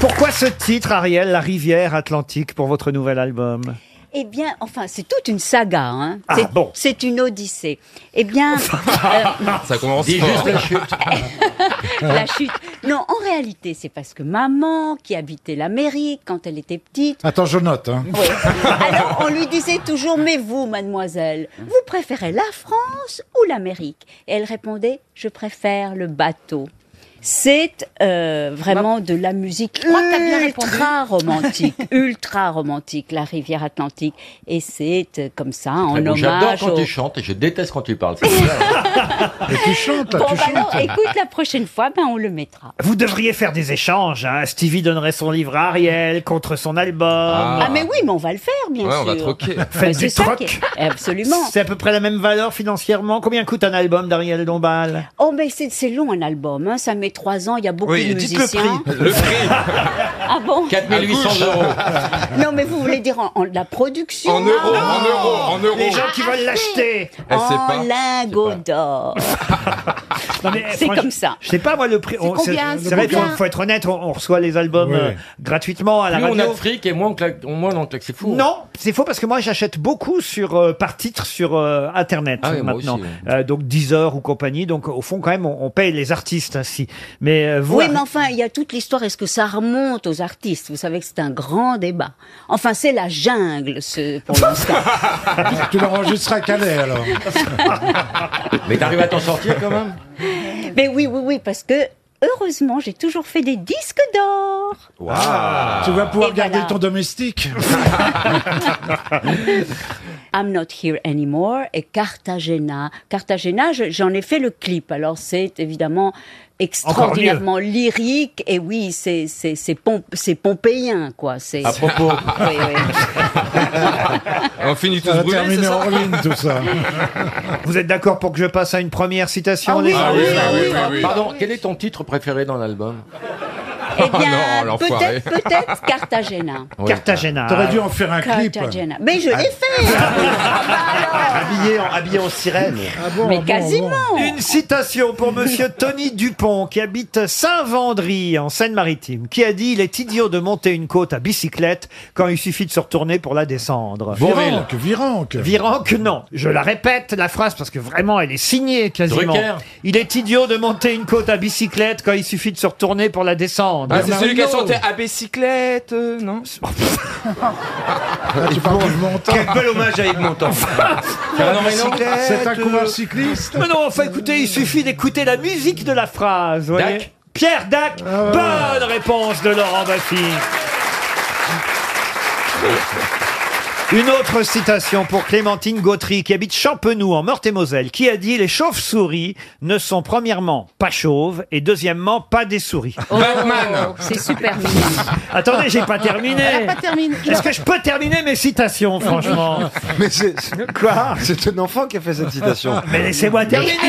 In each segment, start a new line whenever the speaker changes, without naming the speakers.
Pourquoi ce titre, Ariel, La rivière atlantique, pour votre nouvel album
Eh bien, enfin, c'est toute une saga. Hein.
Ah,
c'est,
bon.
c'est une odyssée. Eh bien,
Ça commence
Dis
fort.
juste la chute.
la chute. Non, en réalité, c'est parce que maman, qui habitait l'Amérique quand elle était petite,
Attends, je note. Hein.
Oui. Alors, on lui disait toujours, mais vous, mademoiselle, vous préférez la France ou l'Amérique Et elle répondait, je préfère le bateau. C'est euh, vraiment de la musique
t'as bien répondu.
ultra romantique, ultra romantique, la rivière Atlantique. Et c'est euh, comme ça, en
Bon, J'adore
hommage
quand
au-
tu chantes et je déteste quand tu parles. C'est bizarre, hein.
Et tu chantes, là,
Bon,
tu
bah
chantes.
alors, écoute, la prochaine fois, ben, on le mettra.
Vous devriez faire des échanges. Hein. Stevie donnerait son livre à Ariel contre son album.
Ah,
Ah.
mais oui, mais on va le faire, bien
Ouais,
sûr.
on va troquer.
Faites
Mais
du
c'est ça qui
troc.
est- Absolument.
C'est à peu près la même valeur financièrement. Combien coûte un album d'Ariel Dombal
Oh, mais c'est c'est long, un album. hein. Ça met trois ans, il y a beaucoup de musiciens.
Le prix
Ah bon
Ah,
4800 euros.
Non, mais vous voulez dire en, en- la production Ah.
en euros, en euros, en euros.
Les gens qui veulent l'acheter.
Elle sait
En
pas.
lingots d'or.
Non, mais,
C'est
franchement,
comme ça.
Je sais pas moi le prix. on-
combien,
C'est
c'est
c'est vrai, faut,
combien
faut être honnête. On, on reçoit les albums
Oui.
euh, gratuitement à la
Plus on a
radio.
de fric et moins on claque. Moins on en claque. C'est fou.
Non, c'est faux parce que moi j'achète beaucoup sur euh, par titre sur euh, internet
Ah oui, moi
maintenant,
aussi, ouais.
Euh, donc Deezer ou compagnie. Donc au fond quand même on, on paye les artistes ainsi. Mais euh, vous,
Oui,
Ar-
mais enfin, il y a toute l'histoire. Est-ce que ça remonte aux artistes Vous savez que c'est un grand débat. Enfin, c'est la jungle, ce, pour l'instant.
Tu l'enregistres à Calais, alors.
Mais t'arrives à t'en sortir quand même.
mais oui, oui, oui, parce que heureusement, j'ai toujours fait des disques d'or.
Tu vas pouvoir
Et
garder
voilà.
ton domestique.
I'm not here anymore et Cartagena. Cartagena, je- j'en ai fait le clip. Alors c'est évidemment extraordinairement lyrique et oui, c'est c'est c'est pom- c'est pompéien quoi. C'est
À propos.
oui, oui.
On finit tous
Ça va
brûlés, c'est
terminer
ça
en ligne, tout ça.
vous êtes d'accord pour que je passe à une première citation
Ah oui,
les gens
ah oui, ah oui.
Pardon, quel est ton titre préféré dans l'album
Eh
Oh
bien,
non, l'enfoiré.
peut-être peut-être Cartagena.
Cartagena. Ah.
T'aurais dû en faire un clip.
Cartagena. Mais je l'ai fait.
Habillé en, habillé en sirène.
Ah bon, ah
Mais
bon,
quasiment.
ah
Une citation pour monsieur Tony Dupont qui habite Saint-Vendry en Seine-Maritime qui a dit il est idiot de monter une côte à bicyclette quand il suffit de se retourner pour la descendre.
bon. Viranque, Viranque.
Viranque, non. Je la répète, la phrase, parce que vraiment, elle est signée quasiment.
Drucker.
Il est idiot de monter une côte à bicyclette quand il suffit de se retourner pour la descendre.
Ah, c'est celui qui a
Bernardino.
chanté à bicyclette, euh, non
Ah, tu parles de montant.
Quel bel hommage à Yves Montand.
non, mais non.
C'est un coureur cycliste.
Mais non, enfin, écoutez, il suffit d'écouter la musique de la phrase, vous
Dac.
voyez. Pierre Dac, bonne réponse de Laurent Baffy. Une autre citation pour Clémentine Gautry, qui habite Champenoux, en Meurthe-et-Moselle, qui a dit « Les chauves-souris ne sont premièrement pas chauves et deuxièmement pas des souris
Oh, c'est super mignon. ».
Attendez, j'ai pas terminé
Pas terminé.
Est-ce que je peux terminer mes citations, franchement
Mais c'est c'est-
Quoi
c'est un enfant qui a fait cette citation.
Mais
Ah,
laissez-moi terminer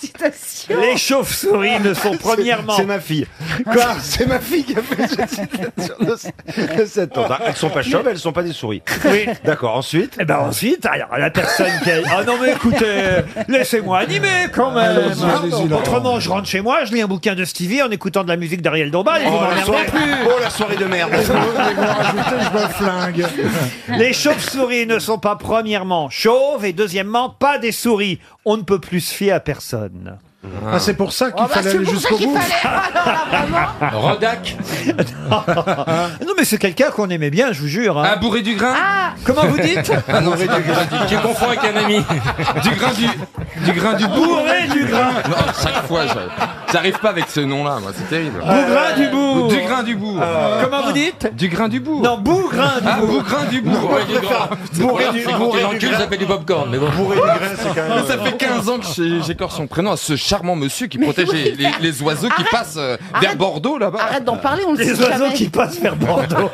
Citation.
Les chauves-souris ne sont premièrement
C'est ma fille. Quoi C'est ma fille qui a fait cette citation de, de 7 ans. Elles sont pas chauves, elles sont pas des souris.
Oui.
D'accord, ensuite
Eh ben ensuite, alors la personne qui a... Ah non mais écoutez, euh, laissez-moi animer quand même
Allons-y, allez-y, Laurent.
Autrement, je rentre chez moi, je lis un bouquin de Stevie en écoutant de la musique d'Ariel Dombal
Oh,
et vous m'emmerdez plus.
oh, la Oh, soirée de merde.
Ils vont rajouter, je me flingue.
Les chauves-souris ne sont pas premièrement chauves et deuxièmement pas des souris. On ne peut plus se fier à personne.
Ah, c'est pour ça qu'il
Ah bah,
fallait
c'est
aller
pour ça
jusqu'au
qu'il
bout.
fallait. Ah, non, là, vraiment.
Rodak.
Non mais c'est quelqu'un qu'on aimait bien, je vous jure. hein.
Un bourré du grain
Ah,
Comment vous dites
Tu confonds avec un ami.
Du grain du... Du grain du bourg
Bourré du grain
Non, chaque fois, je- j'arrive pas avec ce nom-là, moi, c'est terrible. Euh,
Bougrin du bourg
Du grain du bourg Euh,
Comment vous dites
Du grain du bourg
Non, bougrin du
Ah,
bourg
bourg grain du bourg
Bourré du grain.
Bourré du
C'est quand t'es dans le cul, ça fait du popcorn. Mais bon.
Bourré du grain, c'est quand
Mais ça
euh,
fait 15 ans que j'ai- j'écorche son prénom à ce charmant monsieur qui protège les, les- les oiseaux qui passent euh, vers
Arrête.
Bordeaux là-bas.
arrête d'en parler, on le
Les
sait
oiseaux
jamais.
qui passent vers Bordeaux.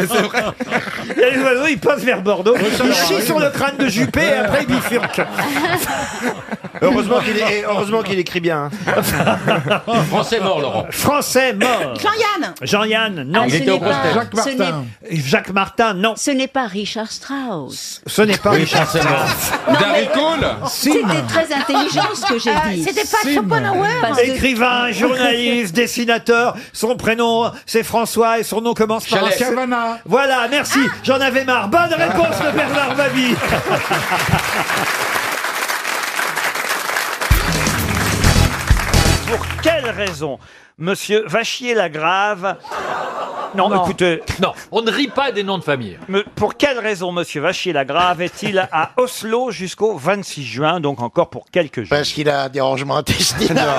C'est vrai. Il y a les oiseaux, ils passent vers Bordeaux,
ça
ils
leur
chient
arrive.
sur le crâne de Juppé et après ils bifurquent.
Heureusement qu'il est-
eh,
et heureusement qu'il écrit bien. hein.
Français mort, Laurent.
Français mort.
Jean-Yann
Jean-Yann, non.
Ah,
Il
ce
était
n'est
au
pas-
prospect.
Jacques
ce n'est-
Martin.
Jacques Martin, non.
Ce n'est pas Richard Strauss.
Ce n'est pas Richard Strauss.
Darry Cole
Sim.
C'était très intelligent ce que
Ah,
j'ai
Euh,
dit.
C'était pas
Sim.
Schopenhauer
Parce que-
hein. Écrivain, journaliste, dessinateur, son prénom c'est François et son nom commence par un
Chalet.
C.
Cavana.
Voilà, merci, j'en avais marre. Bonne réponse de Bernard Mabie. Pour quelle raison Monsieur Vachier-Lagrave... Non, écoutez,
Non, on ne rit pas des noms de famille.
me- pour quelle raison Monsieur Vachier-Lagrave est-il à Oslo jusqu'au 26 juin, donc encore pour quelques jours
Parce qu'il a un dérangement intestinal.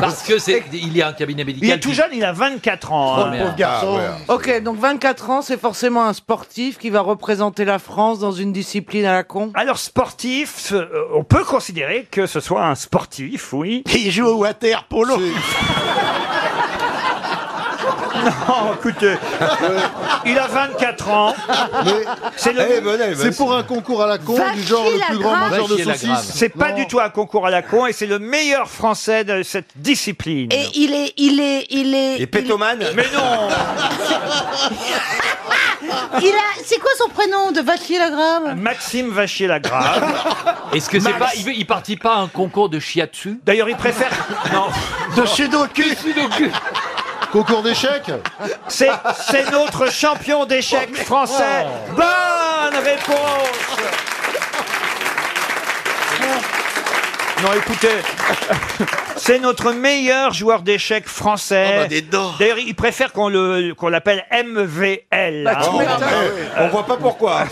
Parce que c'est, il y a un cabinet médical.
Il est tout
qui-
jeune, il a 24 ans.
Oh,
hein.
merde.
Ah, Ok, donc 24 ans, c'est forcément un sportif qui va représenter la France dans une discipline à la con.
Alors sportif, ce- euh, on peut considérer que ce soit un sportif, oui.
Il joue au water polo.
Oh, écoutez, euh, il a 24 ans.
Eh,
C'est le-
Eh,
C'est pour un concours à la con du genre le plus grand mangeur de saucisses.
c'est pas
Non.
du tout un concours à la con et c'est le meilleur français de cette discipline.
Et il est, il est, il est.
Et pétomane.
Mais non
Il a. C'est quoi son prénom de Vachier Lagrave
Maxime Vachier-Lagrave.
Est-ce que c'est pas, Ah, il, il participe pas à un concours de shiatsu
D'ailleurs, il préfère... Non,
De sudoku.
Concours d'échecs
c'est c'est notre champion
Oh,
d'échecs français. Bonne réponse Non, écoutez, c'est notre meilleur joueur d'échecs français.
Ah bah, des dents.
D'ailleurs, il préfère qu'on le qu'on l'appelle MVL.
Bah,
hein.
Ah,
On voit pas pourquoi.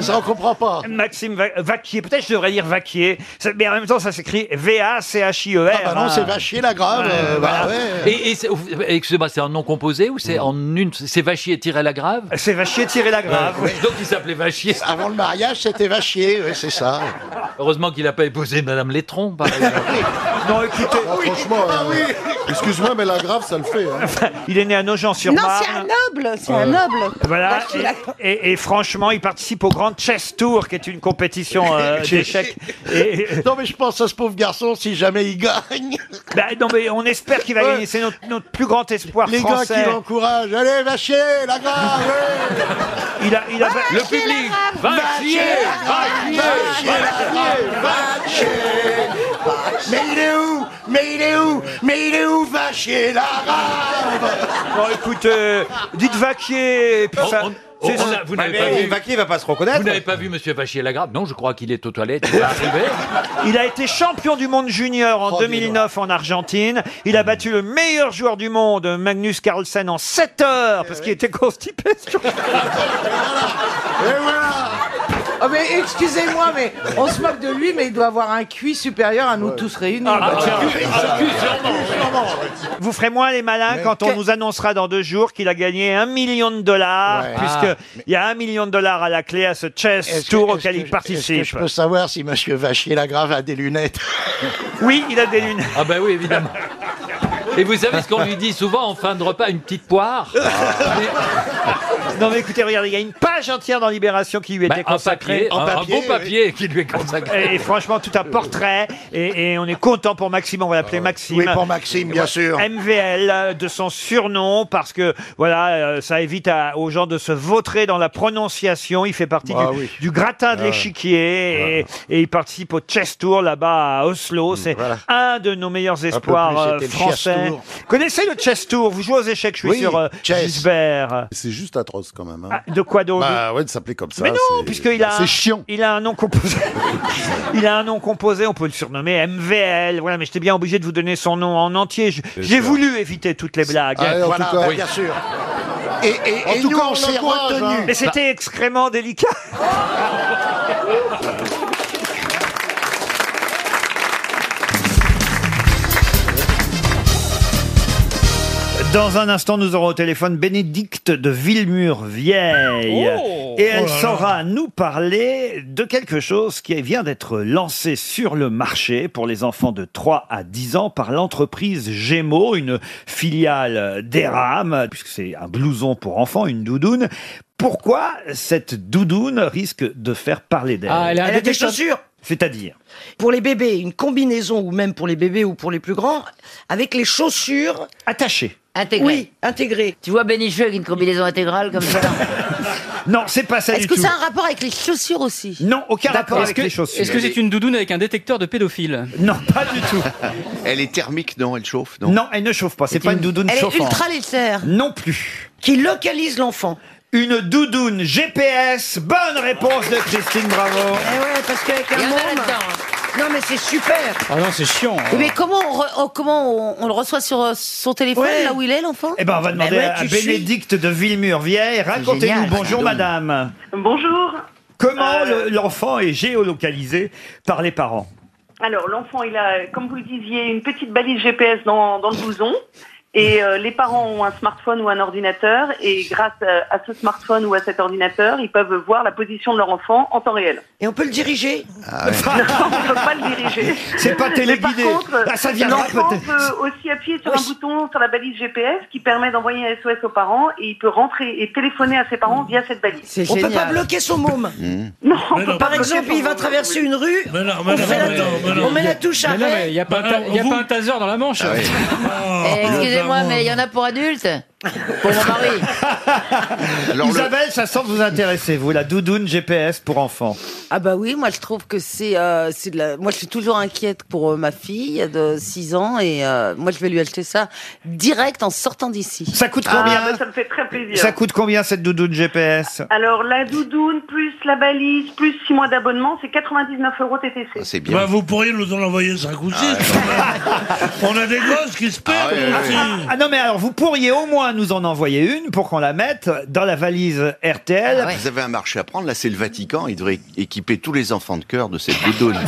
Ça, on comprend pas.
Maxime Va- Vaquier. Peut-être je devrais dire Vaquier. Ça- Mais en même temps, ça s'écrit V-A-C-H-I-E-R.
Ah bah non,
hein.
c'est vachier la grave. euh, bah ouais.
Et, et c'est- excusez-moi, c'est un nom composé ou c'est en une, c'est Vachier tiré la grave
C'est Vachier tirer la grave.
Donc il s'appelait Vachier.
Avant le mariage, c'était vachier, ouais, c'est ça.
Heureusement qu'il n'a pas épousé Madame Lettron, par exemple.
Non, écoutez,
Ah,
Franchement, euh, excuse-moi, mais la grave, ça le fait. hein.
il est né à
Non, c'est un
Nogent-sur-Marne.
noble C'est un noble
Voilà,
Vachier
et,
Lagrave.
et- et franchement, il participe au Grand Chess Tour, qui est une compétition euh, d'échecs. Et, et-
Non, mais je pense à ce pauvre garçon, si jamais il gagne,
bah, non, mais on espère qu'il va gagner. C'est notre, notre plus grand espoir
les
français.
gars qui l'encouragent, allez, vachier la grave, ouais.
Il a, il a, va-
Le public Vachier
Vachier, vachier, vachier. Mais il est où Mais il est où Mais il est où, vachier la grave
Bon, écoute, euh, dites Vaquier. et puis
On-
ça-
on-
c'est-
Oh, on a- Vous n'avez
Bah,
pas
Mais
vu
Vaquier va pas se
vous
reconnaître.
n'avez pas vu Monsieur Vachier Lagrave Non, je crois qu'il est aux toilettes. Il va arriver.
Il a été champion du monde junior en 2009 en Argentine. Il a battu le meilleur joueur du monde, Magnus Carlsen, en 7
Eh
heures parce qu'il était constipé. sur-
Et voilà
Oh mais excusez-moi, mais on se moque de lui, mais il doit avoir un QI supérieur à nous tous réunis.
Ah, bah, Vous ferez moins les malins quand on
que-
nous annoncera dans deux jours qu'il a gagné un million de dollars,
Ouais. Ah.
puisque il y a un million de dollars à la clé à ce chess
Est-ce
tour
que- est-ce
auquel
que
il
je-
participe.
Est-ce que je peux savoir si Monsieur Vachier-Lagrave a des lunettes
Oui, il a des lunettes.
Ah ben oui, évidemment. Et vous savez ce qu'on lui dit souvent en fin de repas, une petite poire
Non mais écoutez, regardez, il y a une page entière dans Libération qui lui était
Bah, un
consacrée.
papier, un, un
papier,
beau papier qui lui est consacré.
Et, et franchement, tout un portrait. Et, et on est content pour Maxime, on va l'appeler Maxime.
Ah Oui, pour Maxime, bien sûr.
MVL euh, de son surnom parce que voilà euh, ça évite à- aux gens de se vautrer dans la prononciation. Il fait partie
Ah
du,
oui.
du gratin de l'échiquier et, et il participe au chess tour là-bas à Oslo. C'est
Hmm, voilà.
un de nos meilleurs espoirs
plus,
euh,
c'était le chess
français.
tour.
Connaissez le chess tour Vous jouez aux échecs, je suis
Oui,
sur euh,
chess.
Gisbert.
C'est juste atroce quand même. hein.
Ah, de quoi d'autre
Bah ouais, de s'appeler comme ça.
mais non,
c'est-
puisqu'il a, un-
C'est chiant.
il a un nom composé. il a un nom composé, on peut le surnommer MVL. Voilà, mais j'étais bien obligé de vous donner son nom en entier. Je- J'ai voulu éviter toutes les blagues.
Ah, en
Voilà,
tout cas,
bien sûr. Et, et-
En
et
tout
nous,
cas, on
on s'est
l'encourage,
retenus.
Mais c'était excrément délicat. Dans un instant, nous aurons au téléphone Bénédicte de Villemur-Vieille.
Oh
et elle
Oh là là.
saura nous parler de quelque chose qui vient d'être lancé sur le marché pour les enfants de 3 à 10 ans par l'entreprise Gémeaux, une filiale d'Eram, puisque c'est un blouson pour enfants, une doudoune. Pourquoi cette doudoune risque de faire parler d'elle
Ah, elle a Elle a des des chaussures. chaussures.
C'est-à-dire
Pour les bébés, une combinaison, ou même pour les bébés ou pour les plus grands, avec les chaussures.
Attachées.
Intégrées. Oui, intégrées.
Tu vois Bénichou avec une combinaison intégrale comme ça
Non, c'est pas ça
Est-ce que ça a un rapport avec les chaussures aussi
Non, aucun
D'accord.
rapport
Est-ce
avec
que-
les chaussures.
Est-ce que c'est une doudoune avec un détecteur de pédophile
Non, pas du tout.
Elle est thermique, non Elle chauffe, non
Non, elle ne chauffe pas. C'est pas une doudoune
Elle est
chauffante.
ultra légère.
Non plus.
Qui localise l'enfant.
Une doudoune GPS. Bonne réponse de Christine Bravo.
Eh ouais, parce qu'avec un
Il y en a
môme.
là-dedans,
Non, mais c'est super.
Ah non, c'est chiant.
Oui, Eh Mais comment on, re- on- comment on, on le reçoit sur euh, son téléphone,
Ouais.
là où il est, l'enfant
Eh ben, on va demander
Bah ouais,
à
tu suis.
Bénédicte de Villemur-Vieille. Racontez-nous.
génial,
Bonjour,
doudoune.
madame.
Bonjour.
Comment le- l'enfant est géolocalisé par les parents
Alors, l'enfant, il a, comme vous le disiez, une petite balise GPS dans, dans le blouson. Et euh, les parents ont un smartphone ou un ordinateur. Et grâce euh, à ce smartphone ou à cet ordinateur, ils peuvent voir la position de leur enfant en temps réel.
Et on peut le diriger
Non, on ne peut pas le diriger.
Ah C'est pas
Mais par
téléguidé.
contre,
Ah, ça viendra
l'enfant
peut-être.
peut aussi appuyer sur un bouton sur la balise GPS qui permet d'envoyer un SOS aux parents et il peut rentrer et téléphoner à ses parents via cette balise.
On peut pas bloquer son môme.
Non,
on peut- par exemple, il va traverser une rue, on, fait la- on met la touche à
Mais non, mais il n'y a, pas un ta- y a pas un taser dans la manche.
Ah
Oh,
Eh, Excusez-moi, mais il y en a pour adultes Pour mon mari
Isabelle, ça semble vous intéresser, vous, la doudoune GPS pour enfants.
Ah bah oui, moi je trouve que c'est... euh, c'est de la- Moi je suis toujours inquiète pour euh, ma fille de 6 ans et euh, moi je vais lui acheter ça direct en sortant d'ici.
Ça coûte combien
Ah, bah, ça me fait très plaisir.
Ça coûte combien cette doudoune GPS
Alors, la doudoune, plus la balise, plus 6 mois d'abonnement, c'est 99 euros TTC.
C'est
bien.
Bah, vous pourriez nous en envoyer 5 ou 6. On a des gosses qui se perdent. aussi.
Ah, ah, non mais alors vous pourriez au moins nous en envoyer une pour qu'on la mette dans la valise
Ah
RTL.
Vous avez un marché à prendre, là c'est le Vatican, il devrait équiper tous les enfants de cœur de cette doudoune.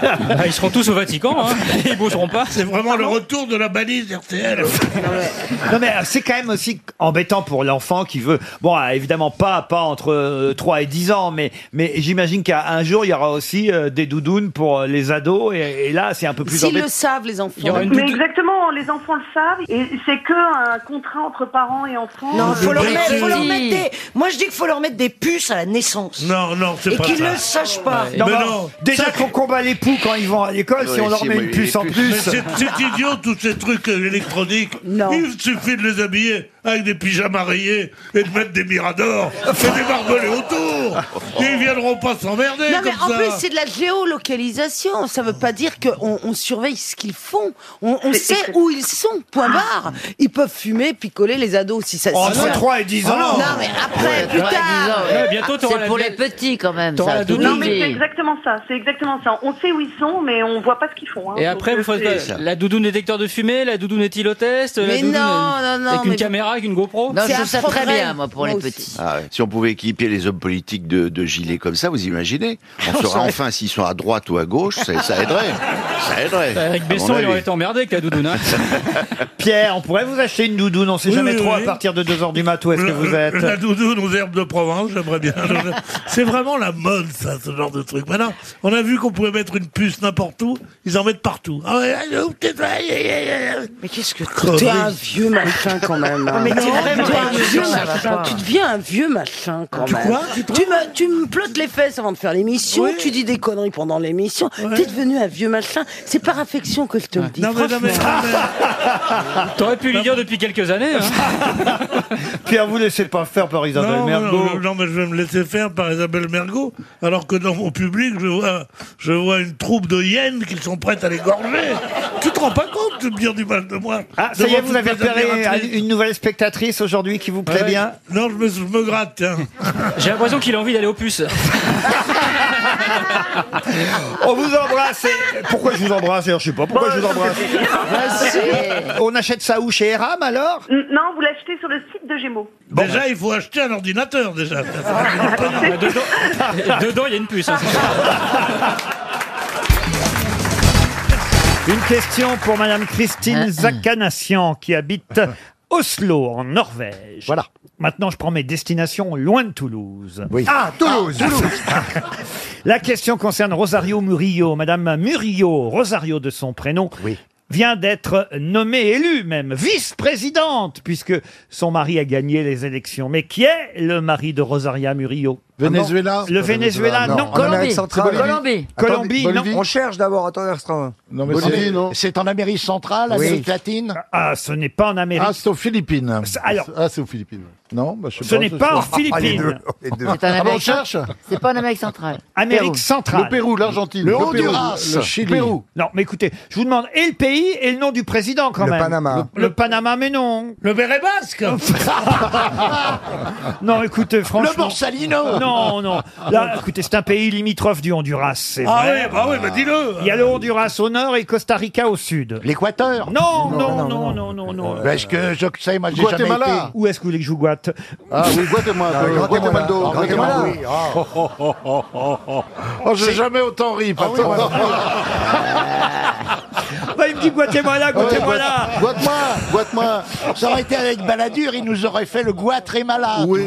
Bah, ils seront tous au Vatican, hein. ils bougeront pas.
C'est vraiment le retour de la balise RTL.
Non mais euh, c'est quand même aussi embêtant pour l'enfant qui veut. Bon ah, évidemment pas pas entre euh, 3 et 10 ans mais mais j'imagine qu'à un jour il y aura aussi euh, des doudounes pour euh, les ados et, et là c'est un peu plus
S'ils
embêtant.
le savent, les enfants.
Mais exactement, les enfants le savent, et c'est que un contrat entre parents et enfants.
Non,
Euh,
faut leur, mettre, faut leur
Si.
mettre des. Moi, je dis qu'il faut leur mettre des puces à la naissance.
Non, non, c'est
Et
pas
qu'ils
ça.
ne le sachent pas.
Non, mais déjà qu'on combat les poux quand ils vont à l'école, si on leur met une puce en
Mais
plus.
C'est c'est idiot, tous ces trucs euh, électroniques. Il suffit de les habiller avec des pyjamas rayés et de mettre des miradors et des barbelés autour. Et ils viendront pas s'emmerder
Non, mais
comme
en
ça.
plus, c'est de la géolocalisation. Ça veut pas dire qu'on on surveille ce qu'ils font. On, on sait où ils sont, point barre. Ils peuvent fumer, picoler les ados si
Oh,
ça
Oh, Entre
si ça-
3 et 10 ans.
Non, mais après, plus
Ouais,
tard.
dix ans, ouais.
Ouais, bientôt,
Ah,
t'auras
C'est
la
pour
vieille-
les petits quand même
T'auras
ça,
la
tout le
doudoune.
Non
monde
mais c'est
dit.
exactement ça, c'est exactement ça. On sait où ils sont, mais on voit pas ce qu'ils font. hein.
Et après,
Donc,
vous faites
Ah,
c'est-
pas la doudoune détecteur de fumée, la doudoune éthylotest, la
Mais
doudoune
non,
euh,
non, non,
avec une
mais-
caméra, avec une GoPro.
Non, je
C'est
trouve
un
ça très
progrès.
bien, moi, pour
Moi
les
aussi.
petits.
Ah ouais. Si on pouvait équiper les hommes politiques de, de gilets comme ça, vous imaginez On saura enfin s'ils sont à droite ou à gauche, ça, ça aiderait. Ça aiderait.
Eric
à
Besson,
mon
il aurait
avis.
été emmerdé avec la doudoune. hein.
Pierre, on pourrait vous acheter une doudoune, on sait
Oui,
jamais
oui,
trop à
oui.
partir de 2h du mat où est-ce que
Le-
vous êtes.
La doudoune aux herbes de Provence, j'aimerais bien. C'est vraiment la mode, ça, ce genre de truc. Maintenant, on a vu qu'on pouvait mettre une puce n'importe où, ils en mettent partout. Ah ouais, allez, hop, t'es- aïe, aïe, aïe, aïe.
Mais qu'est-ce que
Crevé.
t'es un vieux machin quand même. hein.
Mais t'es
Non,
vraiment
t'es un
un
vieux
machin.
machin. Tu deviens un vieux machin quand
Tu
même.
quoi
tu, me, tu me plottes les fesses avant de faire l'émission.
Ouais.
Tu dis des conneries pendant l'émission. T'es devenu un vieux machin. C'est par affection que je te le dis.
Non, mais, non, mais,
franchement.
T'aurais pu lui dire depuis quelques années. hein.
Pierre, vous laissez pas faire par
non, mais-
Isabelle
non, mais-
Mergo.
non, mais je vais me laisser faire par Isabelle Mergot, alors que dans mon public, je vois, je vois une troupe de hyènes qui sont prêtes à l'égorger. tu te rends pas compte de me dire du mal de moi
Ah, ça y est,
Devant
vous avez
toutes mes
repéré
admiratrices.
une nouvelle spectatrice aujourd'hui qui vous plaît
Ouais.
bien
Hein Non, je me, je me gratte, hein. tiens.
J'ai l'impression qu'il a envie d'aller aux puces.
Ah On vous embrasse. et- Pourquoi je vous embrasse D'ailleurs, Je sais pas pourquoi
Oh,
je vous embrasse. On achète ça où Chez Eram alors
N- Non, vous l'achetez sur le site de Gémeaux.
déjà, il faut acheter un ordinateur, déjà.
dedans, dedans, il y a une puce. hein, c'est sûr.
Ah
Une question pour Madame Christine Zakanassian qui habite Oslo, en Norvège. Voilà. Maintenant, je prends mes destinations loin de Toulouse.
Ah, Toulouse, Toulouse.
La question concerne Rosario Murillo. Madame Murillo, Rosario de son prénom, vient d'être nommée, élue même, vice-présidente, puisque son mari a gagné les élections. Mais qui est le mari de Rosaria Murillo Ah
Venezuela
Le Venezuela, non.
En Amérique centrale.
Colombie,
Attendez,
non.
On cherche d'abord, attendez, Restreint.
mais c'est- Bolivie, non
C'est en Amérique centrale,
Oui. Ah, ce n'est pas en Amérique.
Ah, c'est aux Philippines.
Alors,
ah, c'est aux Philippines. Non, bah, je sais
Ce n'est
je
pas
sais
aux Philippines.
les deux, les deux.
C'est en
Ah, bah, on
Amérique
cherche
centrale. C'est pas en Amérique centrale.
Amérique
Pérou.
centrale.
Le Pérou, l'Argentine,
Le,
le Pérou,
Honduras.
le Chili.
Non, mais écoutez, je vous demande et le pays et le nom du président quand
Le
même.
Panama.
Le, le Panama, mais non.
Le béret basque
Non, écoutez, franchement.
Borsalino.
Non, non. Là, écoutez, c'est un pays limitrophe du Honduras, c'est
Ah
vrai.
ouais, bah ouais, bah dis-le.
Il y a le Honduras au nord et Costa Rica au sud. L'Équateur Non, non, non, non, non, non.
Parce que je sais, moi, j'ai jamais été.
Guatemala Où est-ce que vous voulez que je vous guatte
Ah oui, Guatemala. Ah, Guatemala.
Guatemala.
Guatemala.
oui. Oh, oh, oh, oh, oh, oh. Oh, j'ai jamais autant ri,
Ah
Patrick.
il me dit Guatemala,
Guatemala.
Guatemala, Guatemala. Ça aurait été avec Balladur, il nous aurait fait le Guatemala. Oui.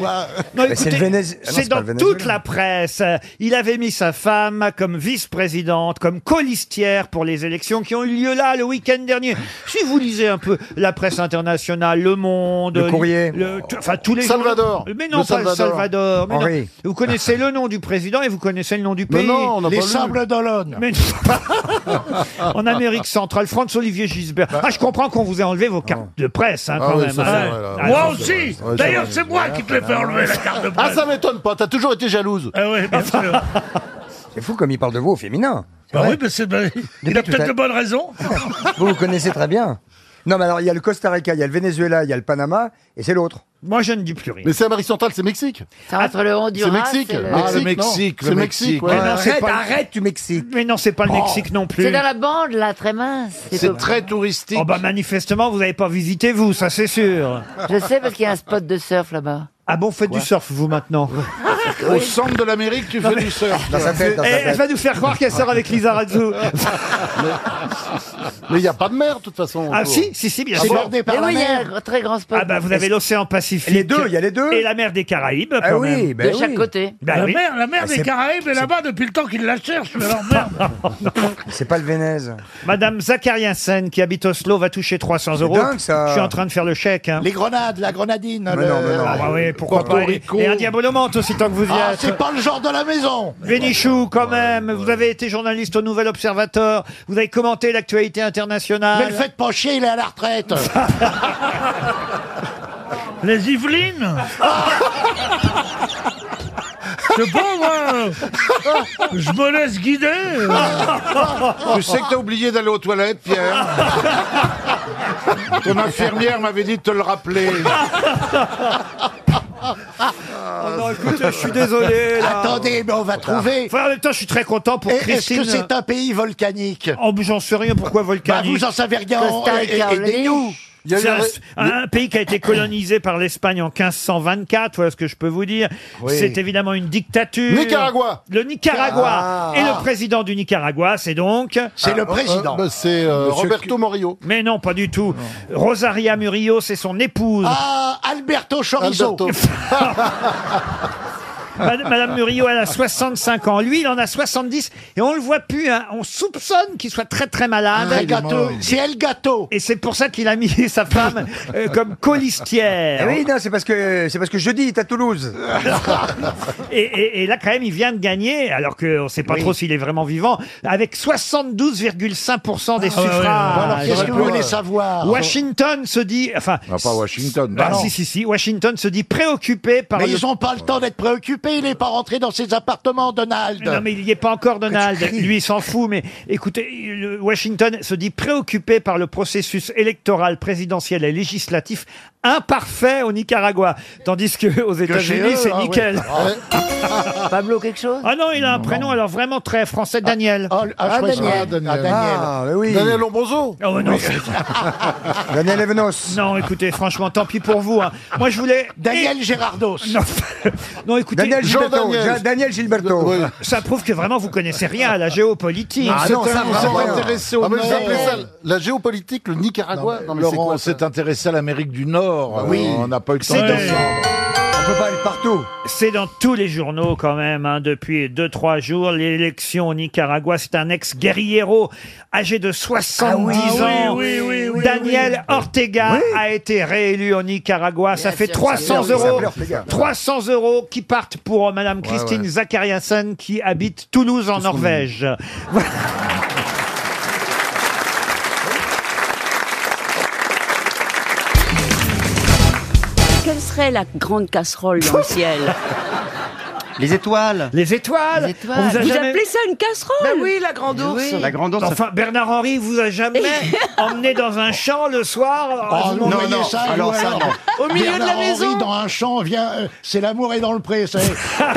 Non, écoutez,
Ah
c'est dans toute la presse. Il avait mis sa femme comme vice-présidente, comme colistière pour les élections qui ont eu lieu là le week-end dernier. Si vous lisez un peu la presse internationale, Le Monde,
Le Courrier.
le- t- enfin tous les
Salvador.
journaux. Mais non,
Le
pas le
Salvador.
Salvador. mais non.
Henri.
Vous connaissez le nom du président et vous connaissez le nom du
Mais
pays.
non, on n'a Les pas lu. Sables
d'Olonne. en Amérique centrale, François-Olivier Gisbert. Ah, je comprends qu'on vous ait enlevé vos cartes de presse hein,
Bah. Ah
quand
oui,
même.
ça, c'est
hein.
vrai, là.
Ah,
Moi
ça,
aussi
c'est vrai.
D'ailleurs, c'est moi qui te l'ai fait enlever la carte de
Ah,
presse.
ça m'étonne pas, t'as toujours été jalouse.
Ah ouais, bien sûr.
C'est fou comme il parle de vous au féminin. C'est
Bah
vrai.
oui, mais c'est. bah, Il a
Depuis tout
peut-être
à-
de bonnes raisons.
Vous, vous connaissez très bien. Non, mais alors, il y a le Costa Rica, il y a le Venezuela, il y a le Panama, et c'est l'autre.
Moi, je ne dis plus rien.
Mais c'est Amérique centrale, c'est Mexique.
C'est entre le Honduras.
C'est Mexique.
et le-
Ah, le Mexique, le Mexique, ouais.
Mais non, c'est
arrête,
pas-
arrête, tu Mexique. Oh,
Mais non, c'est pas le Mexique non plus.
C'est dans la bande, là, très mince. pas-
touristique. Oh bah manifestement, vous n'avez pas visité vous, ça c'est sûr.
Je sais parce qu'il y a un spot de surf là-bas.
Ah bon, faites du surf vous maintenant.
Au centre de l'Amérique, tu fais du surf.
Dans sa tête, dans
Eh,
sa
elle
tête.
va nous faire croire qu'elle sort avec Lisa Razou.
Mais il n'y a pas de mer, de toute façon.
Ah
autour.
si, si, si, bien
Ah
sûr.
bon
Mais oui, il y a un gr- très grand spot.
Ah bah vous avez l'océan Pacifique.
Les deux, il y a les deux.
Et la mer des Caraïbes.
Ah
quand
oui,
même.
ben
de chaque
oui.
côté.
Bah
la
oui.
mer, la mer
Bah,
des
c'est-
Caraïbes est là-bas depuis le temps qu'ils la cherchent, mais alors merde.
C'est pas le Venez.
Madame Zakariasen qui habite Oslo va toucher 300 euros.
dingue, ça.
Je suis en train de faire le chèque. hein.
Les grenades, la grenadine.
Ah,
non, mais non.
bah oui, pourquoi pas. Et, et un diabolomante aussi tant que vous y
Ah,
êtes.
c'est pas le genre de la maison.
Bénichou, quand même, vous avez été journaliste au Nouvel Observateur, vous avez commenté l'actualité internationale.
Mais le faites pas chier, il est à la retraite.
Les Yvelines Je sais pas, moi. Je me laisse guider.
Tu sais que t'as oublié d'aller aux toilettes, Pierre. Ton infirmière m'avait dit de te le rappeler.
Oh non, écoutez, je suis désolé. là.
Attendez, mais on va trouver.
Enfin, en même temps, je suis très content pour
Et Est-ce
Christine.
que c'est un pays volcanique
Oh, mais j'en sais rien, pourquoi
Bah,
volcanique
vous en savez rien.
Costa Rica,
et- et- Aidez-nous.
Il y a eu
C'est
un
un,
ré-
un pays qui a été colonisé par l'Espagne en 1524, voilà ce que je peux vous dire.
Oui.
C'est évidemment une dictature.
Nicaragua.
Le Nicaragua.
Ah.
Et le président du Nicaragua, c'est donc...
C'est le président.
Euh, bah, c'est euh,
Monsieur
Roberto Morillo.
Mais non, pas du tout. Rosaria Murillo, c'est son épouse.
Ah, Alberto Chorizo.
Alberto.
Mad- Madame Murillo, elle a 65 ans. Lui, il en a 70 et on le voit plus. hein. On soupçonne qu'il soit très très malade.
Très Ah, gâteau. C'est El Gato.
Et c'est pour ça qu'il a mis sa femme euh, comme colistière.
non, c'est parce que c'est parce que jeudi, il est à Toulouse.
Et, et- et là, quand même, il vient de gagner, alors qu'on ne sait pas trop s'il est vraiment vivant, avec 72,5%
Ah
des
ouais, ouais, ouais.
suffrages.
Alors, qu'est-ce que vous voulez savoir
Washington se dit, enfin,
Ah, pas Washington.
bah,
non.
si si si, Washington se dit préoccupé par
Mais
le
ils n'ont pas le temps d'être préoccupés. Il n'est pas rentré dans ses appartements, Donald.
Non, mais il n'y est pas encore, Donald. Lui, il s'en fout. Mais écoutez, le- Washington se dit préoccupé par le processus électoral, présidentiel et législatif imparfait au Nicaragua. Tandis que aux États-Unis,
eux,
c'est
ah oui.
nickel.
Pablo, quelque chose
Ah non, il a un prénom alors vraiment très français, Daniel.
Oh, ah, je crois que-
Daniel.
Ah, Daniel.
Ah,
mais oui.
Daniel Lombroso.
Ah
Oh, non, c'est-
Daniel Evenos.
non, écoutez, franchement, tant pis pour vous. hein. Moi, je voulais.
Daniel Gérardos.
Non, non, écoutez,
Daniel
Jean
Gilberto.
Daniel.
Ja- Daniel Gilberto.
Ça prouve que vraiment vous connaissez rien à la géopolitique.
Ah non, ça, vraiment.
Ah, mais vous appelez ça la géopolitique, le Nicaragua. Non, mais c'est
Laurent,
quoi
on
ça Ah
s'est intéressé à l'Amérique du Nord.
Bah oui.
Euh, On n'a pas eu le temps
C'est
de
dans-
On peut pas aller partout.
C'est dans tous les journaux quand même, hein, depuis 2-3 jours, l'élection au Nicaragua, c'est un ex-guerriero âgé de 70
Ah
ans.
oui, oui, oui, oui,
Daniel Ortega a été réélu au Nicaragua, ça fait
sûr,
300
c'est sûr,
euros.
il s'appelait Ortega.
300 euros qui partent pour euh, Madame Christine
ouais.
Zachariasen qui habite Toulouse en Norvège. Voilà.
Quelle serait la grande casserole dans le ciel
Les étoiles. Les étoiles. On vous Ben a
Vous
jamais-
appelez ça une casserole
Bah oui, la grande ours.
Enfin, Bernard Henry vous a jamais emmené dans un champ le soir
Oh, non,
voyez
non, alors
ouais,
ça,
alors.
non. Au milieu de la
Bernard Henry
maison.
dans-
dans un champ, viens, euh, c'est l'amour est dans le pré. C'est, t'as,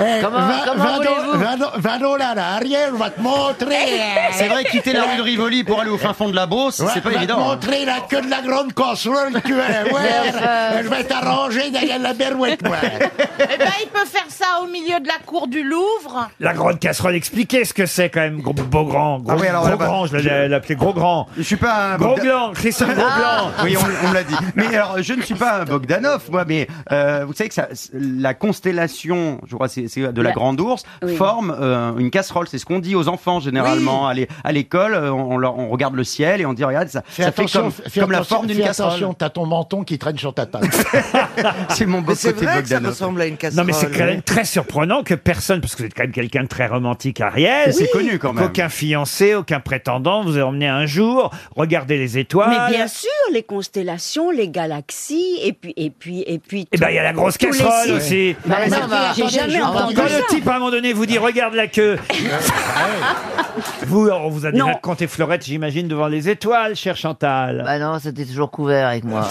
eh,
Comment- comment voulez-vous
dollars à arrière, on va te montrer.
C'est vrai, quitter la rue de Rivoli pour aller au fin fond de la Beauce,
Ouais,
c'est pas
va
évident.
te
hein.
montrer la queue de la grande casserole que tu es. Ouais, elle va t'arranger derrière la berouette, moi.
Eh ben, il peut faire ça au milieu de la cour du Louvre.
La grande casserole, expliquez ce que c'est quand même, gros beau grand. Gros,
Ah oui, alors,
gros
là-bas,
grand, je l'ai- l'appelais gros grand.
Je suis pas un
Gros
Bogda-
blanc, Christophe Gros blanc.
Ah. Oui, on, on me l'a dit. Mais alors, je ne suis pas un Bogdanov, moi, mais euh, vous savez que ça- la constellation, je crois, c'est c'est de la
La-
Grande Ourse,
Oui.
forme euh, une casserole. C'est ce qu'on dit aux enfants généralement à l'é- à l'école. euh, On, leur- on regarde le ciel et on dit regarde, ça,
Fais
ça fait
attention,
comme,
fais
comme la
attention,
forme d'une
fais
casserole.
Attention, t'as ton menton qui traîne sur ta table.
C'est mon beau
Mais c'est
côté
vrai que ça
Bogdanov.
ressemble à une
Non
casserole.
mais c'est quand même très surprenant que personne, parce que vous êtes quand même quelqu'un de très romantique, Ariel.
C'est Oui. connu quand même.
Aucun fiancé, aucun prétendant vous a emmené un jour regarder les étoiles.
Mais bien sûr, les constellations, les galaxies, et puis et puis et puis.
Eh ben, il y a la grosse
tous les
casserole
signes.
aussi.
Bah, non, mais J'ai jamais entendu
Quand
ça.
le type, à un moment donné, vous dit, regarde la queue. vous, on vous a déjà
Non.
compté fleurette, j'imagine, devant les étoiles, cher Chantal.
Bah non, c'était toujours couvert avec moi.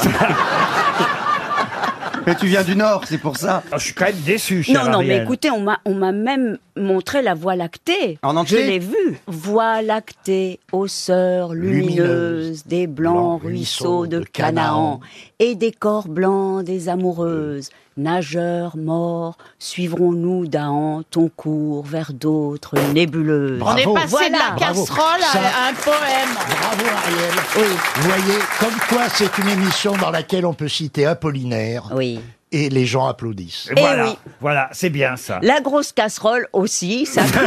Mais tu viens du Nord, c'est pour ça.
Ah, je suis quand même déçu,
Non, non, mais écoutez, on m'a, on m'a même montré la Voie lactée.
En entier
Je l'ai vue. Voie lactée, aux sœurs lumineuses, des blancs ruisseaux de Canaan, et des corps blancs des amoureuses, nageurs morts, suivrons-nous d'Ahan ton cours vers d'autres nébuleuses.
On est passé de la
Bravo.
casserole à-
Ça-
à un poème.
Bravo Ariel. Vous voyez, comme quoi c'est une émission dans laquelle on peut citer Apollinaire. Et les gens applaudissent.
Et voilà, voilà, c'est bien ça.
Eh La grosse casserole aussi, ça peut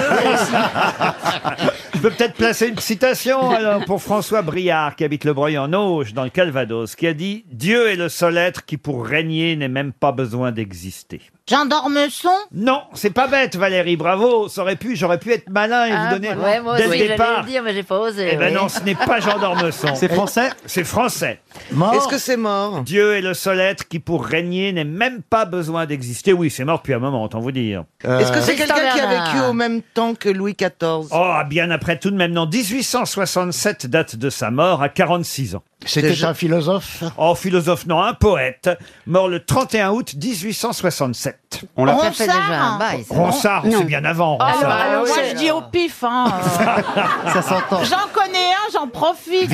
Je peux peut-être placer une citation alors, pour François Briard, qui habite le Breuil en Auge, dans le Calvados, qui a dit « Dieu est le seul être qui, pour régner, n'ait même pas besoin d'exister. »
Jean Dormeçon
Non, c'est pas bête, Valérie, bravo. Ça aurait pu, j'aurais pu être malin et vous donner
Ah, Ouais, moi
dès
aussi,
le
j'allais
départ.
le dire, mais j'ai pas osé.
Eh ben
oui.
non, ce n'est pas Jean Dormesson.
C'est français
C'est français.
Mort Est-ce que
c'est mort Dieu est le seul être qui, pour régner, n'ait même pas besoin d'exister. Oui, c'est mort depuis un moment, autant vous dire.
Est-ce que c'est quelqu'un qui a vécu au même temps que Louis XIV
Oh, ah, bien après tout de même, non. 1867 date de sa mort à 46 ans.
C'était un philosophe
Oh, philosophe, non, un poète, mort le 31 août 1867.
On
l'a Ronsard fait déjà un bail, ça.
Ronsard,
Non.
c'est bien avant,
Ah,
Ronsard.
bah, alors,
Moi,
ouais.
je dis au pif. Hein, euh.
Ça s'entend.
J'en connais un, j'en profite.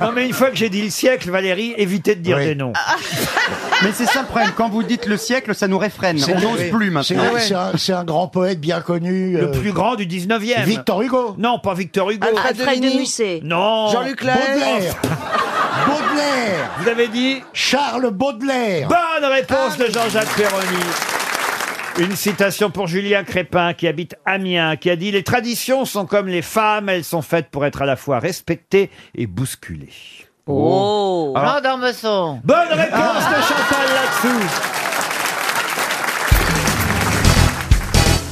non, mais une fois que j'ai dit le siècle, Valérie, évitez de dire
Oui.
des noms.
Mais c'est ça le problème. Quand vous dites le siècle, ça nous réfrène.
C'est-
On n'ose
oui.
plus
C'est
maintenant.
c'est un, c'est un grand poète bien connu. euh,
Le plus grand du 19e.
Victor Hugo.
Non, pas Victor Hugo.
Alfred
Mmh.
Alfred de Vigny. Musset.
Non.
Jean-Luc Lahaye. Baudelaire. Baudelaire.
Vous avez dit
Charles Baudelaire. Ah,
Bonne réponse de Jean-Jacques Perroni. Une citation pour Julien Crépin, qui habite Amiens, qui a dit Les traditions sont comme les femmes, elles sont faites pour être à la fois respectées et bousculées.
Oh,
Alors-
Jean Dormeçon.
Bonne réponse de Chantal là-dessous.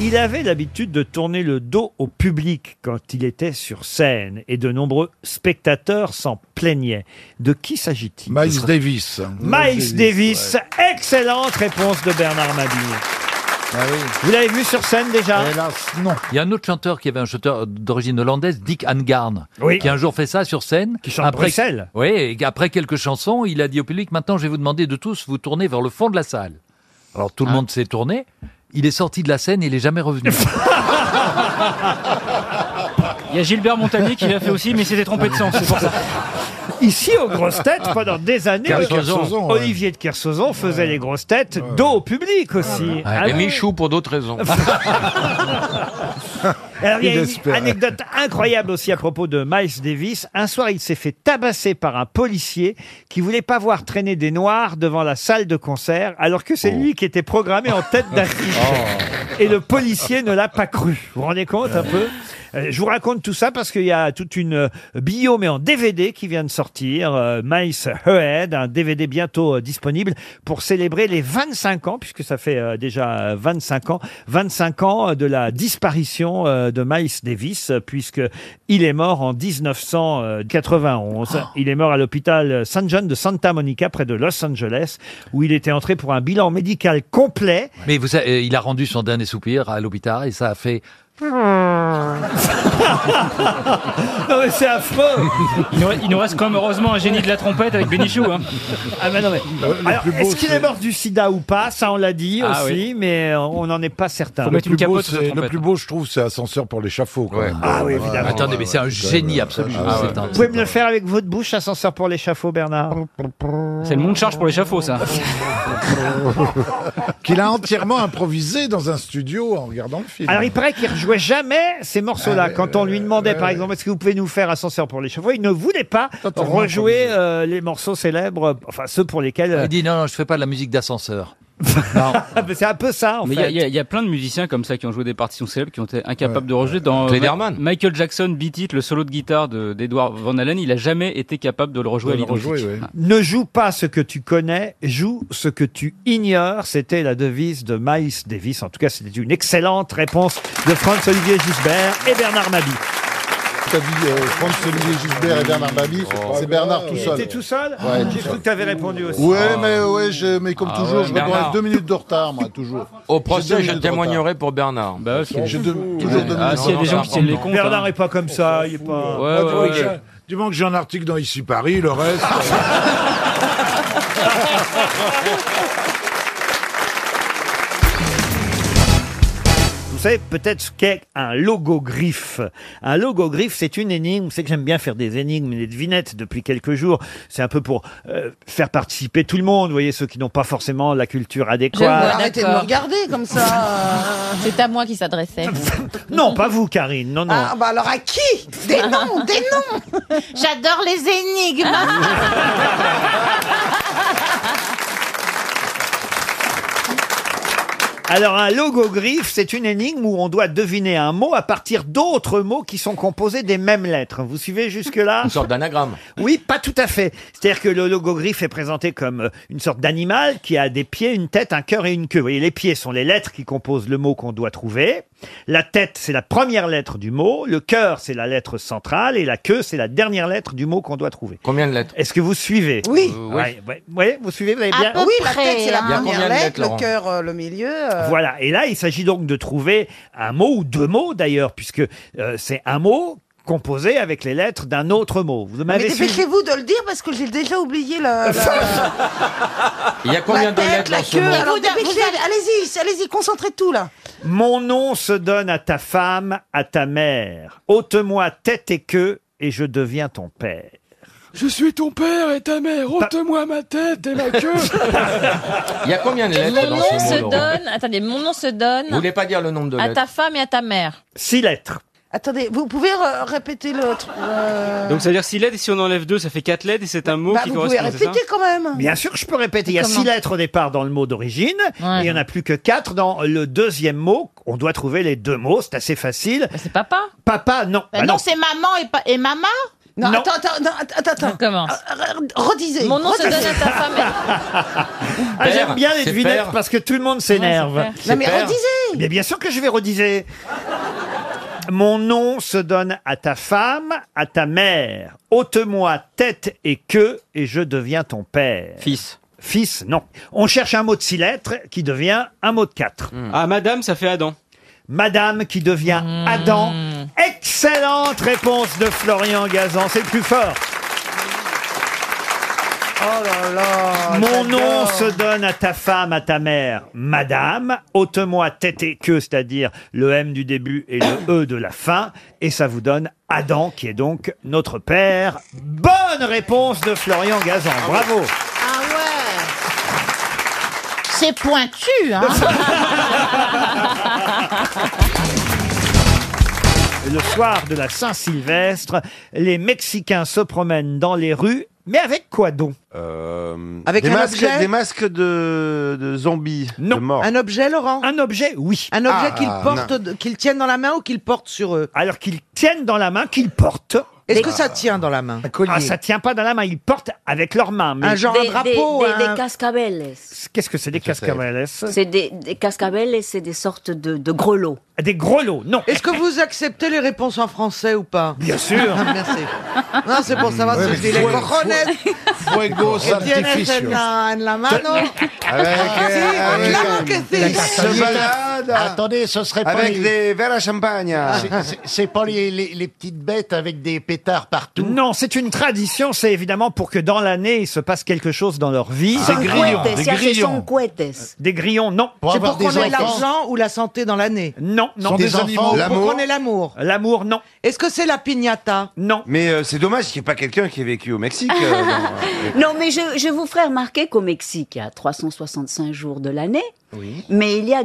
Il avait l'habitude de tourner le dos au public quand il était sur scène et de nombreux spectateurs s'en plaignaient. De qui s'agit-il
Miles Davis.
Miles Davis, excellente réponse de Bernard Mabille. Vous l'avez vu sur scène déjà
Ah Hélas, non.
Il y a un autre chanteur qui avait un chanteur d'origine hollandaise, Dick Angarn,
Oui.
qui un jour fait ça sur scène. Qui
chante Bruxelles.
Oui, et après quelques chansons, il a dit au public Maintenant, je vais vous demander de tous vous tourner vers le fond de la salle. Alors
Ah.
tout le monde s'est tourné. Il est sorti de la scène et il est jamais revenu.
Il y a Gilbert Montagnier qui l'a fait aussi, mais il s'était trompé de sens, c'est pour ça.
Ici, aux grosses têtes, pendant des années,
Kersozon. Kersozon, ouais.
Olivier de Kersozon faisait les grosses têtes dos au public aussi. Ah
Et
oui.
Michou pour d'autres raisons.
Alors, il y a
Il
une
espère.
anecdote incroyable aussi à propos de Miles Davis. Un soir, il s'est fait tabasser par un policier qui voulait pas voir traîner des noirs devant la salle de concert, alors que c'est lui qui était programmé en tête d'affiche. Et le policier ne l'a pas cru. Vous vous rendez compte un peu Euh, je vous raconte tout ça parce qu'il y a toute une euh, bio, mais en DVD, qui vient de sortir. euh, Mice Head, un DVD bientôt euh, disponible pour célébrer les 25 ans, puisque ça fait euh, déjà euh, 25 ans, 25 ans euh, de la disparition euh, de Miles Davis, euh, puisque il est mort en 1991.
Oh.
Il est mort à l'hôpital St. John de Santa Monica, près de Los Angeles, où il était entré pour un bilan médical complet.
Mais vous savez, il a rendu son dernier soupir à l'hôpital et ça a fait.
non mais c'est affreux
il, nous, il nous reste quand même heureusement un génie de la trompette avec Bénichou. Hein.
Ah mais non mais...
Euh,
Alors, est-ce qu'il est mort du sida ou pas Ça, on l'a dit
Ah
aussi,
oui.
mais euh, on n'en est pas certain.
le, plus beau, c'est- le plus beau, je trouve, c'est Ascenseur pour l'échafaud. quand même.
Ah oui, évidemment.
Attendez, mais c'est un génie absolu.
Ah ouais.
C'est un-
Vous pouvez me le faire avec votre bouche, ascenseur pour l'échafaud, Bernard
C'est le monde charge pour l'échafaud, ça.
Qu'il a entièrement improvisé dans un studio en regardant le film. Ah, euh,
Alors, il paraît qu'il rejouait jamais ces morceaux-là. Quand on lui demandait, par exemple, est-ce que vous pouvez nous faire Ascenseur pour l'échafaud, il ne voulait pas
Totalement
rejouer euh, les morceaux célèbres, euh, enfin ceux pour lesquels. euh,
Il dit non, non, je fais pas de la musique d'ascenseur.
mais euh, c'est un peu ça, en
Mais il y a-
fait.
il y, a- il y a plein de musiciens comme ça qui ont joué des partitions célèbres qui ont été incapables de rejeter. Dans
Lederman.
Ma- Michael Jackson, Beat It, le solo de guitare de- d'Edward Van Halen, il a jamais été capable de le rejouer
De
à
le
l'identique.
rejouer, Ne joue pas ce que tu connais, joue ce que tu ignores. C'était la devise de Miles Davis. En tout cas, c'était une excellente réponse de Franz-Olivier Gisbert et Bernard Mabi.
T'as dit euh, Franz-Olivier Gisbert et
Ah,
Bernard
bah,
Babi, c'est Bernard tout seul.
T'es tout seul
Ouais, tout
J'ai cru
seul.
que t'avais répondu aussi.
Ouais, mais, ouais, je- mais comme
Ah
toujours,
ouais,
je réponds
Bernard.
avec deux minutes de retard, moi, toujours.
Au
J'ai deux
procès, je
minutes de
témoignerai pour Bernard.
Bah,
retard. J'ai deux- toujours deux
Ah,
minutes.
s'il y a des gens qui tiennent les comptes.
Bernard
hein.
est pas comme ça, il est pas.
Ouais,
Moi,
ouais,
du,
ouais.
moment que j'ai- du moment que j'ai un article dans Ici Paris, le reste.
Ah,
euh,
Vous savez peut-être ce qu'est un logo griffe. Un logo griffe, c'est une énigme. Vous savez que j'aime bien faire des énigmes et des devinettes depuis quelques jours. C'est un peu pour euh, faire participer tout le monde. Vous voyez, ceux qui n'ont pas forcément la
Je
culture
vois,
adéquate.
Arrêtez de me regarder comme ça.
C'est à moi qui s'adressait.
Non, pas vous, Karine. Non, non.
Ah, bah alors à qui Des noms, des noms
J'adore les énigmes.
Alors, un logo griffe, c'est une énigme où on doit deviner un mot à partir d'autres mots qui sont composés des mêmes lettres. Vous suivez jusque-là
Une sorte d'anagramme.
Oui, pas tout à fait. C'est-à-dire que le logogriffe est présenté comme euh, une sorte d'animal qui a des pieds, une tête, un cœur et une queue. Vous voyez, les pieds sont les lettres qui composent le mot qu'on doit trouver. La tête, c'est la première lettre du mot. Le cœur, c'est la lettre centrale. Et la queue, c'est la dernière lettre du mot qu'on doit trouver.
Combien de lettres
Est-ce que vous suivez
Oui.
Euh, oui.
Ouais, ouais. Ouais, vous suivez, vous
Eh
avez bien.
Oui, la tête, c'est la
Il y a combien
première
de
lettre,
lettres,
le
Laurent
cœur, euh, le milieu. euh,
Voilà. Et là, il s'agit donc de trouver un mot ou deux mots d'ailleurs, puisque euh, c'est un mot composé avec les lettres d'un autre mot. Vous
Mais
m'avez suivi.
dépêchez-vous de le dire parce que j'ai déjà oublié la, la-
Il y a
la
combien de
tête,
lettres
la
dans ce
queue.
mot
Alors
Vous- vous-
dépêchez,
vous-
allez-y, allez-y, concentrez tout là.
Mon nom se donne à ta femme, à ta mère. Ôte-moi tête et queue et je deviens ton père.
Je suis ton père et ta mère. Ôte-moi ma tête et ma queue.
Il y a combien de
Mon
lettres dans
nom
ce
se
mot Laurent
donne. Attendez, mon nom se
Vous
donne
voulez pas dire le nombre de
à ta
lettres
femme et à ta mère.
Six lettres.
Attendez, vous pouvez euh, répéter l'autre. euh,
Donc ça veut dire 6 lettres et si on enlève 2, ça fait 4 lettres et c'est un mot
bah,
qui
vous pouvez
correspond c'est ça
répéter quand même.
Bien sûr, je peux répéter. Il y a
Comment
six lettres au départ dans le mot d'origine.
Ouais.
et Il y en a plus que quatre dans le deuxième mot. On doit trouver les deux mots. C'est assez facile.
Bah,
C'est papa.
Papa, non.
Bah
Bah
non, c'est maman et, pa- et maman.
Non,
Non.
attends, attends, non, attends, attends. Euh,
On commence.
Re- Redisez.
Mon nom se donne à ta femme. et-
Ah, j'aime bien les
c'est
devinettes
père.
parce que tout le monde s'énerve.
Ouais, c'est
Non mais
père.
redisez.
Mais bien sûr que je vais rediser. Mon nom se donne à ta femme, à ta mère. Ôte-moi tête et queue et je deviens ton père.
Fils.
Fils, non. On cherche un mot de six lettres qui devient un mot de quatre.
Ah, madame, ça fait Adam. Hmm.
Madame qui devient Adam. Excellente réponse de Florian Gazan, c'est le plus fort.
Oh là
Ah,
là
Mon nom
j'adore.
se donne à ta femme, à ta mère, madame. Ôte-moi tête et queue, c'est-à-dire le M du début et le E de la fin. Et ça vous donne Adam, qui est donc notre père. Bonne réponse de Florian Gazan. Bravo.
Ah ouais C'est pointu, hein
Et Le soir de la Saint-Sylvestre, les Mexicains se promènent dans les rues, mais avec quoi donc
Avec
Euh, des
un
masques,
objet
des masques de, de zombies, de morts.
Un objet, Laurent
Un objet, oui.
Un objet
Ah,
qu'ils
ah,
portent,
non.
de- qu'ils tiennent dans la main ou qu'ils portent sur eux
Alors qu'ils tiennent dans la main, qu'ils portent.
Est-ce que ça tient dans la main
Ah, ça tient pas dans la main, ils portent avec leurs mains. mais-
Un genre
Des, des, des, des cascabeles.
Qu'est-ce que c'est des cascabeles
C'est des, des cascabeles, c'est des sortes de, de grelots.
Des grelots, non.
Est-ce que vous acceptez les réponses en français ou pas
Bien sûr.
Merci. Non, c'est pour savoir
Ouais,
si
mais
je dis les
fue-
cojones.
Fuegos
que tienes en
artificios.
la, en la mano.
Ah,
Sí,
euh,
claro que sí.
Se balade. Attendez, ce serait pas
Avec
les-
des verres à champagne.
C'est- c'est- C'est pas les, les- les petites bêtes avec des pétards partout.
Non, c'est une tradition, c'est évidemment pour que dans l'année, il se passe quelque chose dans leur vie.
Ah,
Des grillons,
Cohetes, se hace son cohetes.
Des grillons, non.
C'est pour qu'on ait l'argent ou la santé dans l'année
Non, non.
Des, enfants, pour qu'on ait l'amour.
L'amour, non.
Est-ce que c'est la piñata
Non.
Mais euh, c'est dommage qu'il n'y ait pas quelqu'un qui ait vécu au Mexique. euh, dans-
Non, mais je, je vous ferai remarquer qu'au Mexique, il y a 365 jours de l'année, mais il y a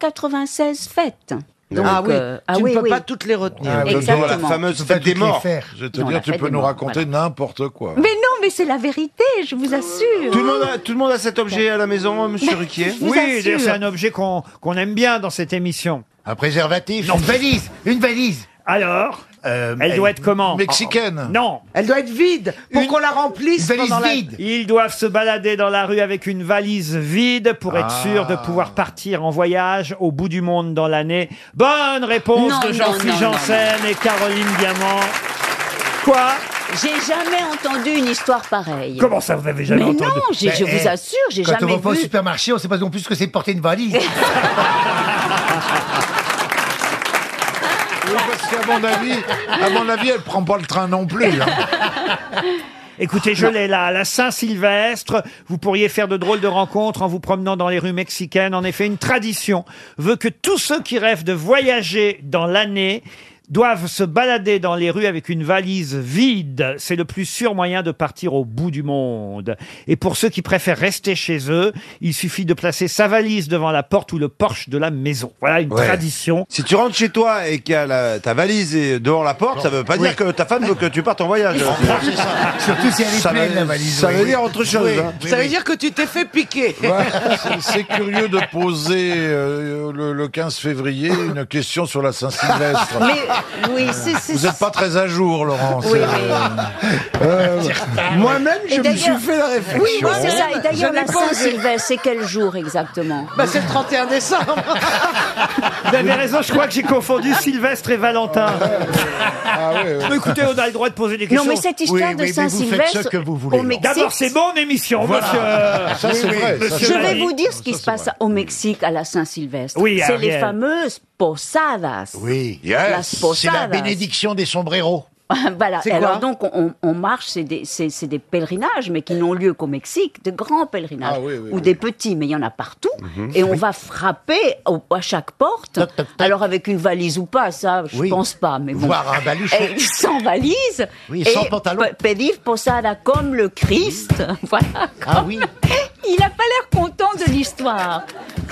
296 fêtes. Donc,
ah oui,
euh, ah
tu
oui,
ne peux
oui.
pas toutes les retenir.
Ah oui, Exactement. dans la fameuse
Tu peux
fête
pas toutes
des morts.
les faire. Je vais te
Dans la
dire, tu
fête
peux
des
nous
morts,
raconter n'importe quoi.
Mais non, mais c'est la vérité, je vous assure.
Tout le, monde a, tout le monde a cet objet à la
hein,
maison, monsieur
Mais-
Ruquier
vous
oui,
assure.
d'ailleurs, c'est un objet qu'on qu'on aime bien dans cette émission. Un préservatif Une valise Une valise Alors Elle doit être comment Oh,
mexicaine.
Non
Elle doit être vide pour qu'on la remplisse pendant la-
Ils doivent se balader dans la rue avec une valise vide pour être
Ah.
sûr de pouvoir partir en voyage au bout du monde dans l'année. Bonne réponse
Non,
de
non,
Jean-Philippe
non, non,
Janssen et Caroline Diamant. Quoi
J'ai jamais entendu une histoire pareille.
Comment ça, vous avez jamais
Mais
entendu eh,
Non, j'ai- je vous assure, j'ai
Ben, eh, Quand on
jamais
va pas au
vu.
supermarché, on sait pas non plus ce que c'est de porter une valise.
Oui, parce qu'à mon avis, à mon avis, elle prend pas le train non plus. hein.
Écoutez, je l'ai là, à la Saint-Sylvestre. Vous pourriez faire de drôles de rencontres en vous promenant dans les rues mexicaines. En effet, une tradition veut que tous ceux qui rêvent de voyager dans l'année doivent se balader dans les rues avec une valise vide. C'est le plus sûr moyen de partir au bout du monde. Et pour ceux qui préfèrent rester chez eux, il suffit de placer sa valise devant la porte ou le porche de la maison. Voilà une
Ouais.
tradition.
Si tu rentres chez toi et qu'il y a la- ta valise est devant la porte, ça veut pas dire que ta femme veut que tu partes en voyage.
Ah,
Surtout si elle est
Ça
pleine,
veut-
la valise.
Ça
oui.
veut dire autre chose. hein.
Ça veut dire que tu t'es fait piquer.
C'est-
C'est curieux de poser euh, le, le 15 février une question sur la Saint-Sylvestre.
Mais oui, c'est c'est-
Vous n'êtes pas très à jour, Laurent.
Oui,
c'est-
Euh, Moi-même,
Et
je me suis
d'ailleurs-
fait la réflexion.
Oui, moi, c'est ça. Et
Je
d'ailleurs,
n'ai
la
pas osé.
Saint-Sylvestre, c'est quel jour exactement
Bah, c'est le 31 décembre.
Vous avez raison, je crois que j'ai confondu Sylvestre et Valentin.
Ah
Mais Écoutez, on a le droit de poser des
Non,
questions.
mais cette histoire de Saint-Sylvestre au Mexique.
D'abord, c'est mon émission, monsieur.
Ça, c'est
Oui, oui,
vrai, ça,
monsieur
Je vais
Marie.
vous dire ce qui se passe au Mexique à la Saint-Sylvestre.
Oui,
c'est
Ariel.
les fameuses posadas.
Oui,
Las posadas.
C'est la bénédiction des sombreros.
voilà.
C'est
Et
quoi
Alors donc on, on marche, c'est des, c'est- c'est des pèlerinages, mais qui n'ont lieu qu'au Mexique, de grands pèlerinages
Ah oui, oui,
ou
oui.
des petits, mais il y en a partout.
Mmh.
Et on va frapper au- à chaque porte. Alors avec une valise ou pas, ça je pense pas, mais bon.
Voire un baluchon.
Et sans valise.
Oui, sans Mmh.
et pe- Pedir posada comme le Christ. voilà. Ah
oui.
Il n'a pas l'air content de l'histoire.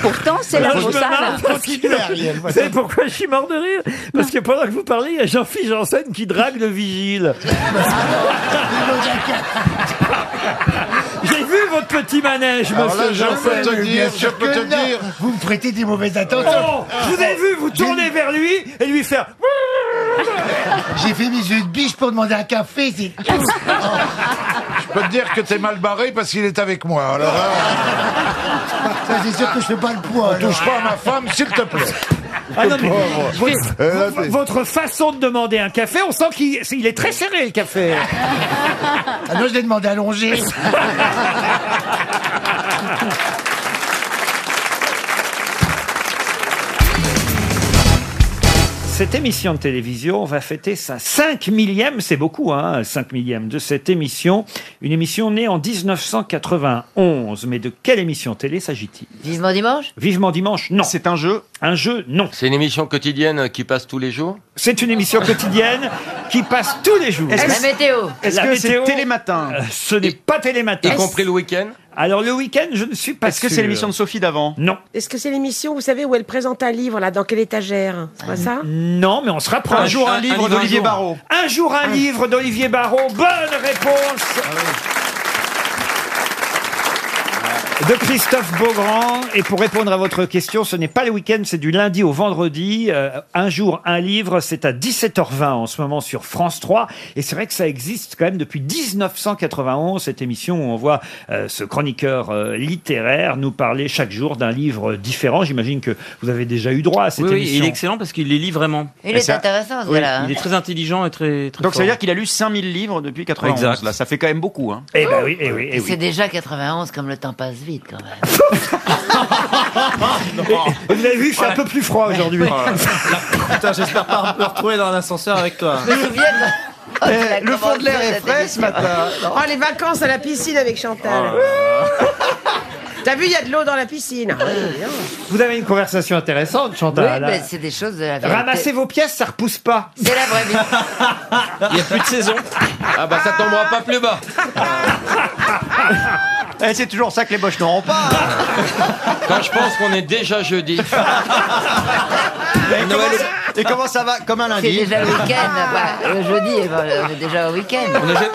Pourtant, c'est la
Alors, je me
posada.
marre, continue, Ariel. Vous savez pourquoi je suis mort de rire Parce que pendant que vous parlez, il y a Jean-Philippe Janssen qui drague le vigile. J'ai vu votre petit manège,
Alors là,
monsieur
je peux
Janssen.
te dire, je peux te dire. Vous me prêtez des mauvaises attentions.
Oh, je vous ai vu vous tourner vers lui et lui faire.
J'ai fait mes yeux de biche pour demander un café. c'est
Ah,
tout.
Je peux te dire que t'es mal barré parce qu'il est avec moi. Alors, là,
Ça, c'est sûr que je fais hein. pas le poids. alors.
touche pas à ma femme, s'il te plaît.
Ah non, mais
Pauvre.
votre,
Elle
Euh,
a fait-
votre façon de demander un café, on sent qu'il il est très serré le café.
Ah non, je l'ai demandé allongé.
Cette émission de télévision va fêter sa 5 millième, c'est beaucoup, hein, 5 millième de cette émission. Une émission née en 1991. Mais de quelle émission télé s'agit-il
Vivement dimanche
Vivement dimanche, non. C'est un jeu Un jeu, non.
C'est une émission quotidienne qui passe tous les jours
C'est une émission quotidienne qui passe tous les jours.
La météo
La météo, euh, Ce n'est pas télématin.
Y compris le week-end
Alors le week-end, je ne suis pas
Est-ce que c'est l'émission de Sophie d'avant
Non.
Est-ce que c'est l'émission, vous savez, où elle présente un livre, là, dans quelle étagère C'est pas ça
Non, mais on se rapproche.
Un jour, un livre d'Olivier Ah.
jour.
Barraud.
Un jour un livre d'Olivier Barraud. Bonne
Ah
réponse de Christophe Beaugrand. Et pour répondre à votre question, ce n'est pas le week-end, c'est du lundi au vendredi. Euh, un jour, un livre, c'est à 17h20 en ce moment sur France 3. Et c'est vrai que ça existe quand même depuis 1991, cette émission où on voit euh, ce chroniqueur euh, littéraire nous parler chaque jour d'un livre différent. J'imagine que vous avez déjà eu droit à cette
Oui, oui,
émission.
il est excellent parce qu'il les lit vraiment.
Il est intéressant, ce
Oui,
gars-là. hein.
Il est très intelligent et très, très
Donc ça veut
fort.
dire qu'il a lu 5000 livres depuis 91.
Exact.
Là, ça fait quand même beaucoup. Hein.
Eh ben oui, eh oui, eh oui.
C'est déjà 91, comme le temps passe vite, quand même.
Et- et Vous avez vu, il fait un peu plus froid aujourd'hui.
Putain, j'espère pas me retrouver dans un ascenseur avec toi.
Je me souviens de- quand il a
le fond de l'air
commencé
est
cette
frais ce
émission.
matin.
Oh, les vacances à la piscine avec Chantal. T'as vu, il y a de l'eau dans la piscine.
Vous avez une conversation intéressante,
Oui,
Chantal.
ben,
mais c'est des choses de la vérité.
Bah, Ramassez vos pièces, ça repousse pas.
C'est la vraie vie.
Il n'y a plus de saison. Ah bah ça tombera pas plus bas.
Eh, c'est toujours ça que les boches n'auront pas.
Quand je pense qu'on est déjà jeudi.
Et comment, ça- et comment ça va Comme un
C'est
lundi.
déjà le week-end. bah, le jeudi, eh ben, on est déjà au
On
week-end.
n'a jamais,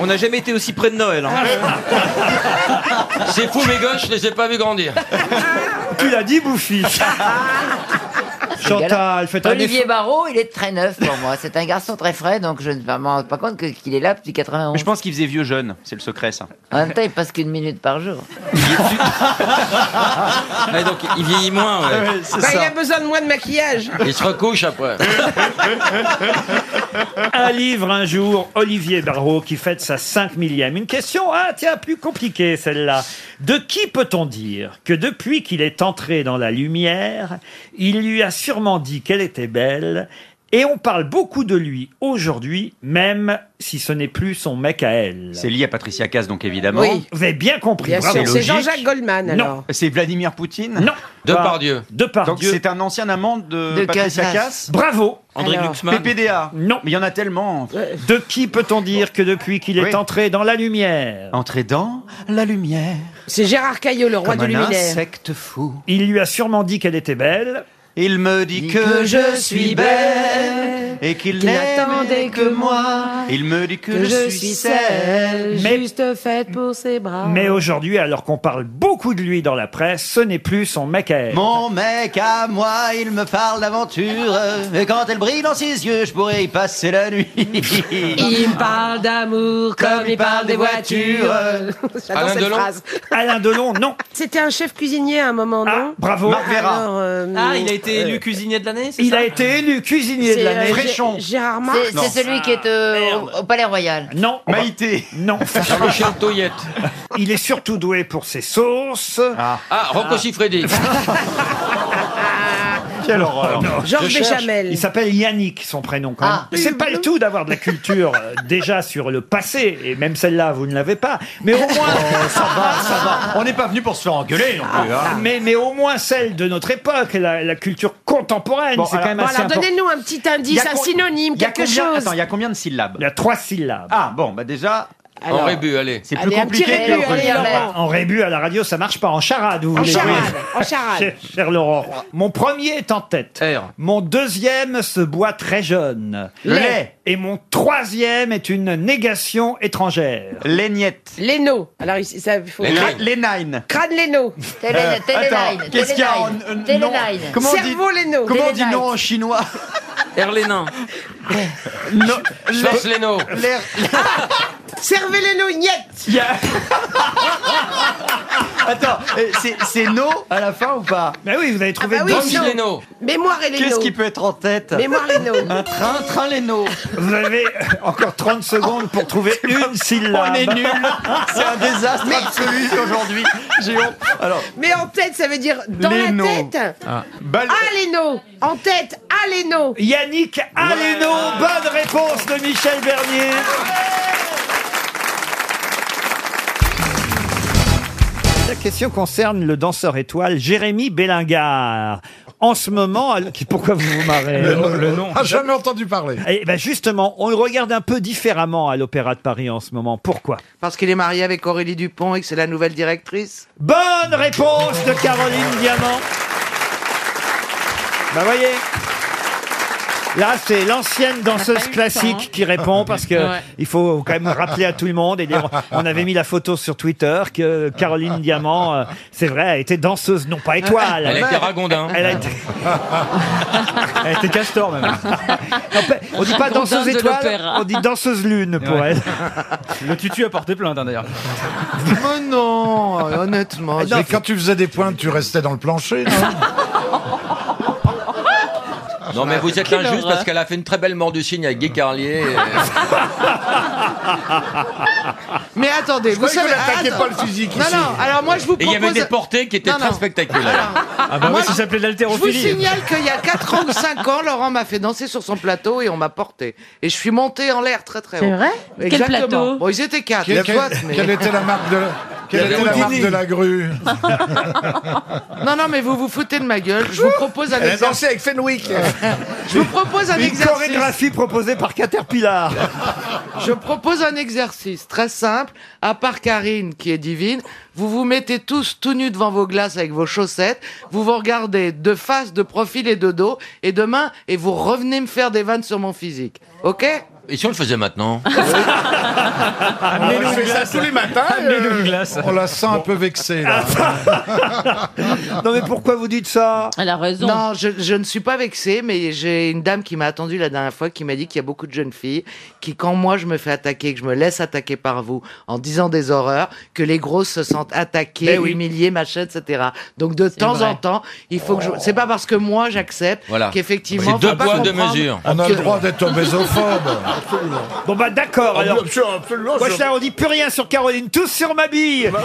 on n'a jamais été aussi près de Noël. hein.
hein. C'est fou, mes gauches, je les ai pas vus grandir.
Tu l'as dit, Bouffi. Chantal, faites un
Olivier
effort.
Barrault, il est très neuf pour moi. C'est un garçon très frais, donc je ne me rends pas compte que- qu'il est là depuis
Mais
91.
je pense qu'il faisait vieux jeune, c'est le secret ça.
En même temps, il passe qu'une minute par jour.
Ouais, donc il vieillit moins.
Ah
ouais.
Bah, il a besoin de moins de maquillage.
Il se recouche après.
Un livre un jour, Olivier Barrault qui fête sa 5 millième. Une question, ah tiens, plus compliquée celle-là. De qui peut-on dire que depuis qu'il est entré dans la lumière, il lui a sûrement dit qu'elle était belle et on parle beaucoup de lui aujourd'hui, même si ce n'est plus son mec à elle.
C'est lié à Patricia Cass donc évidemment.
Oui.
Vous avez bien compris.
Bien
bravo.
sûr, c'est
Logique.
Jean-Jacques Goldman,
Non.
alors.
C'est Vladimir Poutine
Non.
Depardieu.
Depardieu.
Donc c'est un ancien amant de,
De
Patricia
Cass.
Cass
Bravo.
André
Alors.
Glucksmann.
PPDA
Non.
Mais il y en a tellement.
De qui peut-on dire que depuis qu'il est
Oui.
entré dans la lumière,
Entrée dans la lumière.
C'est Gérard Caillot, le roi
Comme
du
un
luminaire.
insecte fou.
il lui a sûrement dit qu'elle était belle
Il me dit que je suis belle et qu'il
Qu'il
n'aime.
n'attendait que moi,
Il me dit que,
que je suis celle,
Mais-
juste faite pour ses bras.
Mais aujourd'hui, alors qu'on parle beaucoup de lui dans la presse, ce n'est plus son mec à elle.
Mon mec à moi, il me parle d'aventure. Et quand elle brille dans ses yeux, je pourrais y passer la nuit.
Il me parle d'amour comme il parle des voitures. J'adore
Alain
cette
Delon
phrase.
Alain Delon, non.
C'était un chef cuisinier à un moment, non
Bravo.
Marc Vera.
Ah, Alors, euh,
Ah, il a été élu cuisinier de l'année, c'est
Il
ça
a été élu cuisinier de
c'est, euh,
l'année.
Fréchon.
Gé- Gérard Marx.
C'est c'est celui qui est euh, au, au Palais Royal.
Non, on va-
Maïté.
non.
Jean-Michel Toyette.
Il est surtout doué pour ses sauces.
Ah, Rocco Siffredi.
Quelle horreur.
Georges Béchamel.
Il s'appelle Yannick, son prénom quand même.
Ah.
C'est pas le tout d'avoir de la culture euh, déjà sur le passé, et même celle-là, vous ne l'avez pas. Mais au moins,
Oh, Ça va, ça va. On n'est pas venu pour se faire engueuler non plus. hein.
Ah. mais, mais au moins celle de notre époque, la, la culture contemporaine,
Bon,
c'est quand
alors-
même
Bon,
assez
alors
important.
donnez-nous un petit
Y
indice,
a
un
con-
synonyme,
y a
quelque
combien-
chose.
Attends, il y a combien de syllabes
Il y a trois syllabes.
Ah bon, bah déjà,
Alors,
En rébut, allez.
c'est
Allez,
plus
un petit
compliqué
rébut,
que
allez,
le
Laurent.
En rébut à la radio, ça marche pas. En charade, vous
en
voulez dire.
charade, en charade.
Cher, cher Laurent, mon premier est en tête.
R.
Mon deuxième se boit très jeune.
Le lait.
Et mon troisième est une négation étrangère.
Léniette.
Léno. Alors, il- ça, il faut...
Les nains.
Les nines.
Crâne Léno.
Télé- Téléline.
Euh, qu'est-ce qu'il y a en-
Téléline.
euh, non.
Téléline.
Comment on dit-
Cerveau Léno.
Comment on dit
Télénight.
non en chinois
Erlénin.
Non.
Charles Leno.
l'air-
Ah, Cerveau Léno, niette.
il y a- Attends, euh, c'est- c'est no à la fin ou pas
Ben oui, vous avez trouvé
bah oui,
deux-
Tom
non.
Leno.
Mémoire et Léno.
Qu'est-ce qui peut être en tête
Mémoire Léno.
Un train, train Leno.
Vous avez euh, encore 30 secondes pour trouver une syllabe.
On est nuls. C'est un désastre absolu aujourd'hui. J'ai honte. Alors,
Mais en tête, ça veut dire dans
Léno.
la tête.
bal-
Ah, Léno. En tête, Aléno.
Yannick Aléno, bonne réponse de Michel Bernier. La question concerne le danseur étoile Jérémy Bélingard. En ce moment, à- qui- pourquoi vous vous marrez
Ah, jamais entendu parler.
Eh ben justement, on le regarde un peu différemment à l'Opéra de Paris en ce moment. Pourquoi
Parce qu'il est marié avec Aurélie Dupont et que c'est la nouvelle directrice.
Bonne réponse de Caroline Diamant. Bah voyez. Là, c'est l'ancienne danseuse
hein.
classique qui répond parce que
Ouais.
il faut quand même rappeler à tout le monde et dire on avait mis la photo sur Twitter que Caroline Diamant, euh, c'est vrai, a été danseuse non pas étoile.
Ah, Elle a été Ragondin. Ah.
Elle a été
Elle était castor, même.
On dit pas
Ragondin
danseuse
de
étoile,
l'opéra.
on dit danseuse lune pour elle.
Le tutu a porté plainte, hein, d'ailleurs.
Mais non,
euh,
honnêtement.
Mais quand tu faisais des pointes, tu restais dans le plancher.
Non, mais vous êtes
Quelle
injuste
horreur.
hein
parce qu'elle a fait une très belle mort du cygne avec Guy Carlier.
Mais attendez, vous
croyais
savez. ah,
qu'on attaquait
attends.
pas le physique
Non,
ici.
non, alors moi je vous
Et il y
propose.
avait des portées qui étaient
Non,
très
non.
spectaculaires.
Ah bah
Moi,
oui, ça
Je
s'appelait de
vous
l'haltérophilie.
signale qu'il y a 4 ans ou 5 ans, Laurent m'a fait danser sur son plateau et on m'a porté. Et je suis monté en l'air très très haut.
C'est vrai Quel
Exactement.
plateau
Bon, ils étaient 4.
Quelle- quelle- quelle était la marque de la- quelle Il y avait était la marque Houdini. de la
grue Non, non, mais vous vous foutez de ma gueule. Je vous propose un
Elle a
exercice.
dansé
avec Fenwick. Je vous propose un
Une
exercice.
chorégraphie proposée par Caterpillar.
Je propose un exercice très simple. À part Karine, qui est divine, vous vous mettez tous tout nus devant vos glaces avec vos chaussettes. Vous vous regardez de face, de profil et de dos. Et demain, et vous revenez me faire des vannes sur mon physique. OK
Et si on le faisait maintenant
on fait Ah, ça tous les matins. euh, Ah, on la sent un peu vexée. là.
non, mais pourquoi vous dites ça
Elle a raison. Non, je, je ne suis pas vexée, mais j'ai une dame qui m'a attendu la dernière fois qui m'a dit qu'il y a beaucoup de jeunes filles qui, quand moi je me fais attaquer, que je me laisse attaquer par vous en disant des horreurs, que les grosses se sentent attaquées,
Ben
Eh oui.
humiliées, machin, etc. Donc de temps
vrai.
en temps, il faut que je. C'est pas parce que moi j'accepte
Voilà.
qu'effectivement.
C'est deux
faut pas
poids, deux
comprendre
mesures. On a
que-
le droit d'être obésophobe.
Bon bah d'accord.
Ah,
Alors,
bien sûr, absolument,
Moi,
je- Bah,
ça, on dit plus rien sur Caroline, tous sur ma bille.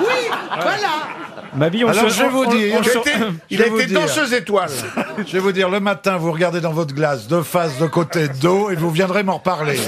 Oui, voilà.
Ma
vie, on
Alors
se-
je vais vous
on-
dire,
on- on
il
se-
était-
je
il
vais
a
vous
été
dire.
danseuse étoile. Je vais vous dire, le matin, vous regardez dans votre glace, de face, de côté, de dos, et vous viendrez m'en reparler.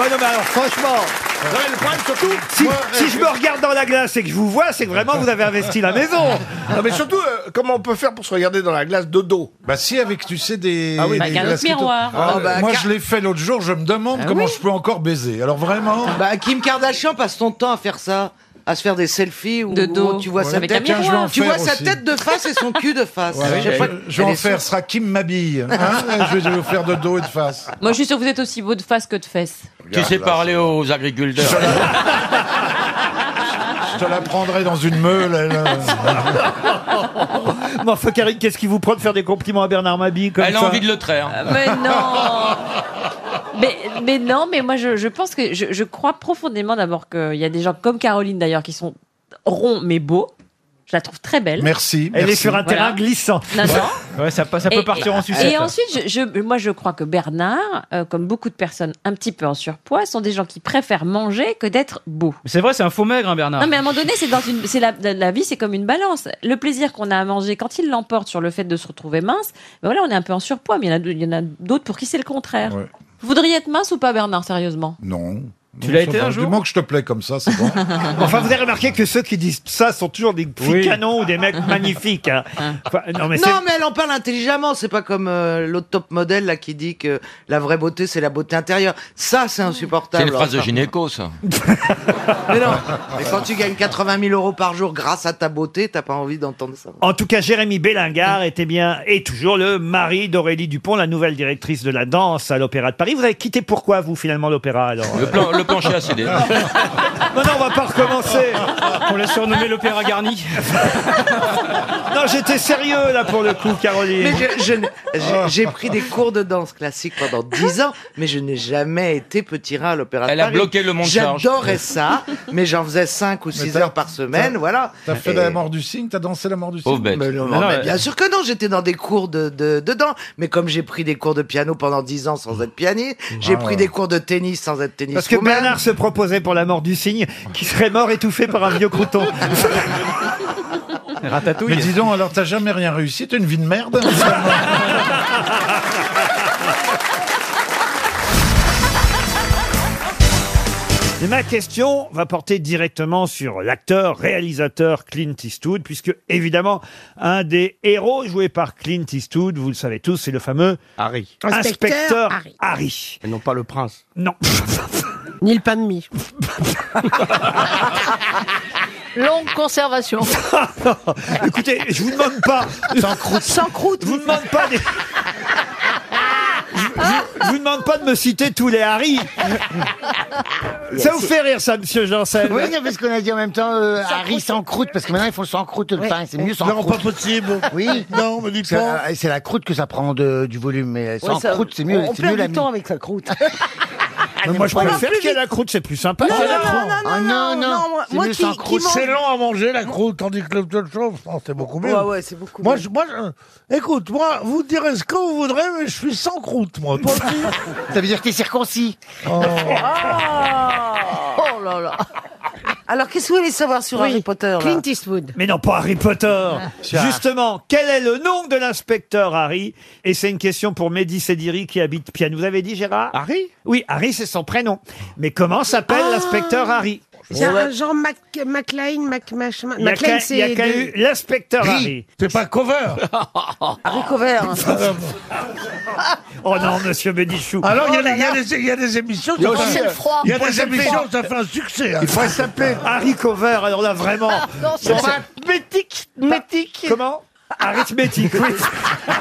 Ah bah non, mais alors franchement. si, si je me regarde dans la glace et que je vous vois, c'est que vraiment Oh, vous avez investi la maison.
Non, mais surtout, euh, comment on peut faire pour se regarder dans la glace de dos
Bah si, avec, tu sais, des...
Ah oui,
des
avec un autre
glaces qui tournent.
miroir.
Ah,
Ah bah,
moi,
car-
je l'ai fait l'autre jour, je me demande
Ah
comment
oui
je peux encore baiser. Alors vraiment...
Bah, Kim Kardashian passe son temps à faire ça. À se faire des selfies ou
De dos.
ou tu vois
Ouais,
sa
mais
tête,
tiens, je vais en
tu vois
faire
sa
aussi.
tête de face et son cul de face.
Ouais,
Je sais
je,
pas-
je vais
elle
en
est
faire,
sou-
sera Kim m'habille. hein je vais vous faire de dos et de face.
Moi, je suis sûr que vous êtes aussi beau de face que de fesses.
Tu sais parler aux agriculteurs.
Je te la prendrai dans une meule. elle, euh.
Mais enfin, Karine, qu'est-ce qui vous prend de faire des compliments à Bernard Mabille comme
Elle a
ça
envie de le traire.
Mais non Oh. mais, mais non, mais moi, je, je pense que je, je crois profondément d'abord qu'il y a des gens comme Caroline, d'ailleurs, qui sont ronds mais beaux. Je la trouve très belle.
Merci.
Elle est
merci.
sur un terrain glissant.
Non, non.
Ouais, ça, peut- ça peut partir en sucette.
Et ensuite, je, je- moi, je crois que Bernard, euh, comme beaucoup de personnes un petit peu en surpoids, sont des gens qui préfèrent manger que d'être beaux.
C'est vrai, c'est un faux maigre, hein, Bernard.
Non, mais à un moment donné, c'est dans une, c'est la, la vie, c'est comme une balance. Le plaisir qu'on a à manger, quand il l'emporte sur le fait de se retrouver mince, ben voilà, on est un peu en surpoids, mais il y en a, d- il y en a d'autres pour qui c'est le contraire. Vous voudriez être mince ou pas, Bernard, sérieusement
Non.
Tu
Non,
l'as
ça
été
va.
un
Du
jour
moment que je te plais comme ça, c'est bon.
Enfin, vous avez remarqué que ceux qui disent ça sont toujours des petits
Oui.
canons ou des mecs magnifiques. hein. Enfin, non, mais c'est-
non, mais elle en parle intelligemment. C'est pas comme euh, l'autre top modèle là qui dit que la vraie beauté c'est la beauté intérieure. Ça, c'est
C'est
insupportable.
une phrase de
hein.
Enfin,
gynéco, ça.
Mais non. Mais quand tu gagnes 80 000 euros par jour grâce à ta beauté, t'as pas envie d'entendre ça.
En tout cas, Jérémy Bélingard était bien et toujours le mari d'Aurélie Dupont, la nouvelle directrice de la danse à l'Opéra de Paris. Vous avez quitté pourquoi, vous, finalement, l'Opéra alors
Le, plan- le plancher a cédé.
Non, non, on va pas recommencer.
On l'a surnommé l'Opéra Garni.
Non, j'étais sérieux là pour le coup, Caroline.
Mais je- je n'ai- j'ai- j'ai pris des cours de danse classique pendant 10 ans, mais je n'ai jamais été petit rat à l'opéra. de
Elle a
Paris.
bloqué le monde charge.
J'adorais ça, mais j'en faisais 5 ou 6
t'as-
heures par semaine,
t'as-
voilà.
T'as fait
Et-
la mort du cygne, t'as dansé la mort du cygne.
Pauvre bête.
Mais non,
Non,
mais
mais bien sûr que non, j'étais dans des cours de, de, de danse. Mais comme j'ai pris des cours de piano pendant 10 ans sans être pianiste, j'ai
Ah.
pris des cours de tennis sans être tennis.
Parce que Bernard se proposait pour la mort du cygne, qui serait mort étouffé par un vieux crouton.
Ratatouille.
Mais dis donc, alors t'as jamais rien réussi, t'as une vie de merde
Bah,
Et ma question va porter directement sur l'acteur, réalisateur Clint Eastwood, puisque évidemment, un des héros joués par Clint Eastwood, vous le savez tous, c'est le fameux Harry. Inspecteur,
Inspecteur
Harry.
Harry.
Et non pas le prince. Non.
Ni le pain de mie.
Longue conservation.
Écoutez, je vous demande pas. Sans croûte. Sans croûte. Je vous demande pas des. Je- je- je vous demande pas de me citer tous les Harry. Ça vous fait rire, ça, monsieur Janssen hein
Oui, non, parce qu'on a dit en même temps euh, Harry sans croûte, parce que maintenant ils font sans croûte le
Ouais.
pain, c'est mieux sans
Non,
croûte.
pas possible.
Oui.
Non, me dites
Parce que,
pas.
euh, C'est la croûte que ça prend de- du volume, mais sans
Ouais, ça-
croûte, c'est mieux.
on
c'est
perd
mieux
du
la
temps
avec sa croûte.
Ah, moi, je préfère qu'il y ait la croûte, c'est plus sympa.
Non,
qu'il y ait la
non,
croûte.
non, non, Ah, non, non, non, moi- c'est moi mieux qui- sans qui croûte. mange-
C'est lent à manger la croûte, tandis que l'autre chose, je pense que c'est beaucoup mieux.
Ouais, ouais, c'est beaucoup
moi,
mieux.
Je, moi, je- écoute, moi, vous direz ce que vous voudrez, mais je suis sans croûte, moi. Toi aussi
Ça veut dire que t'es circoncis.
Ah.
Oh là là. Alors, qu'est-ce que vous voulez savoir sur Harry Potter là
Clint
Eastwood.
Mais non, pas Harry Potter.
Tiens.
Justement, quel est le nom de l'inspecteur Harry Et c'est une question pour Mehdi Sediri qui habite Piane. Vous avez dit Gérard Harry Oui, Harry, c'est son prénom. Mais comment s'appelle l'inspecteur Harry
Ah. C'est un
Il
genre Mac, McLean, Mac, mach-
y a qu'à-
McLean,
il y a
c'est.
qu'à
de-
eu l'inspecteur
Harry.
Harry. C'est pas cover
Harry Cover.
Oh non, monsieur Bénichou.
Ah
Alors, il y a des- il y, a des- il y a des émissions,
Il y a
ça
aussi
fait-
le froid.
il y a
Moi,
des
c'est le
émissions,
froid.
ça fait un succès. hein. Ah.
Il pourrait s'appeler Harry Cover, alors là vraiment.
Non, c'est
Non,
pas-
Métique, métique.
Comment Arithmétique, oui.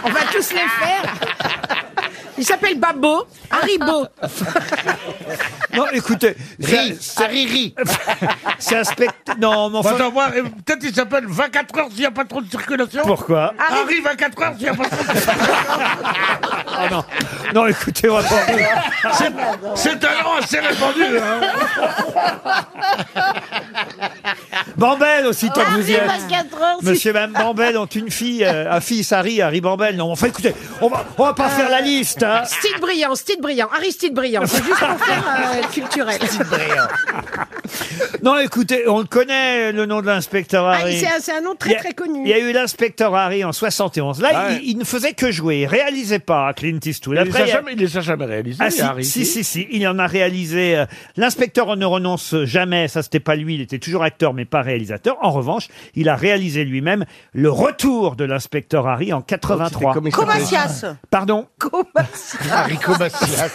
On va tous les faire. Il s'appelle Babo, Haribo.
Non, écoutez. Harry C'est un spectacle. Non, mais enfin.
Attends, moi, euh, peut-être il s'appelle 24 heures s'il n'y a pas trop de circulation.
Pourquoi
Harry, 24 heures s'il n'y a pas trop de circulation.
Ah non. Non, écoutez, on va pas.
C'est- C'est un nom assez répandu. Hein.
Bambel aussi, tant que vous y
Harry,
êtes.
24 heures, c'est-
Monsieur et Mme Bambel ont une fille, euh, un fils, Harry, Harry Bambel. Non, enfin, écoutez, on va, on va pas faire la liste. Hein.
Style brillant, style brillant, Aristide brillant. C'est juste pour faire euh, culturel.
Non, écoutez, on le connaît, le nom de l'inspecteur Harry.
Ah, c'est un- c'est un nom très,
Il y a-
très connu.
Il y a eu l'inspecteur Harry en 71. Là,
Ah Ouais.
il, il ne faisait que jouer. Il réalisait pas Clint Eastwood.
il ne
il y a-
jamais, il les a jamais réalisé,
Ah si,
Harry.
si, si, si, il en a réalisé. euh, L'inspecteur ne renonce jamais, ça c'était pas lui, il était toujours acteur mais pas réalisateur. En revanche, il a réalisé lui-même le retour de l'inspecteur Harry en 83.
c'était Oh, comme il s'appelait. Comasias.
Pardon
Harry Comasias.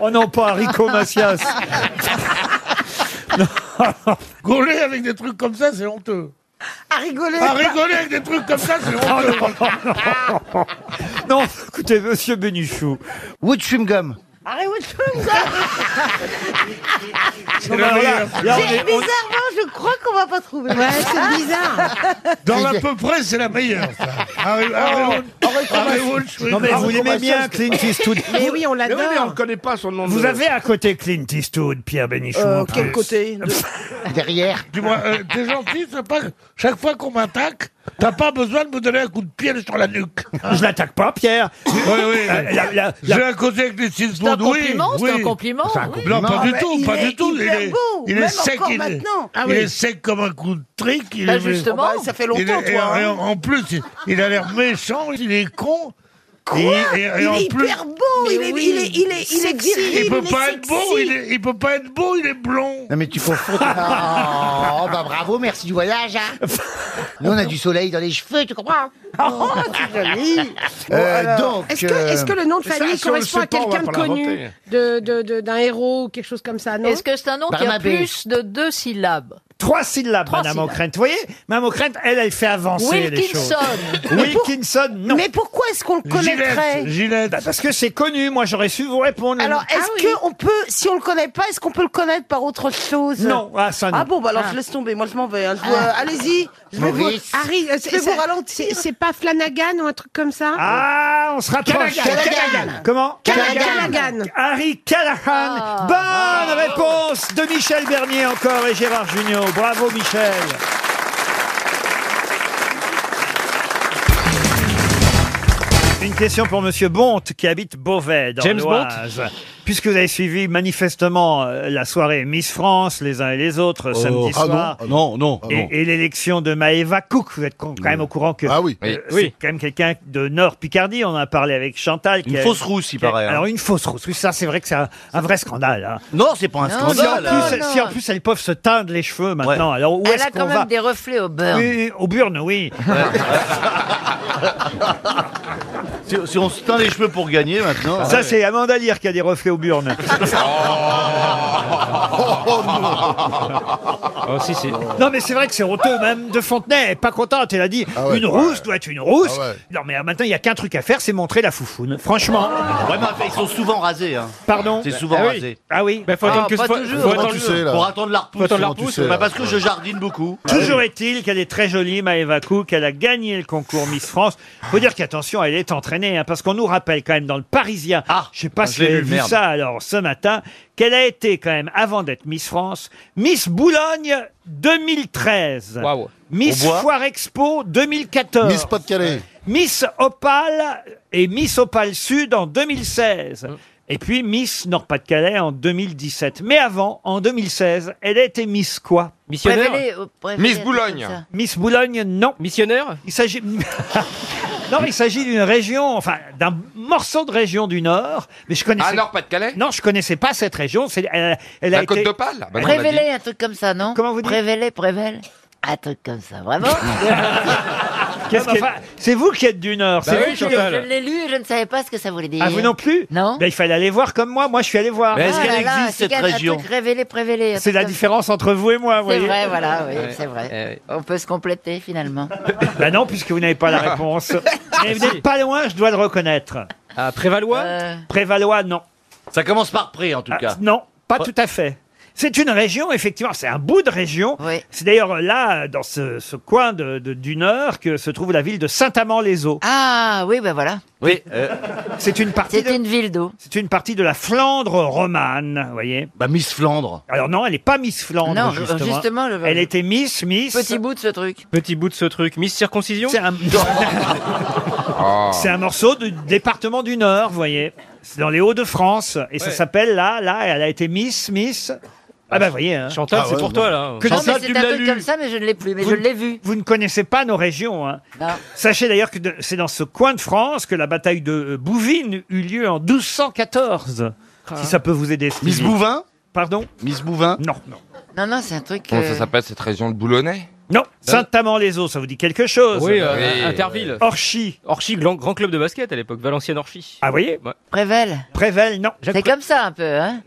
Oh non, pas Harry Comasias.
Gauler avec des trucs comme ça, c'est honteux.
À rigoler.
À rigoler avec des trucs comme ça, c'est
Oh
honteux.
Non, écoutez, monsieur Benichou. Wood Chewing-Gum.
Harry Woodford.
Non, mais alors là- là, on est-
C'est-
on-
Bizarrement, je crois qu'on va pas trouver. Ah. Ouais, c'est bizarre.
Dans l'à peu près, c'est la meilleure. Ça.
Oh,
Harry- Harry Wood- Harry Wood, je suis-
Non, Oh, mais Ah, vous
Harry
l'aimez bien,
Comasias.
Clint Eastwood. Mais oui, on l'adore.
Mais oui, mais on ne connaît pas son nom.
Vous
de-
avez à côté Clint Eastwood, Pierre Bénichou. en plus.
Euh, côté
Derrière.
Dis-moi, euh, t'es gentil, c'est pas... Chaque fois qu'on m'attaque, t'as pas besoin de me donner un coup de pied sur la nuque.
Je l'attaque pas, Pierre.
Oui, oui.
Euh, la- la- la-
J'ai un côté avec des six
C'est un
secondes, oui,
compliment, c'est
oui.
un compliment, C'est un oui.
Non,
compliment.
pas
Ah
du
bah,
tout,
il
pas
est
du tout. Il
hyper
est,
beau,
il est
même
sec,
encore
il est,
maintenant. Ah
il
oui.
est sec comme un coup de trick. Il
Bah,
est-
justement. Ah bah, ça fait longtemps,
Il est- et-
toi,
et
hein.
en, en plus, il, il a l'air méchant, il est con.
Quoi
et,
Il est hyper beau, il est- il est- il est- il est
Sexy.
viril,
Il peut
il est
pas être
sexy.
beau, il, est- il peut pas être beau, il est blond.
Non mais tu confonds. Oh, bah bravo, merci du voyage. Hein. Nous on a du soleil dans les cheveux, tu comprends
Oh, c'est joli.
Euh, donc,
Est-ce que, est-ce que le nom de
euh, ça,
famille
si on le
correspond
sait
à
pas, on va
quelqu'un de
pas
connu,
l'inventer.
de- de- de- d'un héros ou quelque chose comme ça non
Est-ce que c'est un nom qui a
Barnabé.
plus de deux syllabes
Trois syllabes,
Trois
Madame
syllabes.
O'Krent. Vous voyez, Madame O'Krent, elle, elle fait avancer les choses.
Wilkinson.
Wilkinson, non. Mais
pourquoi est-ce qu'on le connaîtrait
Bah, Parce que c'est connu, moi j'aurais su vous répondre. Ah
Alors, est-ce qu'on peut, si on le connaît pas, est-ce qu'on peut le connaître par autre chose
Non, ah, ça, non.
Ah bon, bah alors
Ah.
je laisse tomber, moi je m'en vais. hein. Je vous- euh, Allez-y, je vais vous,
Maurice.
Harry, euh, je vais vous ralentir. C'est pas Flanagan ou un truc comme ça
Ah, on se rapproche.
Callaghan.
Comment
Callaghan. Callaghan. Ah.
Harry Callahan. Bonne réponse de Michel Bernier encore et Gérard Junior. Bravo Michel. Une question pour Monsieur Bonte qui habite Beauvais dans
James
l'Oise.
Bonte
Puisque vous avez suivi manifestement euh, la soirée Miss France, les uns et les autres,
Oh,
samedi
ah
soir.
non, ah non, non, ah
et
non.
et l'élection de Maëva Cook, vous êtes con- quand même au courant
Ah
que euh, c'est quand même quelqu'un de Nord-Picardie. On en a parlé avec Chantal.
Une
a-
fausse rousse, il
qui a-
paraît, hein.
Alors une fausse rousse. Oui, ça, c'est vrai que c'est un, un vrai scandale. hein.
Non, c'est pas un
Si en
scandale. hein.
plus- Si en plus elles peuvent se teindre les cheveux maintenant, alors où
Elle
est-ce
a
qu'on
quand même
va
des reflets au beurre.
Oui, oui, Au burn, oui.
ah Si, si on se teint les cheveux pour gagner maintenant.
Ça, c'est Amanda Lear qui a des reflets au burn.
Oh,
Non, mais c'est vrai que c'est honteux. Même de Fontenay elle est pas contente. Elle a dit
Ah ouais.
une rousse doit être une rousse.
Ah ouais.
Non, mais maintenant, il n'y a qu'un truc à faire c'est montrer la foufoune. Franchement.
Ouais, mais ils sont souvent rasés. Hein.
Pardon
C'est souvent
Ah oui.
rasé.
Ah oui
Ah, pas toujours. Comment tu sais, là Pour attendre la repousse.
Faut attendre la
Comment tu
repousse.
sais, là Bah, parce que je jardine beaucoup.
Toujours est-il qu'elle est très jolie, Maëva Cook. Elle a gagné le concours Miss France. Faut dire qu'attention, elle est entraînée, hein, parce qu'on nous rappelle quand même dans le Parisien. Ah, je sais pas
ah,
si
je l'ai
vous avez
lu,
vu
merde.
ça alors ce matin, qu'elle a été quand même avant d'être Miss France, Miss Boulogne 2013,
Waouh.
Miss
On boit.
Foire Expo 2014, Miss Pas-de-Calais, Miss Opale et Miss Opale Sud en 2016.
Hum.
Et puis Miss Nord-Pas-de-Calais en 2017. Mais avant, en 2016, elle a été Miss quoi
Préférez- euh, préférez un truc comme ça.
Miss Boulogne, non. Missionnaire Il s'agit. non, il s'agit d'une région, enfin, d'un morceau de région du Nord. Mais je connaissais.
Ah, Nord-Pas-de-Calais
Non, je connaissais pas cette région. C'est, elle, elle a
La Côte
été-
d'Opale Bah non, on a
Prévélez, un truc comme ça, non Comment vous dites Prévélez, prévélez.
Bah
Un truc comme ça, vraiment
Qu'est-ce qu'elle- enfin, c'est vous qui êtes du Nord.
Bah
c'est
oui,
vous
je
qui-
je l'ai lu et je ne savais pas ce que ça voulait dire.
Ah, vous non plus Non. il fallait aller voir comme moi. Moi, je suis allé voir.
Ah là là, c'est qu'un- Un truc révélé, prévélé. un
C'est
truc
la
comme-
différence entre vous et moi, vous
C'est
voyez.
vrai, voilà, oui, c'est
Eh
vrai. On peut se compléter finalement.
Bah non, puisque vous n'avez pas la réponse. Mais vous n'êtes pas loin, je dois le reconnaître. Ah, Prévalois Prévalois, non.
Ça commence par pré, en tout cas.
Non, pas tout à fait. C'est une région, effectivement, c'est un bout de région. C'est d'ailleurs là, dans ce, ce coin de- de- du Nord, que se trouve la ville de Saint-Amand-les-Eaux.
Ah oui, ben voilà.
Oui. euh. C'est une partie.
C'est une ville d'eau.
C'est une partie de la Flandre romane, vous voyez. Bah Miss Flandre. Alors non, elle n'est pas Miss Flandre.
Non,
justement.
justement, le-
elle était Miss, Miss.
Petit bout de ce truc.
Petit bout de ce truc, Miss Circoncision C'est un,
Ah.
C'est un morceau du département du Nord, vous voyez. C'est dans les Hauts-de-France. Et ça s'appelle là, là, elle a été Miss, Miss. Ah bah vous voyez. hein.
Chantal, Ah c'est ouais, pour toi, là.
Que
non,
Chantal,
mais
tu
c'est
me
un
l'as
truc
lu.
comme ça, mais je ne l'ai plus. Mais
Vous-
je l'ai vu.
Vous ne connaissez pas nos régions. hein.
Non.
Sachez d'ailleurs que de- c'est dans ce coin de France que la bataille de euh, Bouvines eut lieu en 1214. Si ça peut vous aider. Miss Bouvin Pardon Miss Bouvin Non. non.
Non, non, c'est un truc.
Comment
euh,
ça s'appelle cette région de Boulonnais
Non, Saint-Amand-les-Eaux, ça vous dit quelque chose
Oui, euh, Interville.
Orchy.
Orchy, grand, grand club de basket à l'époque, Valenciennes Orchy.
Ah, vous voyez
Prével.
Prével, non.
C'est comme ça un peu, hein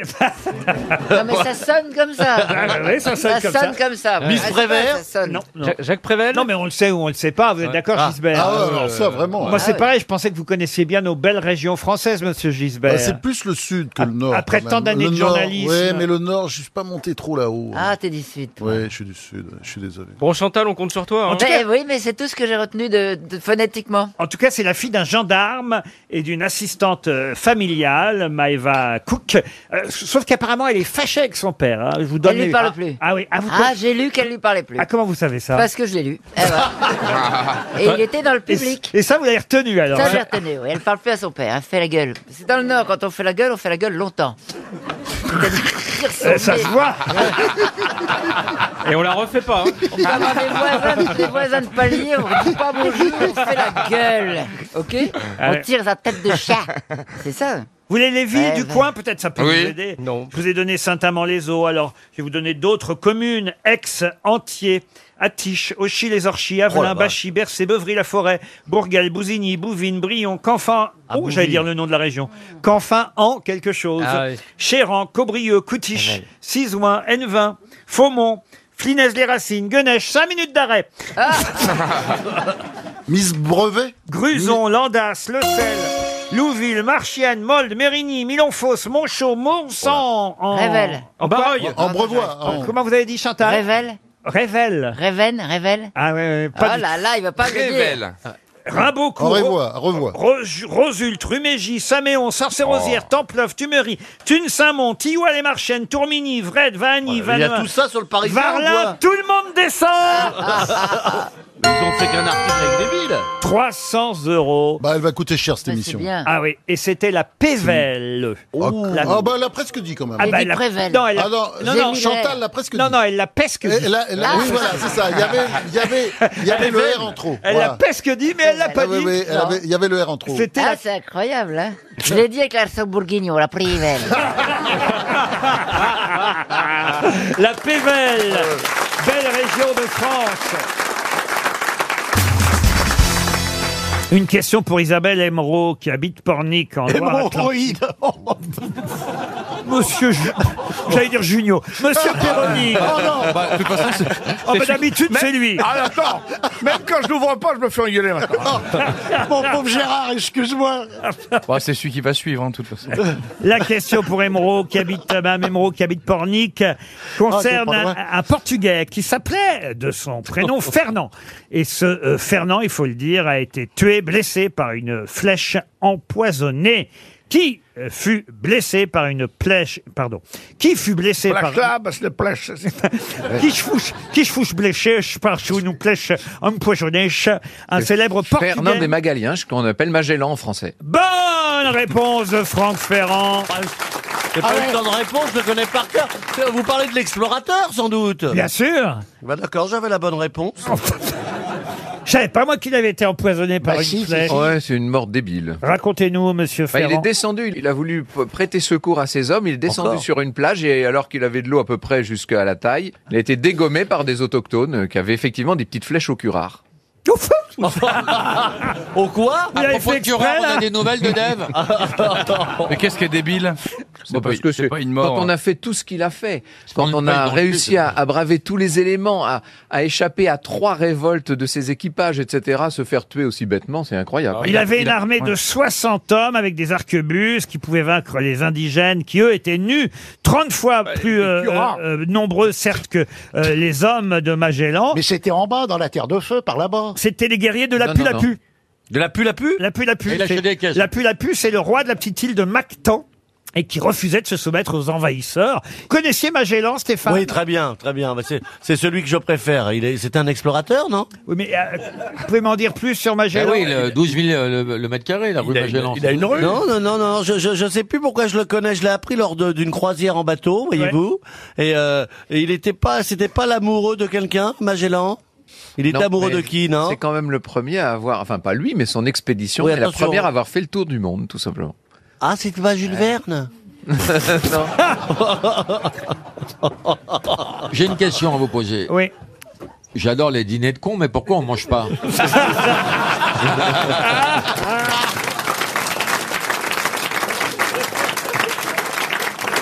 Non, mais ça sonne comme ça.
Ah, ouais, ça sonne comme ça.
Miss Prévert
Non, non.
Jacques, Prével
Non, mais on le sait ou on le sait pas, vous êtes d'accord,
Ah.
Gisbert
Ah ouais, alors ça, vraiment.
Moi,
Ah
c'est
ouais.
pareil, je pensais que vous connaissiez bien nos belles régions françaises, monsieur Gisbert.
Ah, c'est
plus le sud que le nord. Bah, Après tant d'années de journalisme.
ouais, mais
le Nord, je suis pas monté trop là-haut.
Ah, t'es du Sud.
Ouais, je suis du Sud, je suis désolé.
Bon, Chantal, on compte sur toi. hein.
Mais oui, mais c'est tout ce que j'ai retenu de, de- phonétiquement.
En tout cas, c'est la fille d'un gendarme et d'une assistante euh, familiale, Maeva Cook. Euh, sauf qu'apparemment, elle est fâchée avec son père. hein. Je vous donne
Elle lui
les-
parle
Ah,
plus.
Ah oui. Ah, vous
Ah, j'ai lu qu'elle lui parlait plus.
Ah, comment vous savez ça
Parce que je l'ai lu. Eh ben. Et il était dans le
Et-
public.
Et, ça, vous l'avez retenu alors
Ça, j'ai retenu. oui. Elle parle plus à son père. Elle fait la gueule. C'est dans le Nord, quand on fait la gueule, on fait la gueule longtemps.
Euh, ça se voit.
Et on la refait pas. hein.
Ah, bah, les, voisins, les voisins de palier, on dit pas bonjour, on fait la gueule. OK
Ah
On
Ouais.
tire sa tête de chat. C'est ça.
Vous voulez les villes
Eh
Ouais,
du
ben.
ouais.
coin Peut-être ça peut
Oui.
vous aider. Je vous ai donné Saint-Amand-les-Eaux. Alors, je vais vous donner d'autres communes. Aix, Entier, Attiche, Auchy-les-Orchies,
Oh
Avelin, Bachy, Bercé, Beuvry-la-Forêt, Bourgal, Bousigny, Bouvines, Brion, Canfin. oh, j'allais
Ah, Bouvines.
dire le nom de la région. Canfin, en quelque chose.
Ah oui.
Chéran, Cobrieux, Coutiche, Sizouin, Hennevin, Faumont, Flines-les-Racines, Guenèche. 5 minutes d'arrêt.
Ah.
Miss Brevet Gruson, Landas, Le Sel,
Ah,
Louville, Marchienne, Molde, Mérigny, Milonfos, Monchaud, Monsan. En...
Révelle.
En Barogne. En Brevois. Comment vous avez dit, Chantal
Révèle.
Révèle.
Révèle, révèle.
Ah ouais, ouais,
Oh
pas du
là
tout.
là, il va pas me dire.
Rimbaudcourt.
On revoit, revoit.
Rosu- Rosulte, Rumégie, Saméon, Sarcérosière,
Oh.
Templeuve, Tumerie, Thune Saint-Mont, les marchiennes Tourmini, Vred, Vagny,
Il y a
Vanois.
tout ça sur le Parisien, on
Varlin,
voit.
tout le monde descend
Ils ont fait qu'un article avec des villes.
300 euros.
Bah, elle va coûter cher cette
Bah, c'est
émission.
bien. Ah oui, et c'était la Pévelle.
Ah,
Oh. La-
ah bah elle l'a presque dit quand même.
Ah bah, elle l'a- Non, elle l'a-
Ah non,
non, non,
Chantal l'a presque dit.
Non, non, elle Ah, l'a pesque Ah. dit.
Elle a- elle a- oui, voilà, c'est
Ah,
ça. Il y avait, il y avait, il y avait le
Pévelle.
R en trop.
Elle
Voilà.
l'a pesque dit, mais elle l'a pas
Ah oui,
dit.
oui, elle
Non.
avait- il y avait le R en trop.
C'était
ah,
la-
c'est incroyable, hein Je l'ai dit avec l'accent bourguignon, la privelle.
Ah.
La Pévelle, belle région de France. Une question pour Isabelle Emeraude qui habite Pornic en Loire-Atlantique. Monsieur, Ju- j'allais dire Junio, Monsieur Perroni.
Oh non.
Bah, de toute façon, c'est- Ah, bah, d'habitude,
Même-
c'est lui.
Ah, attends. Même quand je l'ouvre pas, je me fais engueuler maintenant.
Mon pauvre Gérard,
excuse-moi.
Bah, c'est celui qui va suivre, hein, de toute façon.
La question pour Emeraude qui habite Madame Emeraude qui habite Pornic concerne
Ah, c'est pas
un,
loin.
un Portugais qui s'appelait de son prénom Fernand. Et ce euh, Fernand, il faut le dire, a été tué, blessé par une flèche empoisonnée. Qui euh, fut blessé par une flèche Pardon. Qui fut blessé par
Plache-là, parce que plache.
qui je fouche, qui je fouche blessé, je pars sous une flèche empoisonnée, un célèbre portugais.
Fernand des Magaliens, ce qu'on appelle Magellan en français.
Bonne réponse de Franck Ferrand.
j'ai pas Ah eu le ouais. temps de
réponse, je le connais par cœur. Vous parlez de l'explorateur sans doute. Bien sûr. Oh.
Bah d'accord, j'avais la bonne réponse.
Je savais pas moi qu'il avait été empoisonné
Bah,
par une flèche.
Ouais, c'est une mort débile.
Racontez-nous, monsieur
Bah, il est
Ferrand.
descendu, il a voulu p- prêter secours à ses hommes, il est descendu
Encore
sur une plage et alors qu'il avait de l'eau à peu près jusqu'à la taille, il a été dégommé par des autochtones euh, qui avaient effectivement des petites flèches au curare.
Ah.
Au quoi
À propos de Curare, on a
des nouvelles de Dev.
Mais qu'est-ce qui est débile
bah,
pas-
parce que
c'est
c'est
pas une mort,
Quand
hein.
on a fait tout ce qu'il a fait,
pas
quand
une
on
paille
a
dans le
réussi
cul,
à, à braver tous les éléments, à, à échapper à trois révoltes de ses équipages, etc., se faire tuer aussi bêtement, c'est incroyable.
Il avait une armée
Ouais.
de 60 hommes avec des arquebuses qui pouvaient vaincre les indigènes qui, eux, étaient nus 30 fois
Bah,
plus euh,
Curare.
euh, euh, nombreux, certes, que euh, les hommes de Magellan.
Mais c'était en bas, dans la terre de feu, par là-bas.
C'était les guerriers de la
Non,
pu
non,
la
non.
pu.
De la pu la pu
La pu la pu.
Et il a
c'est-
acheté des caisses.
La pu la pu, c'est le roi de la petite île de Mactan et qui refusait de se soumettre aux envahisseurs. Connaissiez Magellan, Stéphane
Oui, très bien, très bien. Bah, c'est- C'est celui que je préfère. Il est, c'est un explorateur, non
Oui, mais euh, vous pouvez m'en dire plus sur
Bah
Bah
Magellan
12 000
euh,
le, mètre carré, la rue Magellan. il a une rue Non, non, non, non. Je, je, je sais plus pourquoi je le connais. Je l'ai appris lors de- d'une croisière en bateau, voyez-vous. Et, euh, et il était pas, c'était pas l'amoureux de quelqu'un, Magellan. Il était
Non,
amoureux
mais
de qui, non
C'est quand même le premier à avoir, enfin pas lui, mais son expédition,
Oui,
c'est la
attention.
première à avoir fait le tour du monde, tout simplement.
Ah, c'était pas Jules Verne
J'ai une question à vous poser.
Oui.
J'adore les dîners de cons, mais pourquoi on mange pas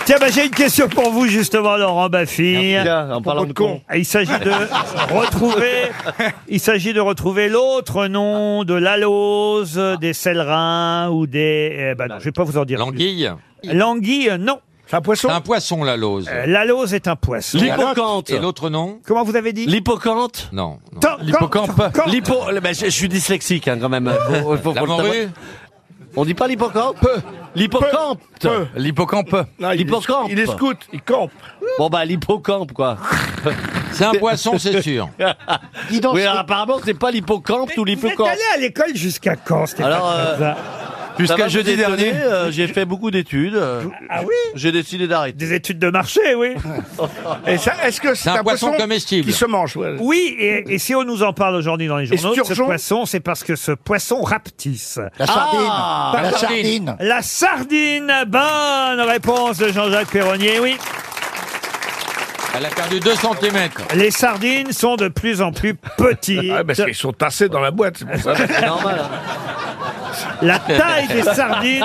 Tiens, bah, j'ai une question pour vous, justement, Laurent Baffy.
Bien, en parlant de con.
Ah, Il s'agit de retrouver, il s'agit de retrouver l'autre nom de l'alose, des célerins ou des, eh ben non, je vais pas vous en dire. L'anguille. L'anguille, non. C'est un poisson?
Un poisson, la lose.
L'alose est un poisson.
L'hippocampe.
Et l'autre nom
Comment vous avez dit
L'hippocampe
Non. non.
L'hippocampe L'hippo... ben, je, je suis dyslexique, hein, quand même. Faut- faut- faut le
morue
savoir. On dit pas l'hippocampe L'hippocampe L'hippocampe L'hippocampe il est scout, il campe Bon bah l'hippocampe, quoi
C'est un poisson, c'est sûr.
Dis donc, oui, ah, bah, alors, apparemment, c'est pas l'hippocampe ou
Vous êtes
l'hippocampe.
allé à l'école jusqu'à quand, Stéphane
Alors, euh,
Plaza
Ça va, vous étonnez, euh, j'ai fait beaucoup d'études. euh,
Ah oui
J'ai décidé d'arrêter.
Des études de marché, oui.
Et ça, est-ce que
c'est un poisson
comestible
qui se
mange
Oui, et, et si on nous en parle aujourd'hui dans les journaux, de ce
Esturgeon
poisson, c'est parce que ce poisson rapetisse.
La sardine. Ah,
Pardon.
la sardine.
La sardine Bonne réponse de Jean-Jacques Perronnier, oui.
Elle a perdu 2 cm.
Les sardines sont de plus en plus petites.
Ah, parce qu'ils
sont tassés dans la boîte, c'est
ça. C'est normal.
La taille des sardines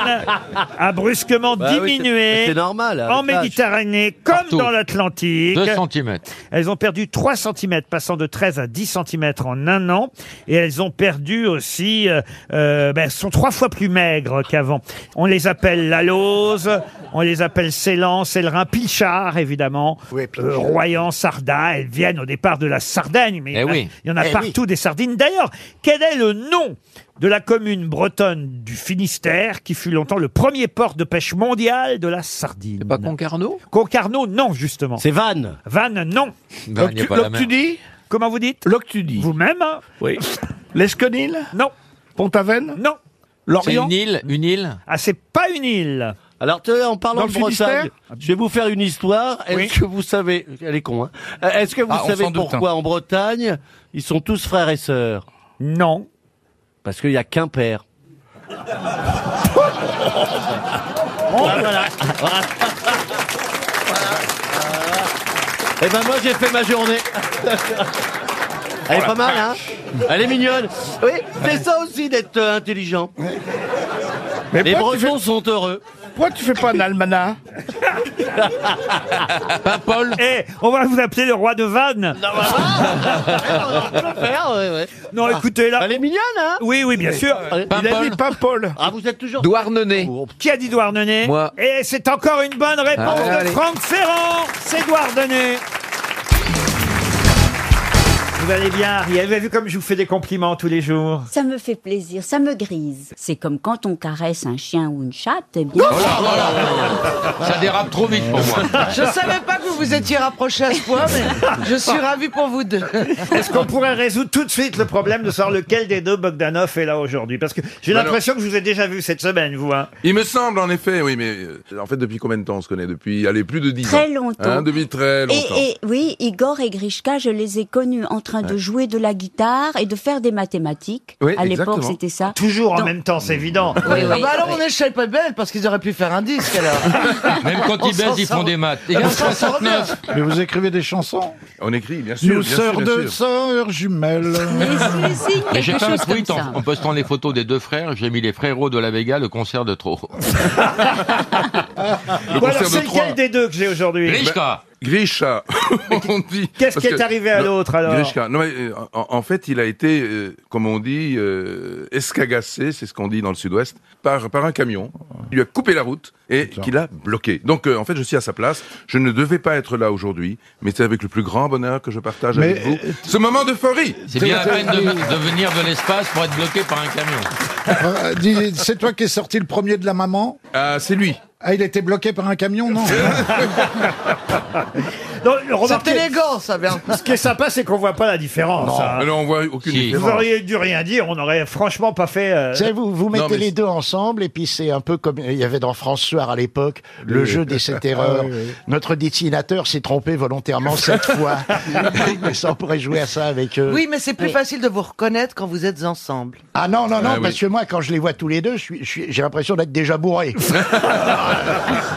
a brusquement
Bah oui,
diminué
c'est- c'est normal, hein, avec
en
l'âge.
Méditerranée comme
Partout.
dans l'Atlantique.
2 cm.
Elles ont perdu 3 cm, passant de 13 à 10 cm en un an. Et elles ont perdu aussi, euh, euh, ben, elles sont trois fois plus maigres qu'avant. On les appelle lalose, on les appelle célan, célerin, pilchard, évidemment, euh, royan, sardin. Elles viennent au départ de la Sardaigne, mais
Eh
il y en a-
oui.
il y en a
Eh
partout des sardines. D'ailleurs, quel est le nom de la commune bretonne du Finistère, qui fut longtemps le premier port de pêche mondial de la sardine. pas
Concarneau
Concarneau, non, justement.
C'est Vannes.
Vannes, non.
Vannes, y a pas la mer.
dis
Comment vous dites L'Octudie. Vous-même Oui. L'Esquenil Non. Pont-Aven Non.
C'est une île, une île.
Ah, c'est pas une île.
Alors, tu sais, en parlant
Dans
de
le Finistère
Bretagne, je vais vous faire une histoire. Est-ce
Oui.
que vous savez, elle est con, hein Euh, Est-ce que vous
Ah, on
savez
s'en doute,
pourquoi
hein.
en Bretagne, ils sont tous frères et sœurs
Non.
Parce qu'il n'y a qu'un père. Oh,
Voilà, voilà.
Eh ben moi, j'ai fait ma journée.
Oh
Elle est pas mal, hein Elle est mignonne. Oui, c'est ça aussi d'être euh, intelligent. Les
pourquoi tu
Bretons sont heureux.
Pourquoi tu fais pas un almanach
Pas Paul Eh, on va vous appeler le roi de Vannes Non, écoutez, là...
Ah. Elle est mignonne, hein
Oui, oui, bien sûr.
Pas
Il a
Paul.
dit pas Paul.
Ah, vous êtes toujours... Oh,
Douarnenez. Qui a dit Douarnenez
Moi.
Et c'est encore une bonne réponse
Ah,
Allez,
de
allez.
Franck Ferrand. C'est Douarnenez. Vous allez bien, Ariel Vous avez vu comme je vous fais des compliments tous les jours
Ça me fait plaisir, ça me grise. C'est comme quand on caresse un chien ou une chatte, eh bien.
Ça dérape trop vite pour moi.
Je savais pas que vous vous étiez rapprochés à ce point, mais je suis ravi pour vous deux.
Est-ce qu'on pourrait résoudre tout de suite le problème de savoir lequel des deux Bogdanov est là aujourd'hui Parce que j'ai
Alors-
l'impression que je vous ai déjà vu cette semaine, vous. Hein.
Il me semble, en effet, oui, mais euh, en fait, depuis combien de temps on se connaît Depuis, allez, plus de 10 ans.
Très longtemps.
Hein, depuis très longtemps.
Et, et oui, Igor et Grishka, je les ai connus en train de
Ouais.
jouer de la guitare et de faire des mathématiques.
Oui,
à l'époque,
exactement.
c'était ça.
Toujours en
Donc-
même temps, c'est évident.
Oui, oui.
Ah bah alors on est chez pas belle parce qu'ils auraient pu faire un disque alors.
Même quand
On
ils baisent,
s'en
ils font
sort-
des maths.
On s'en sort bien.
Mais vous écrivez des chansons
On écrit, bien sûr.
Nous
bien
sœurs
sûr, bien
de
sûr.
sœurs jumelles.
Et j'ai fait un tweet en, en postant les photos des deux frères. J'ai mis les frérots de la Vega, le concert de trop.
Bon, alors, c'est lequel des deux que j'ai aujourd'hui
Grishka.
Grisha, Ben, on dit.
Qu'est-ce
Parce
qui est
que-
arrivé à
Non,
l'autre, alors
Grishka, non, mais, euh, en, en fait, il a été, euh, comme on dit, euh, escagacé, c'est ce qu'on dit dans le sud-ouest, par, par un camion. Il lui a coupé la route et qu'il a bloqué. Donc, euh, en fait, je suis à sa place. Je ne devais pas être là aujourd'hui, mais c'est avec le plus grand bonheur que je partage
Mais,
avec vous ce moment d'euphorie.
euh, C'est bien la peine de, de venir de l'espace pour être bloqué par un camion.
Euh, dis, c'est toi qui es sorti le premier de la maman
Ah, c'est lui.
Ah, il était bloqué par un camion, non
Non, remarquez-
C'est élégant ça, bien.
Ce qui est sympa, c'est qu'on voit pas la différence. hein.
Mais non, on voit aucune
Vous
différence.
auriez dû rien dire, on n'aurait franchement pas fait. euh,
Tu sais, vous, vous mettez
Non, mais
les deux ensemble et puis c'est un peu comme il y avait dans France Soir à l'époque, le
Oui.
jeu des sept
Ah,
erreurs.
oui, oui.
Notre dessinateur s'est trompé volontairement sept fois. Mais ça, on pourrait jouer à ça avec eux.
Euh, Oui, mais c'est plus facile de vous reconnaître quand vous êtes ensemble.
Ah non, non, non,
Ah oui.
parce que moi, quand je les vois tous les deux, je suis- je suis- j'ai l'impression d'être déjà bourré.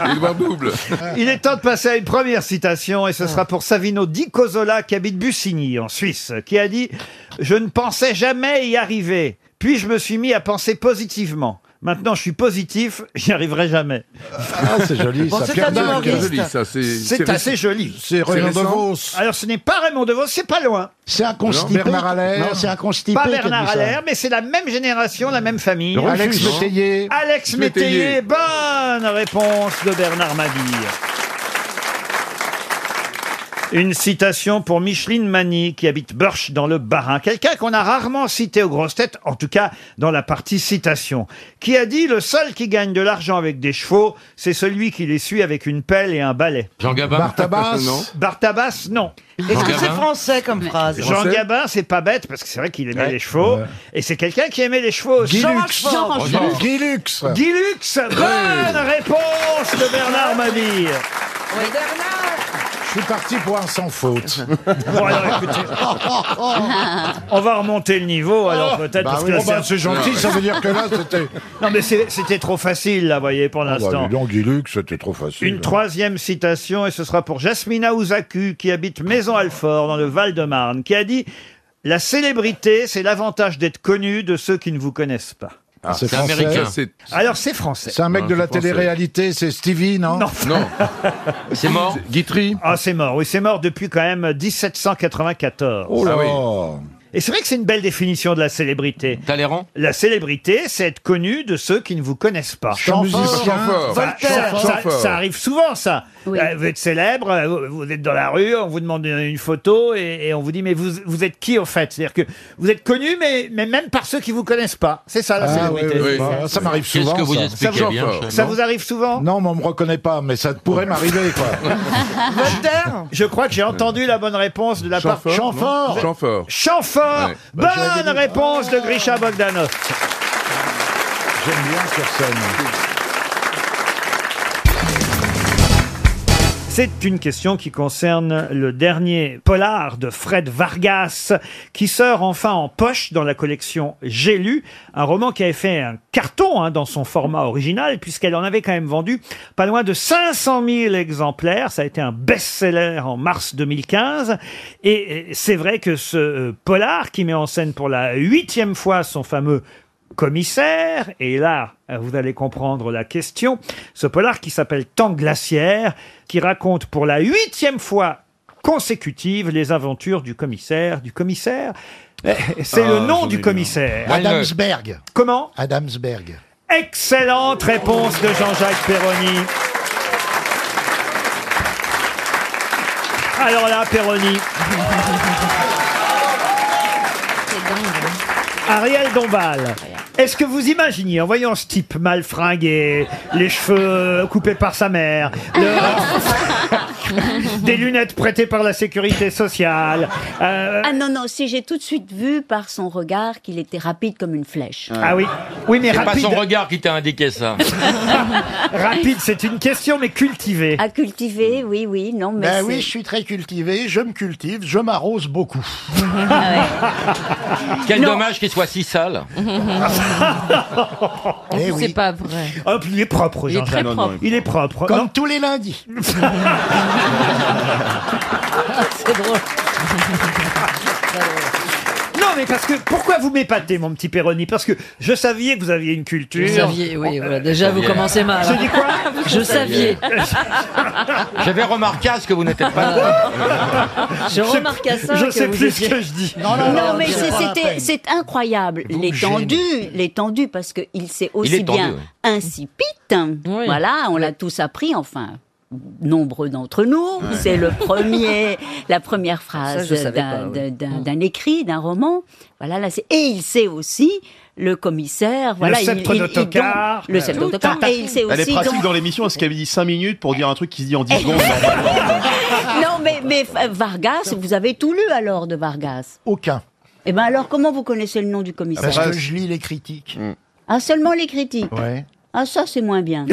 Il voit double.
Il est temps de passer à une première citation,
Ah.
et ce sera pour Savino Di Cosola, qui habite Bussigny, en Suisse, qui a dit « Je ne pensais jamais y arriver, puis je me suis mis à penser positivement. Maintenant, je suis positif, j'y arriverai jamais. »
Ah, c'est joli, Bon, ça. c'est Pierre un Dac. humoriste.
C'est joli, ça, c'est-
C'est
c'est
assez
récent.
joli.
C'est Raymond C'est récent. Devos.
Alors, ce n'est pas Raymond DeVos, c'est pas loin.
C'est un constipé.
Bernard Allaire.
Non, c'est un constipé.
Pas
qui a dit
Bernard
ça.
Allaire, mais c'est la même génération, la même famille. hein.
Rufus. Alex Métayer.
Alex Métayer.
Métayer.
Bonne réponse de Bernard Mabille. Une citation pour Micheline Mani, qui habite Bursch dans le Barin. Quelqu'un qu'on a rarement cité aux grosses têtes, en tout cas dans la partie citation, qui a dit « Le seul qui gagne de l'argent avec des chevaux, c'est celui qui les suit avec une pelle et un balai. »
Jean Gabin Bartabas Non.
Bartabas, non.
Est-ce que c'est français comme phrase
Jean Gabin, c'est pas bête parce que c'est vrai qu'il aimait les chevaux. Et c'est quelqu'un qui aimait les chevaux.
Guy
Jean
Lux.
Rochefort.
Jean Rochefort.
Guy
Guy Lux. Bonne réponse de Bernard Mabille.
Je suis parti pour un sans faute. Bah,
Bon, alors, écoutez. On va remonter le niveau alors peut-être.
Bah
parce
oui,
que là,
bon, bah,
un-
c'est gentil, ça veut dire que là, c'était-
Non mais c'est- c'était trop facile là, vous voyez, pour
Ah, bah,
l'instant.
dis donc, Guy Lux, c'était trop facile.
Une troisième citation, et ce sera pour Jasmina Ouzaku, qui habite Maison-Alfort, dans le Val-de-Marne, qui a dit « La célébrité, c'est l'avantage d'être connu de ceux qui ne vous connaissent pas.
Ah, c'est C'est français. américain.
Alors, c'est français.
C'est un mec de la télé-réalité, c'est Stevie, non
Non.
C'est mort
Guitry Ah, c'est mort. Oui, c'est mort depuis quand même 1794.
Oh là Ah oui.
Et c'est vrai que c'est une belle définition de la célébrité. Talleyrand La célébrité, c'est être connu de ceux qui ne vous connaissent pas.
Chamfort, musicien, Chamfort.
Voilà,
Voltaire.
ça- ça,
Chamfort.
ça arrive souvent, ça. Euh, Vous êtes célèbre, euh, vous- vous êtes dans la rue, on vous demande une une photo et, et on vous dit mais vous, vous êtes qui au fait C'est-à-dire que vous êtes connu, mais, mais même par ceux qui vous connaissent pas. C'est ça la
Ah,
célébrité.
oui, oui, oui. Ça m'arrive souvent. ça.
Ça vous- Ça vous arrive souvent
Non, mais on me reconnaît pas, mais ça pourrait m'arriver, quoi.
Voltaire Je crois que j'ai entendu la bonne réponse de la part
Chamfort, non Chamfort.
Chamfort.
Ouais.
Bonne
Bah, je l'avais dit.
réponse de Grisha Bogdanov.
J'aime bien sur scène.
C'est une question qui concerne le dernier polar de Fred Vargas, qui sort enfin en poche dans la collection J'ai lu, un roman qui avait fait un carton hein, dans son format original, puisqu'elle en avait quand même vendu pas loin de 500 000 exemplaires. Ça a été un best-seller en mars 2015. Et euh, c'est vrai que ce euh, polar, qui met en scène pour la huitième fois son fameux commissaire, et là, euh, vous allez comprendre la question, ce polar qui s'appelle Temps glaciaire, qui raconte pour la huitième fois consécutive les aventures du commissaire, du commissaire. Eh, C'est
Ah,
le nom
j'en ai
du
vu un.
commissaire.
Adamsberg.
Comment
Adamsberg.
Excellente réponse de Jean-Jacques Perroni. Alors là, Perroni. Ariel Dombal. Est-ce que vous imaginiez, en voyant ce type mal fringué, les cheveux coupés par sa mère, le- des lunettes prêtées par la sécurité sociale, euh,
Ah non, non, si j'ai tout de suite vu par son regard qu'il était rapide comme une flèche.
Ah oui, oui mais
C'est pas
rapide,
son regard qui t'a indiqué ça.
rapide, c'est une question, mais cultivée.
Ah.
À cultiver, oui, oui, non, mais.
Ben
c'est-
oui, je suis très cultivé, je me cultive, je m'arrose beaucoup.
Ah
Quel
Non.
dommage qu'il soit si sale.
Eh oui.
C'est pas vrai.
Hop, il est propre,
Il est
Jean-Jacques.
très propre.
Il est propre.
Comme
Non,
tous les lundis.
C'est drôle.
non, mais parce que pourquoi vous m'épatez, mon petit Péroni Parce que je savais que vous aviez une culture.
Vous saviez, oui,
Euh,
voilà. Déjà, vous
Xavier.
commencez mal. hein.
Je dis quoi
Je saviez.
J'avais remarqué à ce que vous n'étais pas.
Je remarque à ça
Je
que
sais
vous
plus
étiez-
ce que je dis.
Non, mais
c'est
c'est-
pas la
c'était-
peine.
c'est incroyable. L'étendue, l'étendue, parce qu'il s'est
Il
aussi
est tendu,
bien
ouais.
incipite. Voilà, on l'a tous appris, enfin. Nombreux d'entre nous,
Ouais.
c'est le premier, la première phrase
Ça, je savais
d'un-
pas, oui.
d'un d'un écrit, d'un roman. Voilà, là, c'est- et il sait aussi le commissaire. Voilà, il-
sceptre
il- il
d'autocar.
donc- le sceptre
Tout
d'autocar.
à
Et il sait
Elle est
aussi
pratique
donc- Eh,
dans l'émission, est-ce qu'elle dit 5 minutes pour dire un truc qui se dit en 10 secondes normalement
non, mais, mais euh, Vargas, vous avez tout lu alors de Vargas
Aucun.
Eh bien alors, comment vous connaissez le nom du commissaire
Parce que je lis les critiques.
Ah, seulement les critiques
Ouais.
Ah, ça, c'est moins bien.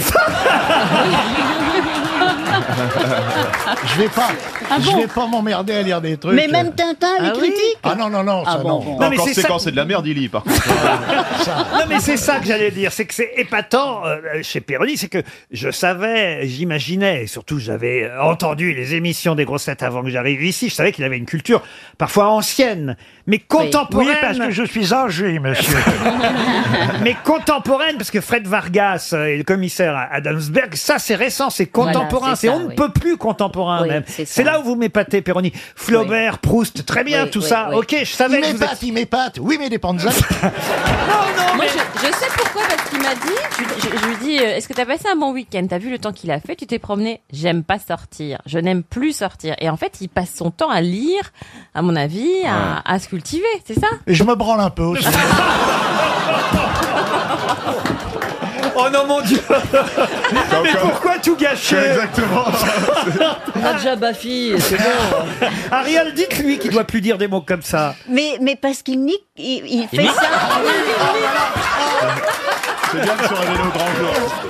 Je vais pas,
Ah
je
bon
vais pas m'emmerder à lire des trucs.
Mais même Tintin, les
Ah oui
critiques
Ah non non non, ça
Ah bon,
non.
bon.
Non, mais
Encore
c'est
c'est
ça-
quand c'est de la merde, il lit par contre.
Non, mais c'est ça que j'allais dire, c'est que c'est épatant euh, chez Perroni, c'est que je savais, j'imaginais, et surtout j'avais euh, entendu les émissions des grosses têtes avant que j'arrive ici, je savais qu'il avait une culture parfois ancienne, mais contemporaine.
Oui, parce que je suis âgé, monsieur.
mais contemporaine, parce que Fred Vargas euh, et le commissaire Adamsberg, ça c'est récent, c'est contemporain,
Voilà, c'est
c'est
ça,
on ne
oui.
peut plus contemporain
Oui,
même.
c'est ça.
C'est là où vous m'épatez, Perroni. Flaubert, Proust, très bien
Oui,
tout
oui,
ça.
oui.
Ok, je savais
Il
que vous
m'épate, il m'épate. Oui, mais des panzas.
Moi, je, je sais pourquoi, parce qu'il m'a dit, je, je- je lui dis, euh, est-ce que t'as passé un bon week-end T'as vu le temps qu'il a fait Tu t'es promené J'aime pas sortir. Je n'aime plus sortir. Et en fait, il passe son temps à lire, à mon avis, à, à se cultiver. C'est ça
Et je me branle un peu aussi.
Oh non mon dieu Mais pourquoi tout gâcher
Exactement
Ah, déjà, Bafi, c'est
bon Ariel, dites-lui qu'il doit plus dire des mots comme ça
Mais, mais parce qu'il nique, il, il fait
nique
ça. Ah,
C'est bien de se révéler au grand jour.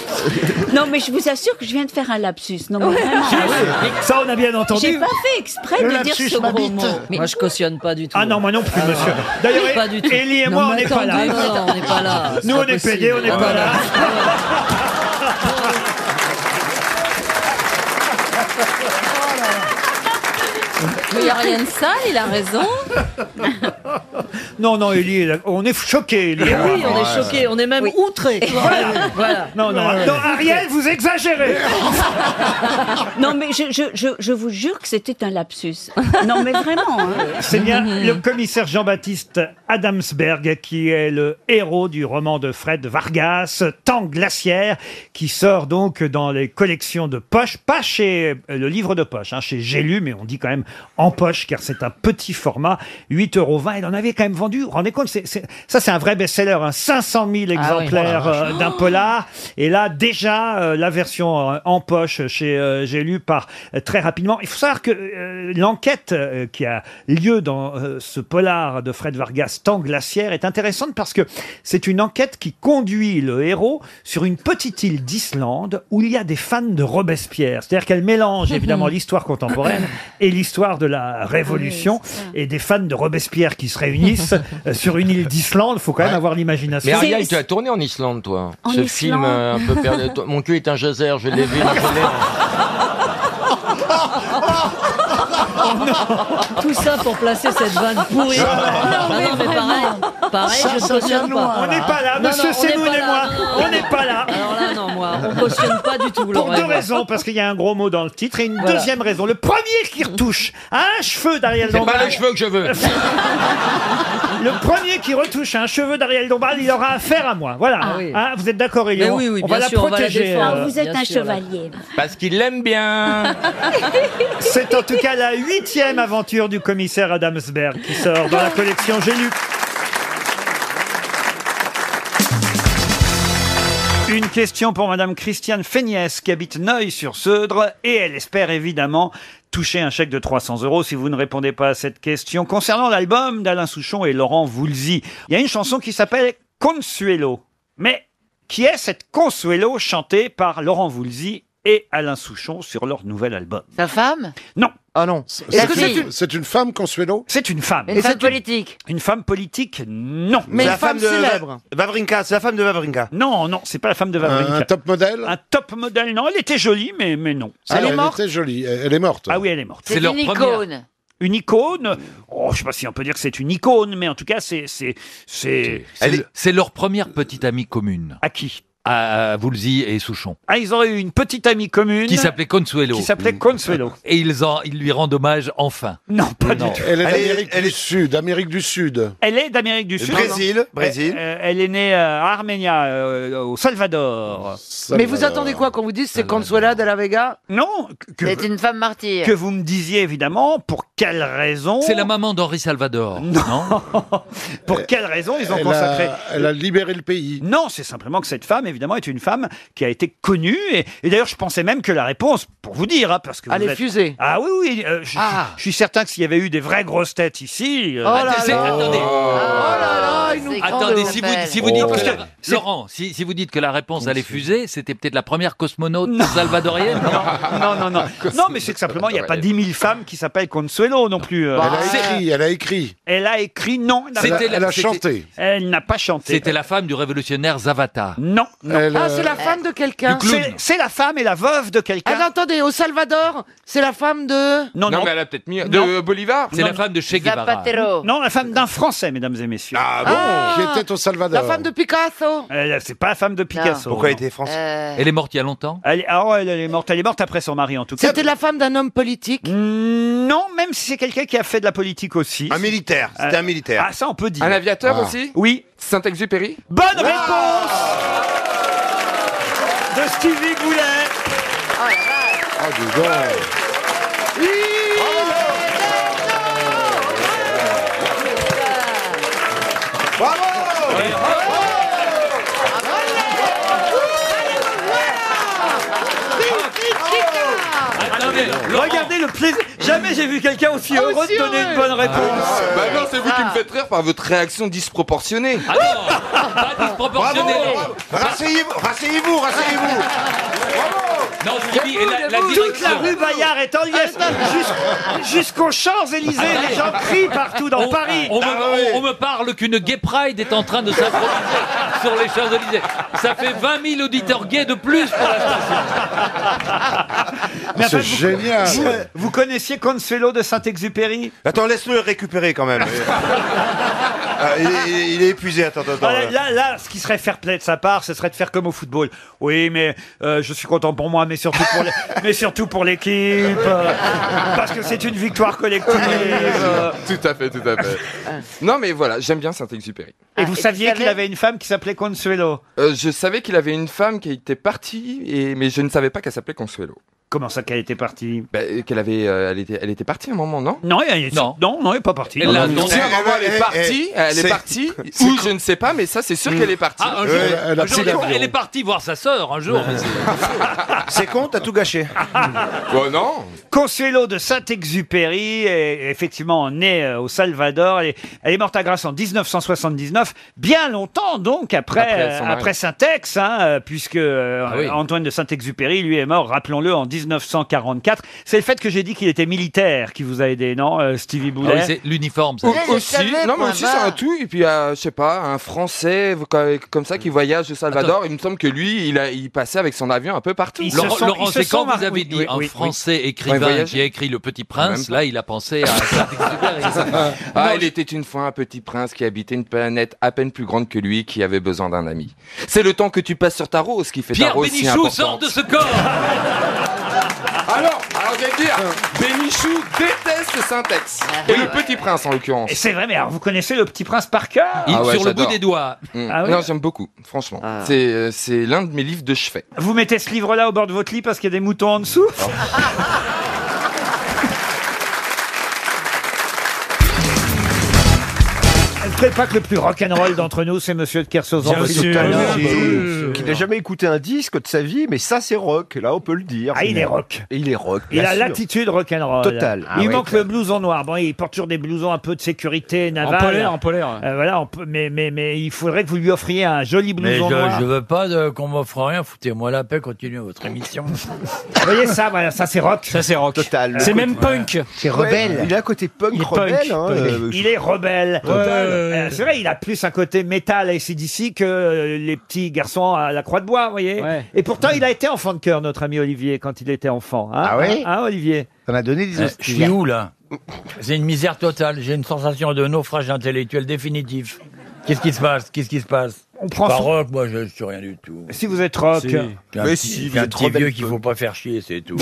Non, mais je vous assure que je viens de faire un lapsus. Non, mais vraiment.
Ça, on a bien entendu.
Ah, J'ai pas fait exprès de dire ce gros mot.
Moi, je cautionne pas du tout. euh,
Ah non, moi non plus, monsieur. D'ailleurs,
Pas du tout.
Ellie et
Non,
moi, on
mais
n'est pas là.
attendez, non, on n'est pas là. C'est
Nous,
pas
on est
possible.
pédés, on n'est
Ah,
pas là.
Mais il n'y a rien de sale, il a raison.
Non, non, Élie, est là- on est choqués. Élie.
Mais oui, on est choqués, on est même outrés. Voilà. voilà.
Non, non,
Ouais.
non, Ariel, vous exagérez.
Non, mais je, je, je, je vous jure que c'était un lapsus. Non, mais vraiment. hein.
C'est bien le commissaire Jean-Baptiste Adamsberg qui est le héros du roman de Fred Vargas, Temps glaciaire, qui sort donc dans les collections de poche, pas chez euh, le livre de poche, hein, chez J'ai lu, mais on dit quand même en poche, car c'est un petit format, 8,20 euros. Elle en avait quand même vendu, vous vous rendez compte, c'est- c'est- ça c'est un vrai best-seller, hein, 500 000 exemplaires
Oh la vache.
euh, d'un polar. Et là, déjà, euh, la version euh, en poche chez euh, J'ai lu part euh, très rapidement. Il faut savoir que euh, l'enquête euh, qui a lieu dans euh, ce polar de Fred Vargas, Temps glaciaire, est intéressante parce que c'est une enquête qui conduit le héros sur une petite île d'Islande où il y a des fans de Robespierre. C'est-à-dire qu'elle mélange évidemment l'histoire contemporaine et l'histoire de la Révolution et des fans de Robespierre qui se réunissent euh, sur une île d'Islande. Il faut quand même avoir l'imagination.
Mais Ariel, tu as tourné en Islande, toi.
En
Ce
Islande.
film euh, un peu perdu. Toi, Mon cul est un geyser, je l'ai vu. je l'ai-
Oh Tout ça pour placer cette vanne pourrie.
Non, mais
Ah mais
vraiment.
pareil, pareil
Ça,
je
ça
ne cautionne
vient
pas.
loin, là. On n'est pas là,
Non, non,
monsieur
on n'est
Sénoun
pas
et
là,
moi,
non, non,
on
non.
n'est pas là.
Alors là, non, moi, on cautionne pas du tout.
Pour
Laurel.
deux raisons, parce qu'il y a un gros mot dans le titre et une
Voilà.
deuxième raison. Le premier qui retouche à un cheveu d'Ariel
C'est
Dombal.
pas les cheveux que je veux.
Le premier qui retouche à un cheveu d'Ariel Dombal, il aura affaire à moi. Voilà.
Ah oui.
Hein, vous êtes d'accord, Élie
Mais oui, oui,
On
bien
va
sûr, on
la
va la
protéger.
défendre.
euh,
Ah,
Oh, Vous êtes
Bien
un
sûr, là.
chevalier.
Parce qu'il l'aime bien.
C'est en tout cas la huitième aventure du commissaire Adamsberg qui sort dans la collection J'ai lu. Une question pour Madame Christiane Feignes qui habite Neuil-sur-Seudre et elle espère évidemment toucher un chèque de 300 euros si vous ne répondez pas à cette question. Concernant l'album d'Alain Souchon et Laurent Voulzy, il y a une chanson qui s'appelle Consuelo. Mais qui est cette Consuelo chantée par Laurent Voulzy et Alain Souchon sur leur nouvel album
Sa femme
Non.
Ah non.
Est-ce que
c'est
une, femme, Consuelo C'est une femme.
Une femme
politique Une femme politique, non.
Mais C'est une la femme femme de célèbre.
Vavrinka, c'est la femme de Vavrinka. Non, non, c'est pas la femme de Vavrinka. Un top modèle Un top modèle, non. Elle était jolie, mais, mais non.
Elle est morte. était jolie. Elle est morte.
Ah oui, elle est morte.
C'est C'est leur une première. icône.
Une icône oh, Je sais pas si on peut dire que c'est une icône, mais en tout cas, c'est... c'est, c'est,
Elle
c'est-
est- C'est leur première petite amie commune.
À qui
À Voulzy et Souchon.
Ah, ils ont eu une petite amie commune.
Qui s'appelait Consuelo.
Qui s'appelait Consuelo.
Et ils, en, ils lui rendent hommage enfin.
Non, pas du tout.
Elle
Elle est d'Amérique
est-
du Sud. Amérique du Sud.
Elle est d'Amérique du
Le
Sud.
Brésil,
Euh,
Brésil.
euh, elle est née euh, à Armenia, euh, au Salvador.
Mais vous attendez quoi qu'on vous dise c'est Consuela de la Vega
Non
C'est une femme martyre.
Que vous me disiez évidemment pour quelle raison.
C'est la maman d'Henri Salvador. Non.
Pour quelle raison ils ont
Elle a-
consacré
elle a
libéré le pays. Non, c'est simplement que cette femme, évidemment, est une femme qui a été connue. Et, et d'ailleurs, je pensais même que la réponse, pour vous dire, hein, parce que.
Elle
vous
est
êtes-
fusée.
Ah oui, oui. euh, je, je suis certain que s'il y avait eu des vraies grosses têtes ici. euh,
Oh là Ah, c'est- là.
Ah. attendez.
Ah, il nous prend
Attendez,
de
si vous,
nouvelles.
si vous dites
Oh. Parce
que
que
la- Laurent, si, si vous dites que la réponse allait fuser, c'était peut-être la première cosmonaute salvadorienne.
Non, non, non. Non, mais c'est que simplement, il n'y a pas 10 000 femmes qui s'appellent Consuelo non plus. euh.
Elle a écrit,
elle a écrit. Elle a écrit, non. elle n'a
C'était
pas-
la- Elle a c'était- chanté.
Elle n'a pas chanté.
C'était la femme du révolutionnaire Zavata.
Non.
non. Elle,
Ah, c'est la
euh,
femme de quelqu'un.
du clown.
C'est- C'est la femme et la veuve de quelqu'un.
Ah, attendez, au Salvador, c'est la femme de.
Non, non.
mais
elle a peut-être mis.
de, euh,
Bolivar
C'est la femme de Che Guevara. Zapatero.
Non, la femme d'un Français, mesdames et messieurs. Ah
bon Ah, Qui était
au Salvador.
La femme de Picasso.
C'est pas la femme de Picasso.
Non. Pourquoi elle
était française
Euh.
Elle est morte il y a longtemps
elle, ah ouais, elle est morte. Elle est morte après son mari, en tout cas.
C'était la femme d'un homme politique
Mm, Non, même si c'est quelqu'un qui a fait de la politique aussi. Un militaire. C'était un militaire. Ah, ça, on peut dire.
Un aviateur aussi
Oui.
Saint-Exupéry
Bonne réponse de Stevie Boulet.
Ah, dis donc.
Ah,
Regardez le plaisir. Jamais j'ai vu quelqu'un aussi heureux de donner une
Ah.
bonne réponse.
Bah non, c'est vous qui me faites rire par votre réaction disproportionnée.
Ah
disproportionnée.
Bravo, bravo.
Rasseyez-vous, rasseyez-vous, rasseyez-vous.
Non, Stevie, et la, la
Toute la
direction.
rue Bayard est en liesse. Jus- Jusqu'aux Champs-Élysées, les gens crient partout dans
Ah, bah, On-
Paris.
On, me, on- on me parle qu'une gay pride est en train de s'improviser. sur les Champs-Élysées. Ça fait 20 000 auditeurs gays de plus pour la
Ah,
station.
Mais enfin,
C'est
vous-
génial.
Vous, euh, vous connaissiez Consuelo de Saint-Exupéry
Attends, laisse-le récupérer quand même. Ah, il, est, il est- il est épuisé, attends, attends.
Ah, là,
attends.
là, là, ce qui serait fair play de sa part, ce serait de faire comme au football. Oui, mais euh, je suis content pour moi, mais surtout pour, les- mais surtout pour l'équipe, euh, parce que c'est une victoire collective. euh.
Tout à fait, tout à fait. Non, mais voilà, j'aime bien Saint-Exupéry.
Ah, Et vous saviez qu'il avait une femme qui s'appelait Consuelo
Euh, je savais qu'il avait une femme qui était partie, et... mais je ne savais pas qu'elle s'appelait Consuelo.
Comment ça qu'elle était partie
Qu'elle avait, euh, elle était, elle était partie à un moment, non
Non, elle, non, non, elle est pas partie.
Elle,
Non,
l'a
non,
annoncé
non.
à un moment, elle
Eh,
est
eh,
partie,
eh,
elle
c'est-
est partie, ou je ne sais pas, mais ça, c'est sûr qu'elle est partie. Euh,
Ah, un jour, un jour, elle, est, elle est partie voir sa sœur un jour.
C'est con, t'as tout gâché.
Ah,
Bon, non.
Consuelo de Saint-Exupéry est effectivement née euh, au Salvador. Elle est, elle est morte à Grasse en 1979, bien longtemps donc après,
Après
euh,
son
après,
mari.
Saint-Ex, hein, euh, puisque euh,
Ah oui.
Antoine de Saint-Exupéry, lui, est mort, rappelons-le, en 1944. C'est le fait que j'ai dit qu'il était militaire qui vous a aidé, non, euh, Stevie Boulet
c'est
l'uniforme.
Ou- aussi, non, mais aussi, c'est un tout. Et puis, euh, je sais pas, un Français comme comme ça
Hmm.
qui voyage au Salvador, il me semble que lui, il, a, il passait avec son avion un peu partout.
Laurent, Laurent, c'est quand vous avez dit un Français
Ouais,
écrivain
voyage.
qui a écrit Le Petit
Même
Prince,
pas.
là, il a pensé à Saint-Exupéry.
Ah, il était une fois un petit prince qui habitait une planète à peine plus grande que lui qui avait besoin d'un ami. C'est le temps que tu passes sur ta rose qui fait ta
Pierre
rose si
Bénichou
importante.
sort de ce corps
Alors, alors je vais te dire, Bénichou déteste Syntex. Et le petit prince en l'occurrence.
Et c'est vrai, mais alors vous connaissez le petit prince par cœur
Ah ouais, j'adore. Mm.
Ah oui
Non, j'aime beaucoup, franchement. C'est euh, c'est l'un de mes livres de chevet.
Vous mettez ce livre-là au bord de votre lit parce qu'il y a des moutons en dessous Je ne pas que le plus rock'n'roll d'entre nous, c'est Monsieur de Kersauzon.
Bien
depuis tout
sûr,
à l'heure.
bien sûr. Qui n'a jamais écouté un disque de sa vie, mais ça c'est rock, là on peut le dire.
Ah, il est rock.
Et il est rock.
Il
bien
a
sûr.
l'attitude rock'n'roll.
Total. Ah
Oh il
ouais,
manque le blouson noir. Bon, il porte toujours des blousons un peu de sécurité navale.
polaire, en polaire, ouais.
Euh, voilà, on peut- mais, mais, mais il faudrait que vous lui offriez un joli
Mais je,
blouson noir.
je veux pas de- qu'on m'offre rien, foutez-moi la paix, continuez votre émission.
Vous voyez ça, voilà, ça c'est rock. Ça
c'est rock.
Total.
C'est même punk.
C'est rebelle.
Ouais, il a un côté punk
Il est
rebelle.
punk.
hein,
Il est-
euh,
il est rebelle.
Total.
Euh, c'est vrai, il a plus un côté métal à d'ici que euh, les petits garçons à la croix de bois, vous voyez. Et pourtant, il a été enfant de cœur, notre ami Olivier, quand il était enfant. hein.
Ah ouais
Hein, Olivier
T'en as donné des
Euh, je suis où là C'est une misère totale, j'ai une sensation de naufrage intellectuel définitif. Qu'est-ce qui se passe Qu'est-ce qui se passe
On prend
Pas
son-
rock, moi je ne suis rien du tout.
Si vous êtes rock.
Si. J'ai un
Mais
petit,
si,
j'ai
vous
un
êtes
petit
rebelle
vieux qu'il faut pas faire chier, c'est tout.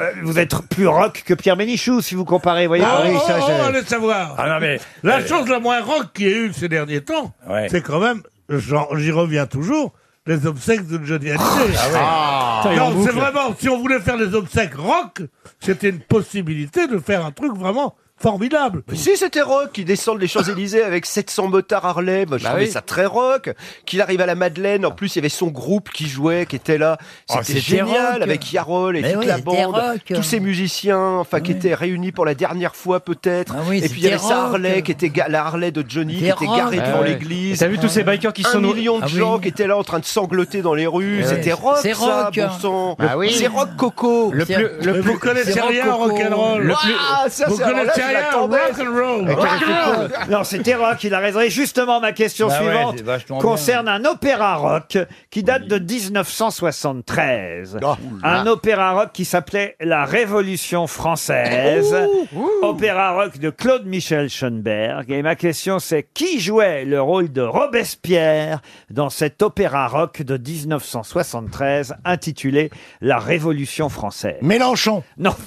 Euh, Vous êtes plus rock que Pierre Bénichou, si vous comparez, vous voyez.
Ah, oh, oh, oh, allez savoir.
Ah non, mais-
la
euh,
chose la moins rock qu'il y a eu ces derniers temps,
Ouais.
c'est quand même, j'en- j'y reviens toujours, les obsèques de Johnny Hallyday.
ouais. Ah. Ça, il en
non, c'est
boucle.
vraiment, si on voulait faire les obsèques rock, c'était une possibilité de faire un truc vraiment formidable.
Mais si c'était rock, il descend les Champs-Élysées avec 700 motards Harley, moi je
Bah
trouvais
oui.
ça très rock. Qu'il arrive à la Madeleine, en plus il y avait son groupe qui jouait, qui était là,
Oh,
c'était
c'était
génial
rock.
avec Yarol et
Mais
toute
oui,
la
c'était
bande,
rock. Bah
tous ces musiciens, enfin qui étaient réunis pour la dernière fois peut-être. et puis il y
c'était
avait sa
rock.
Harley qui était ga- la Harley de Johnny qui
C'était
était garée
rock.
devant
Ah ouais.
l'église.
Et t'as vu tous ces bikers qui
Un
sont nourris-
million de
Ah oui. Bah
gens qui étaient là en train de sangloter dans les rues,
Ouais.
c'était rock
C'est
ça,
rock.
bon sang.
Ah oui.
C'est rock coco.
Le C'est- plus- le
Vous connaissez rien au rock'n'roll.
Ah, ça,
Vous
c'est- alors là,
connaissez
je
rien au
l'attendais.
rock'n'roll.
Avec
Rock'n'roll.
Non, c'était rock, il a raison. Et justement, ma question
Bah ouais,
suivante
c'est vachement bien.
concerne un opéra rock qui date de 1973.
Ah,
un opéra rock qui s'appelait La Révolution française.
Oh.
Opéra rock de Claude Michel Schoenberg. Et ma question, c'est qui jouait le rôle de Robespierre dans cet opéra rock de 1973 intitulé La Révolution française Mélenchon Non.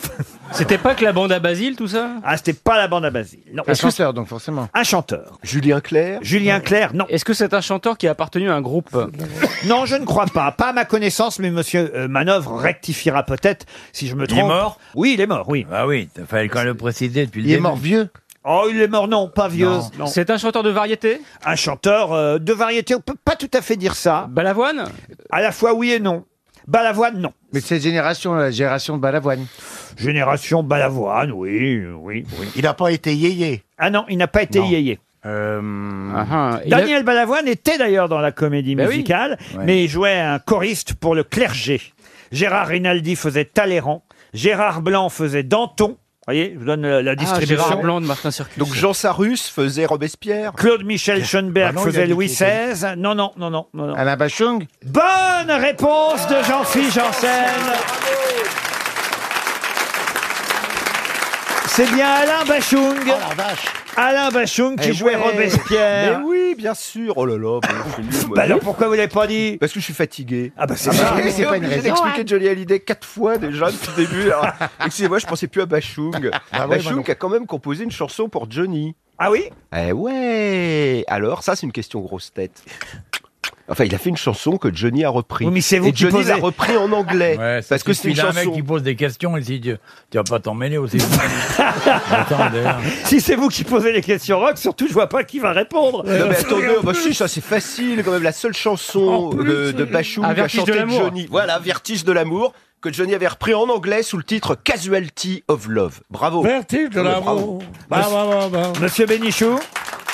C'était pas que la bande à Basile, tout ça Ah, c'était pas la bande à Basile. Non.
Un chanteur,
donc forcément. Un chanteur.
Julien Clerc
Julien Clerc, non.
Est-ce que c'est un chanteur qui a appartenu à un groupe
Non, je ne crois pas. Pas à ma connaissance, mais monsieur euh, Manœuvre rectifiera peut-être si je me
Il
trompe.
est mort
Oui, il est mort, oui.
Ah oui, il fallait quand même le préciser depuis le
Il est
début.
mort vieux Oh, il est mort, non, pas vieux.
Non.
C'est un chanteur de variété Un chanteur euh, de variété, on peut pas tout à fait dire ça. Balavoine À la fois oui et non. Balavoine, non.
Mais c'est génération, la génération de Balavoine.
Génération Balavoine, oui, oui, oui. Il n'a pas été yéyé. Ah non, il n'a pas été
Non. Euh,
yéyé. Ah, Daniel Balavoine était d'ailleurs dans la comédie
Ben oui.
musicale,
Ouais.
mais il jouait un choriste pour le clergé. Gérard Rinaldi faisait Talleyrand, Gérard Blanc faisait Danton, voyez, je vous donne la, la distribution.
Gérard Ah, Blanc de Martin Circus.
Donc Jean Sarus faisait Robespierre.
Claude Michel Schoenberg
Bah non, il a
faisait
dit
Louis
qu'il était-
XVI. Non, non, non, non, non. non.
Alain Bachung
Bah,
Bonne réponse de Jean-Philippe Janssen. C'est bien Alain Bachung. Alain Bachung qui
Oh, Eh
jouait
ouais.
Robespierre.
Mais oui, bien sûr. Oh là là. bah, je suis nul, moi.
Bah alors pourquoi vous l'avez pas dit
Parce que je suis fatigué.
Ah bah c'est
ça.
ça.
c'est pas une raison. J'ai expliqué Johnny Hallyday quatre fois déjà depuis le début. Alors, excusez-moi, je pensais plus à Bachung.
Ah ouais, moi non
Bachung
plus.
a quand même composé une chanson pour Johnny.
Ah oui
Eh ouais. Alors ça, c'est une question grosse tête. Enfin, il a fait une chanson que Johnny a repris.
Oui, mais c'est vous
Et
qui
Johnny
posez.
l'a repris en anglais.
Ouais, ça
parce que c'est une
suffit d'un
chanson.
mec qui pose des questions et dit tu tu vas pas t'en mêler aussi. Attendez. hein.
Si c'est vous qui posez les questions rock, surtout je vois pas qui va répondre. Euh,
Non mais attendez, bah si, ça c'est facile quand même. La seule chanson de, de Bachung
Ah,
qu'a
Vertige de
chanté
l'amour.
Johnny. Voilà, Vertige de l'amour, que Johnny avait repris en anglais sous le titre Casualty of Love. Bravo.
Vertige de
Ouais,
l'amour.
bravo.
Bah, bah, bah, bah.
Monsieur Bénichou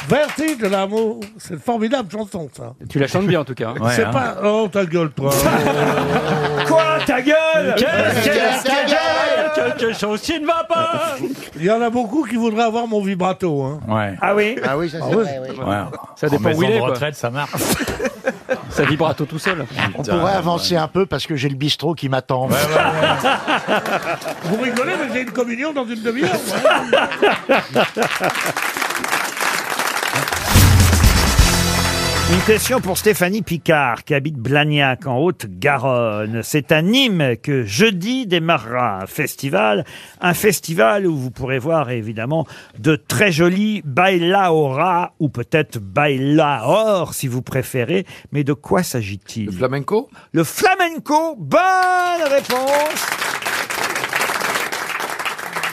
Vertige de l'amour. C'est une formidable chanson, ça.
Tu la chantes bien en tout cas. hein.
c'est pas. Oh, ta gueule, toi.
Quoi, ta gueule
Qu'est-ce
ta
gueule
Quelque chose qui ne va pas
Il y en a beaucoup qui voudraient avoir mon vibrato. Hein.
Ouais.
Ah oui
Ah oui,
ça, c'est vrai, oui.
Ça dépend
en
où il
maison
est,
de
quoi.
retraite, ça marche.
Ça vibrato tout seul.
On pourrait avancer un peu parce que j'ai le bistrot qui m'attend.
Vous rigolez, mais j'ai une communion dans une demi-heure.
Une question pour Stéphanie Picard, qui habite Blagnac, en Haute-Garonne. C'est à Nîmes que jeudi démarrera un festival. Un festival où vous pourrez voir, évidemment, de très jolis bailaora, ou peut-être bailaor, si vous préférez. Mais de quoi s'agit-il Le
flamenco
Le flamenco Bonne réponse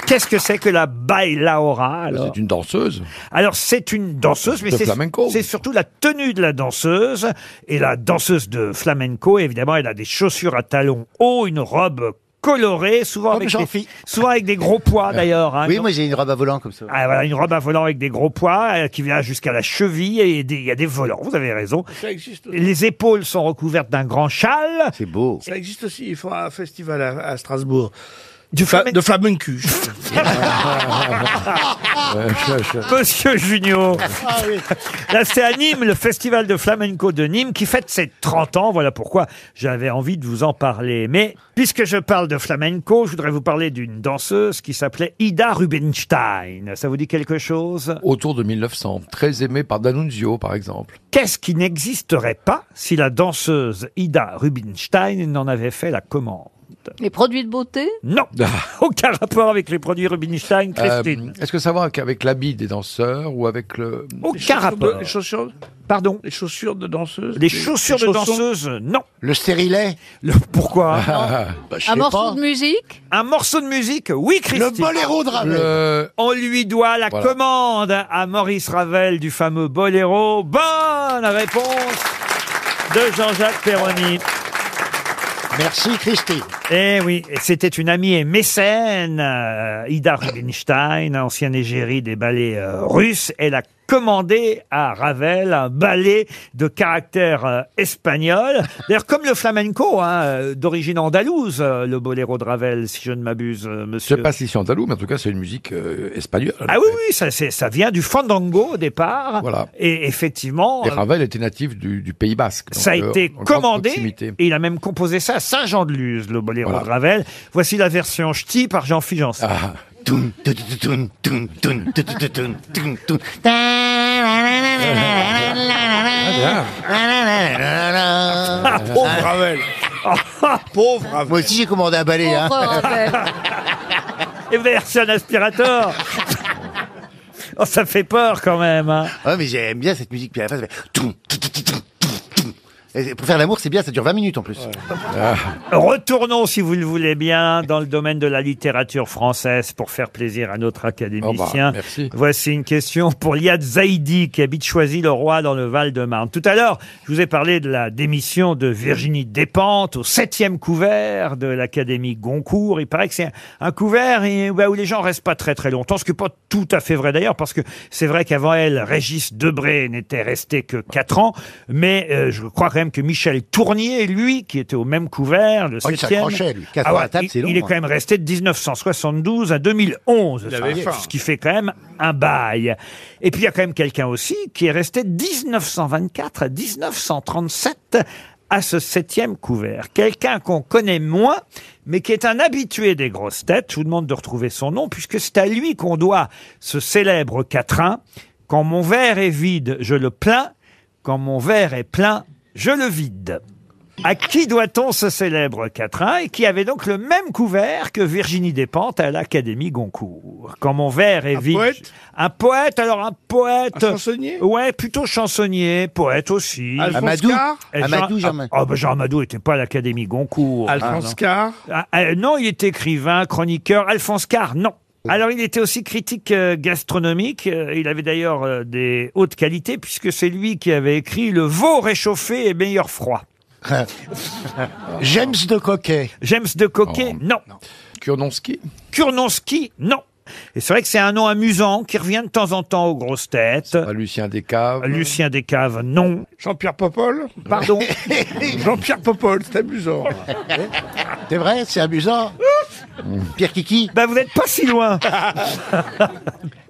Qu'est-ce que c'est que la bailaora alors
Ben, C'est une danseuse.
alors c'est une danseuse, mais
De
c'est
flamenco.
c'est surtout la tenue de la danseuse. Et la danseuse de flamenco, évidemment, elle a des chaussures à talons hauts, une robe colorée, souvent, avec des, souvent avec des gros poids d'ailleurs. hein.
Oui, moi j'ai une robe à volant comme ça.
Ah, voilà, une robe à volant avec des gros poids euh, qui vient jusqu'à la cheville et des- il y a des volants, vous avez raison.
Ça existe aussi.
Les épaules sont recouvertes d'un grand châle.
C'est beau.
Ça existe aussi. Il faut un festival à, à Strasbourg.
Du
de flamenco.
Euh, Monsieur Junior. Là, c'est à Nîmes, le festival de flamenco de Nîmes qui fête ses 30 ans. Voilà pourquoi j'avais envie de vous en parler. Mais puisque je parle de flamenco, je voudrais vous parler d'une danseuse qui s'appelait Ida Rubinstein. Ça vous dit quelque chose
Autour de 1900, très aimée par D'Annunzio, par exemple.
Qu'est-ce qui n'existerait pas si la danseuse Ida Rubinstein n'en avait fait la commande
Les produits de beauté
Non,
Ah.
aucun rapport avec les produits
Euh,
Rubinstein, Christine.
Est-ce que ça va avec l'habit des danseurs ou avec le...
Aucun rapport.
Les chaussures.
Pardon.
Les chaussures de danseuse.
Les chaussures de
chaussons.
danseuse, non.
Le stérilet
Le, pourquoi
Un morceau de musique
Un morceau de musique, oui, Christine.
Le boléro de Ravel.
Le-
On lui doit la
Voilà.
commande à Maurice Ravel du fameux boléro. Bonne réponse de Jean-Jacques Perroni.
Merci Christine.
Eh oui, c'était une amie et mécène, euh, Ida Rubinstein, ancienne égérie des ballets euh, russes. Elle a commandé à Ravel un ballet de caractère euh, espagnol. D'ailleurs, comme le flamenco, hein, euh, d'origine andalouse, euh, le boléro de Ravel, si je ne m'abuse,
Je
euh, monsieur.
sais pas si c'est andalou, mais en tout cas, c'est une musique euh, espagnole.
Ah oui, oui, ça, c'est- ça vient du fandango au départ.
Voilà.
Et effectivement,
Et
euh,
Ravel était natif du, du Pays Basque. donc,
ça a
euh,
été
en grande
commandé
proximité.
et il a même composé ça à Saint-Jean-de-Luz, le boléro
Voilà.
de Ravel. Voici la version ch'ti par Jean-Philippe Janssen.
Ah,
Toun, toun, toun, toun, toun, toun, toun, toun, toun, toun.
Ah, pauvre Ravel. pauvre Ravel. Moi aussi j'ai commandé un balai. Hein.
Et vous avez reçu un aspirateur Oh, ça fait peur quand même. hein.
Ouais, mais j'aime bien cette musique. Puis à la fin, ça fait... toum, toum, toum, toum, toum, toum. Et Pour faire l'amour, c'est bien, ça dure 20 minutes en plus.
Ah. Retournons, si vous le voulez bien, dans le domaine de la littérature française pour faire plaisir à notre académicien.
Oh bah, merci.
Voici une question pour Liad Zaidi qui habite Choisy-le-Roi dans le Val-de-Marne. Tout à l'heure, je vous ai parlé de la démission de Virginie Despentes au septième couvert de l'Académie Goncourt. Il paraît que c'est un couvert et, bah, où les gens restent pas très très longtemps, ce qui n'est pas tout à fait vrai d'ailleurs, parce que c'est vrai qu'avant elle, Régis Debré n'était resté que quatre ans, mais euh, je crois quand même que Michel Tournier, lui, qui était au même couvert, le
Oh, il
septième,
s'accrochait, lui. Quatre
ah ouais,
à la table,
il-
c'est long,
il est
hein.
quand même resté de 1972 à 2011,
Il
ce
avait
qui-
faim.
ce qui fait quand même un bail. Et puis il y a quand même quelqu'un aussi qui est resté de 1924 à 1937 à ce septième couvert. Quelqu'un qu'on connaît moins, mais qui est un habitué des grosses têtes. Je vous demande de retrouver son nom, puisque c'est à lui qu'on doit ce célèbre quatrain. Quand mon verre est vide, je le plains. Quand mon verre est plein, je le vide. À qui doit-on ce célèbre quatrain et qui avait donc le même couvert que Virginie Despentes à l'Académie Goncourt Quand mon verre est vide. Poète un poète, alors un poète. Un chansonnier Ouais, plutôt chansonnier, poète aussi.
Alphonse Amadou Carr
Eh, Jean-
Amadou Germain.
Ah, oh, ben, Jean Amadou n'était pas à l'Académie Goncourt. Ah,
Alphonse
Carr euh, Non, il était écrivain, chroniqueur. Alphonse Carr, non. Alors, il était aussi critique euh, gastronomique. Euh, Il avait d'ailleurs euh, des hautes qualités, puisque c'est lui qui avait écrit Le veau réchauffé et meilleur froid. James de Coquet. James de Coquet, non. Kurnonski Kurnonski, non. Et c'est vrai que c'est un nom amusant qui revient de temps en temps aux grosses têtes. Lucien Descaves. Lucien Descaves, non. Jean-Pierre Popol Pardon Jean-Pierre Popol, c'est amusant.
C'est vrai, c'est amusant.
Pierre Kiki Ben vous n'êtes pas si loin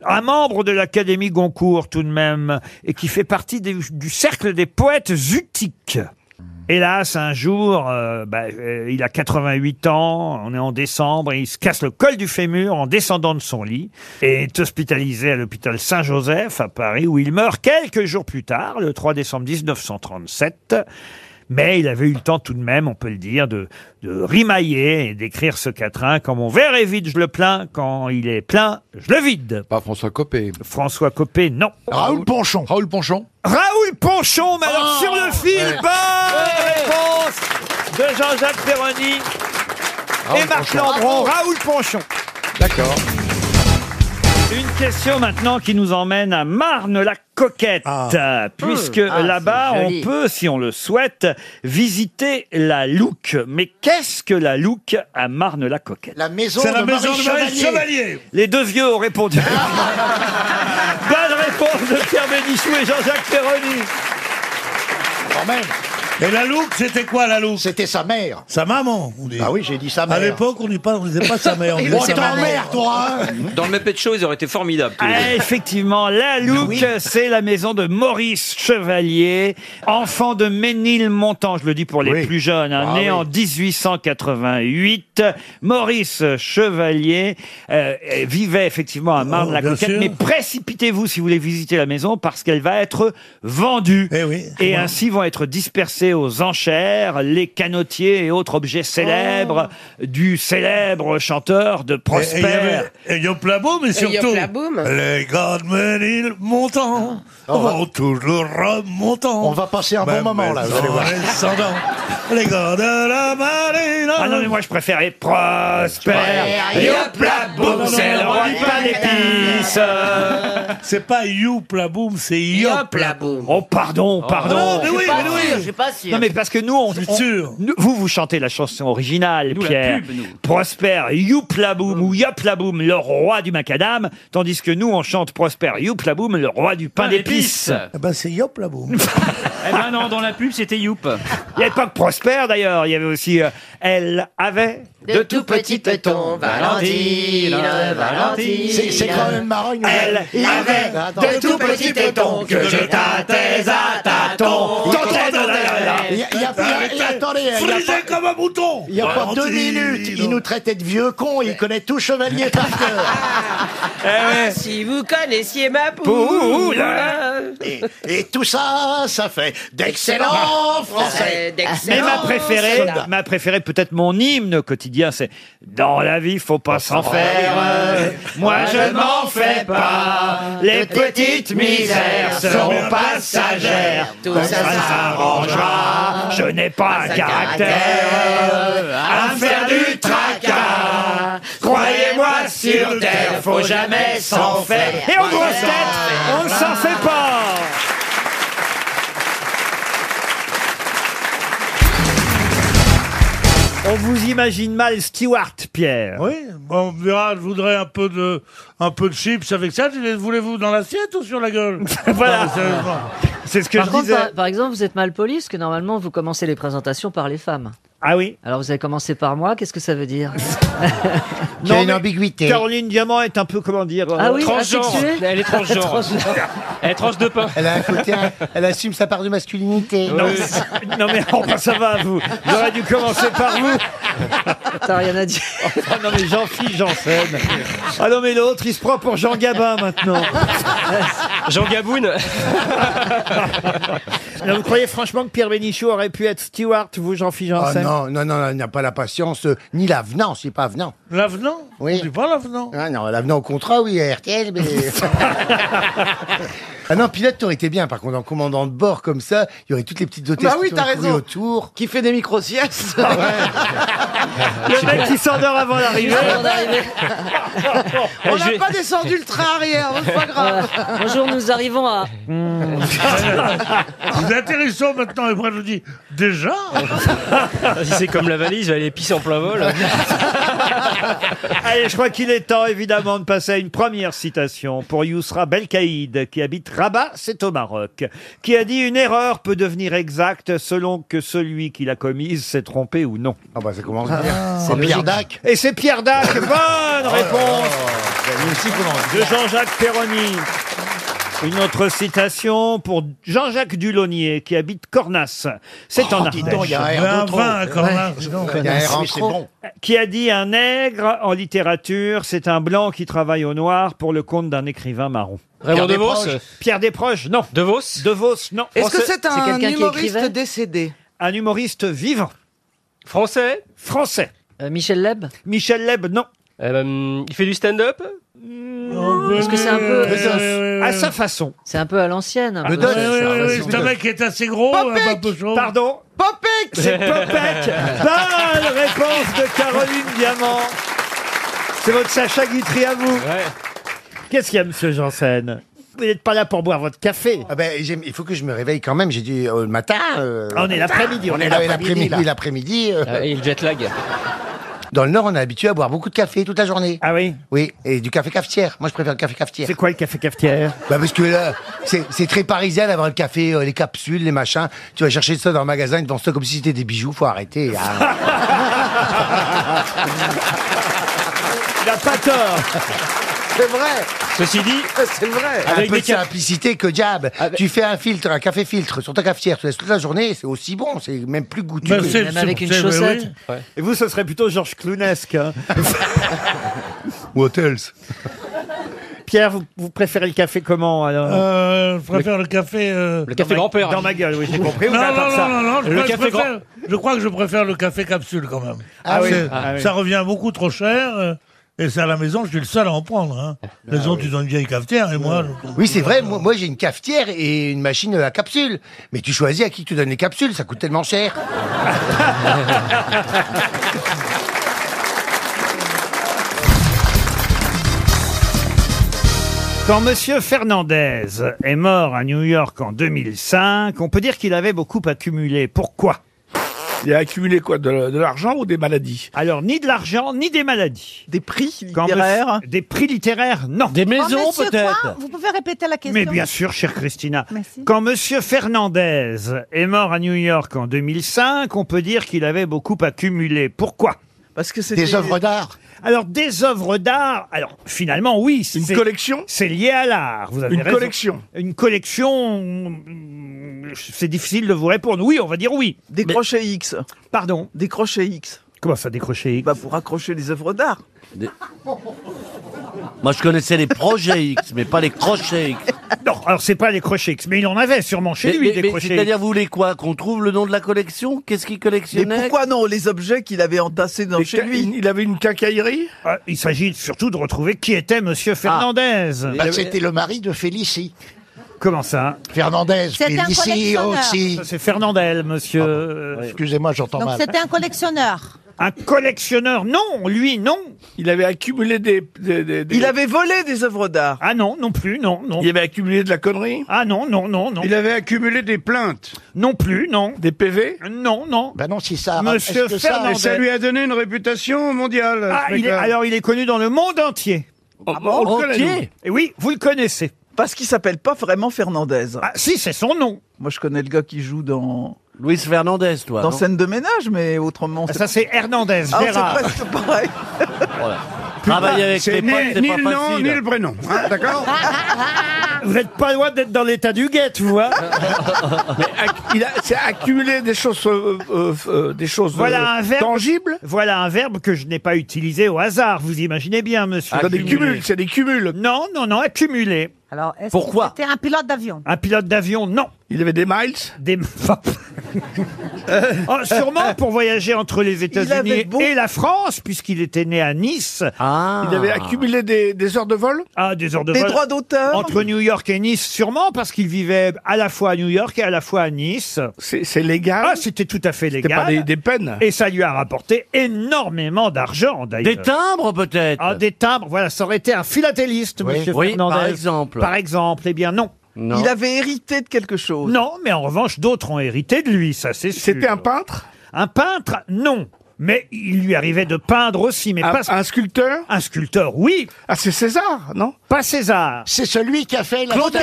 Un membre de l'Académie Goncourt tout de même, et qui fait partie des- du cercle des poètes utiques. Hélas, un jour, euh, bah, euh, il a 88 ans, on est en décembre, et il se casse le col du fémur en descendant de son lit et est hospitalisé à l'hôpital Saint-Joseph à Paris où il meurt quelques jours plus tard, le 3 décembre 1937. Mais il avait eu le temps tout de même, on peut le dire, de, de rimailler et d'écrire ce quatrain. Quand mon verre est vide, je le plains. Quand il est plein, je le vide. Pas François Copé. François Copé, non. Raoul Ponchon. Raoul Ponchon. Raoul Ponchon, mais alors sur le fil,
Ouais.
bonne réponse de Jean-Jacques Perroni et
Raoul
Marc
Ponchon.
Landron.
Bravo.
Raoul Ponchon. D'accord. Une question maintenant qui nous emmène à Marne-la-Coquette,
Ah.
Euh, puisque
Mmh. Ah,
là-bas,
c'est
on
joli.
peut, si on le souhaite, visiter la Louque. Mais qu'est-ce que la Louque à Marne-la-Coquette La maison
C'est la de maison Marie de Marie Chevalier. Chevalier.
Les deux vieux ont répondu. Bonne réponse de Pierre Bénichou et Jean-Jacques Ferroni.
Quand même. Et la loupe, c'était quoi la loupe C'était sa mère. Sa maman, on dit. Ah oui, j'ai dit sa
À l'époque, on n'est pas- on disait pas sa mère. On disait
Oh,
sa maman.
t'emmerdes, toi hein
Dans le Muppet Show, ils auraient été formidables. tous les deux.
Ah, effectivement, la Louque, c'est la maison de Maurice Chevalier, enfant de Ménilmontant, je le dis pour les plus jeunes,
Ah
hein, né en 1888. Maurice Chevalier euh, euh, vivait effectivement à Marne-la-Coquette,
Oh, sûr.
mais précipitez-vous si vous voulez visiter la maison parce qu'elle va être vendue.
Eh
Et, ainsi vont être dispersés aux enchères les canotiers et autres objets célèbres du célèbre chanteur de
Oh. Et- Et il y
Prosper.
avait- et Yop la Boum, et surtout, les grandes menhirs montants vont toujours remontant.
On va passer un bon moment, là, vous allez voir.
les gars de la marine.
Ah non, mais moi je préférais Prosper.
Yop la
boum, c'est le roi du pain d'épices.
C'est pas Youp la Boum, c'est Yop la Boum.
Oh, pardon, pardon.
Non, mais oui,
Je suis pas
mais oui.
sûr, je suis pas Non mais parce que nous, on, on- nous- vous vous chantez la chanson originale,
la
Pierre.
pub, nous.
Prosper, youplaboum ou yaplaboum, le roi du macadam, tandis que nous on chante Prosper, youplaboum, le roi du pain d'épices.
Eh ben, c'est Yop la Boum.
Eh ben non, dans la pub c'était youp. Il n'y avait pas que Prosper d'ailleurs, il y avait aussi euh, elle avait
De tout petit
téton,
Valentine, Valentine. C'est- c'est quand même
marrant.
Elle
avait de tout petit téton que je tâtais à tâtons. Tâtais, tâtais, tâtais.
Il y a- il y a- il y a- il y a- attendez, il y a
Frisé
pas-
comme un mouton.
Il n'y a
Ah,
pas deux minutes, il nous traitait de vieux cons, il connaît tout chevalier par cœur.
Ah.
Eh
Si vous connaissiez ma
Poule.
poule.
Et, et tout ça, ça fait
Ah,
Ah.
d'excellents français.
Mais ma préférée, ma préférée, peut-être mon hymne quotidien, c'est Dans la vie, faut pas s'en faire. euh, Moi, je m'en fais pas. Les petites misères seront passagères. Tout ça s'arrangera. Ah. Je n'ai pas un caractère
À me faire du tracas. Croyez-moi, sur terre, faut jamais s'en faire.
Et en grosse tête, on ne s'en fait pas. On vous imagine mal Stewart, Pierre.
Oui, bon, verra, je voudrais un peu de, un peu de chips avec ça. Je dis, Voulez-vous dans l'assiette ou sur la gueule
Voilà.
Non, mais sérieusement.
C'est ce que
par
je
contre,
disais.
euh,
Par, par exemple, vous êtes mal poli, parce que normalement, vous commencez les présentations par les femmes.
Ah oui
Alors, vous avez commencé par moi, qu'est-ce que ça veut dire
Non, mais Caroline Diamant est un peu, comment dire,
Ah oui,
transgenre.
asexuée
Elle est transgenre.
Transgenre.
Elle est tranche de pain.
Elle a un côté, elle assume sa part de masculinité.
Non, mais- non, mais oh, bah, ça va à vous. J'aurais dû commencer par vous.
T'as rien à dire.
non mais j'en fiche, j'en scène. Ah non mais l'autre, il se prend pour Jean Gabin maintenant.
Jean Gaboun
Là, vous croyez franchement que Pierre Bénichou aurait pu être Stewart, vous, Jean-Philippe
Ah
Janssen
non, non, non, il n'a pas la patience, euh, ni l'avenant, c'est pas avenant.
L'avenant
Oui.
C'est pas l'avenant.
Ah non, l'avenant au contrat, oui, à RTL, mais. ah non, pilote, t'aurais été bien, par contre, en commandant de bord comme ça, il y aurait toutes les petites hôtesses
Bah oui,
qui
t'as
t'auraient couru
raison.
autour. Ah
Qui fait des micro-siestes
Le mec qui s'endort avant l'arrivée.
Juste avant d'arriver. On
Je
n'a
vais-
pas descendu le train arrière, c'est pas grave.
Voilà. Bonjour, nous arrivons à...
Nous atterrissons maintenant et moi je dis déjà.
Ah, Si c'est comme la valise, je vais aller pisser en plein vol.
Allez, je crois qu'il est temps évidemment de passer à une première citation pour Yousra Belkaïd, qui habite Rabat, c'est au Maroc, qui a dit Une erreur peut devenir exacte selon que celui qui l'a commise s'est trompé ou non. Ah bah ça commence
bien. C'est Pierre Dac.
Et c'est Pierre Dac, bonne réponse de Jean-Jacques Perroni. Une autre citation pour Jean-Jacques Dulonnier, qui habite Cornas. C'est en
Oh, dis
Ardèche.
donc, il y a un air de trop. Ouais, dis donc. Il y a un air en trop.
Qui a dit un nègre en littérature, c'est un blanc qui travaille au noir pour le compte d'un écrivain marron.
Raymond Pierre Desproges Desproges
Pierre Desproges, non. De Vos De Vos, non.
Est-ce que c'est
C'est
un
quelqu'un qui
humoriste
écrivait
décédé
Un humoriste vivant. Français Français.
Michel Leb
Michel Leb, non.
Euh, il fait du stand-up
Parce que c'est un peu... euh,
À sa façon.
C'est un peu à l'ancienne. un peu.
Ah, Oui, oui,
Ah,
oui, oui, c'est un mec qui est assez gros, un peu- un peu chaud.
Pardon
Popek
C'est Popek Bonne Ah, réponse de Caroline Diamant C'est votre Sacha Guitry à vous Qu'est-ce qu'il y a, monsieur Janssen Vous n'êtes pas là pour boire votre café.
Ah ben, j'aime- il faut que je me réveille quand même. J'ai dit euh, le matin. euh,
Ah, on est l'après-midi, on est
là, oui,
l'après-midi, là.
L'après-midi. euh,
Et le jet lag.
Dans le Nord, on est habitué à boire beaucoup de café toute la journée.
Ah oui
Oui, et du café cafetière. Moi, je préfère le café cafetière.
C'est quoi le café cafetière
Bah parce que là, c'est c'est très parisien d'avoir le café, euh, les capsules, les machins. Tu vas chercher ça dans le magasin, ils te vendent ça comme si c'était des bijoux. Faut arrêter. hein.
Il n'a pas tort
C'est vrai
Ceci dit,
c'est vrai
Un
Avec
peu
des
de
cap-
simplicité que diable. Tu fais un filtre, un café filtre sur ta cafetière, tu laisses toute la journée, c'est aussi bon, c'est même plus goûteux.
Ben, c'est- Même c'est- avec une c'est- chaussette. oui,
Et vous, ce serait plutôt Georges Clounesque. hein.
What else
Pierre, vous, vous préférez le café comment alors
Euh, je préfère le, café. euh,
Le café
dans ma-
grand-père. Dans ma gueule, oui, j'ai compris,
Non,
mais à
non,
part
non,
ça.
non, non, je,
Le
crois que je
café grand-
préfère- je crois que je préfère le café capsule quand même.
Ah oui,
C'est-
ah oui.
Ça revient beaucoup trop cher. euh, Et c'est à la maison, je suis le seul à en prendre.
Ah
hein. Les autres, ils ont une vieille cafetière et moi. je-
Oui, c'est vrai, moi, moi, j'ai une cafetière et une machine à capsules. Mais tu choisis à qui tu donnes les capsules, ça coûte tellement cher.
Quand Monsieur Fernandez est mort à New York en 2005, on peut dire qu'il avait beaucoup accumulé. Pourquoi
Il a accumulé quoi De, de l'argent ou des maladies
Alors, ni de l'argent, ni des maladies.
Des prix
Quand monsieur- Des prix littéraires, non. Des
Oh, monsieur, quoi Vous pouvez répéter la question
Mais bien sûr, chère Christina. Quand Monsieur Fernandez est mort à New York en 2005, on peut dire qu'il avait beaucoup accumulé. Pourquoi Parce que
c'était- Des œuvres
d'art.
Alors des œuvres d'art. Alors finalement, oui. Une
collection.
C'est lié à l'art. Vous avez
Une
raison.
collection.
Une collection. mm, C'est difficile de vous répondre. Oui, on va dire oui. Des crochets X. Pardon. Des crochets X. Comment ça, des crochets X
Bah pour accrocher les œuvres d'art.
Moi, je connaissais les projets X, mais pas les crochets X.
Non, alors c'est pas les crochets X, mais il en avait sûrement chez lui des crochets X.
C'est-à-dire, vous voulez quoi Qu'on trouve le nom de la collection Qu'est-ce qu'il collectionnait
Mais pourquoi non Les objets qu'il avait entassés dans chez lui.
Il avait une quincaillerie
Ah, Il s'agit surtout de retrouver qui était
Ah.
Monsieur Fernandez.
Bah, c'était
le mari de Félicie. Comment ça
Fernandez, C'était un Félicie collectionneur. aussi.
Ça, C'est Fernandel,
Ah
monsieur. Excusez-moi, j'entends
Donc c'était un collectionneur.
Un collectionneur, non, lui, non.
Il avait accumulé des.
Il avait volé des œuvres d'art.
Ah non, non plus, non, non.
Il avait accumulé de la connerie
Ah non, non, non, non.
Il avait accumulé des plaintes
Non plus, non.
Des PV
Non, non.
Ben non, si
Ah,
ça.
Monsieur Fernandez.
Ça lui a donné une réputation mondiale.
Ah, il est- alors il est connu dans le monde entier.
Ah bon, on le connaît,
Et oui, vous le connaissez.
Parce qu'il s'appelle pas vraiment Fernandez. Ah,
si, c'est son nom.
Moi, je connais le gars qui joue dans.
Luis Fernandez, toi.
Dans
non
scène de ménage, mais autrement.
Ça, c'est Hernandez,
Ah,
Gérard.
c'est presque pareil.
Voilà. Travailler avec
C'est
les
ni,
potes, c'est
ni
pas
le nom,
facile.
ni le prénom. hein, D'accord
Vous n'êtes pas loin d'être dans l'état du guet, tu
hein.
vois.
Mais
euh,
acc- il a- C'est accumuler des choses, euh, euh, euh, des choses
Voilà
euh,
un verbe.
tangibles.
Voilà un verbe que je n'ai pas utilisé au hasard. Vous imaginez bien, monsieur.
Ah, des Accumuler. cumuls,
c'est des cumuls. Non, non, non, accumuler.
Alors, est-ce
Pourquoi
que c'était un pilote d'avion
Un pilote d'avion, non. Il avait des miles Des. Oh, sûrement pour voyager entre les États-Unis et la France, puisqu'il était né à Nice.
Il avait accumulé des, des heures de vol
Ah, des heures de
Des
vol.
droits d'auteur
Entre New York et Nice, sûrement, parce qu'il vivait à la fois à New York et à la fois à Nice.
C'est légal
Ah, c'était tout à fait légal.
pas des- des peines
Et ça lui a rapporté énormément d'argent, d'ailleurs.
Des timbres, peut-être
Ah, des timbres, voilà, ça aurait été un philatéliste,
Oui.
monsieur
Oui,
Fernandez.
par exemple.
Par exemple, eh bien non.
Il avait hérité de quelque chose.
Non, mais en revanche, d'autres ont hérité de lui, ça c'est sûr. C'était un peintre Un peintre, non. Mais il lui arrivait de peindre aussi, mais
Un-
pas...
un
sculpteur Un sculpteur, oui.
Ah, c'est César, non
Pas César.
C'est celui qui a fait la
Claudel.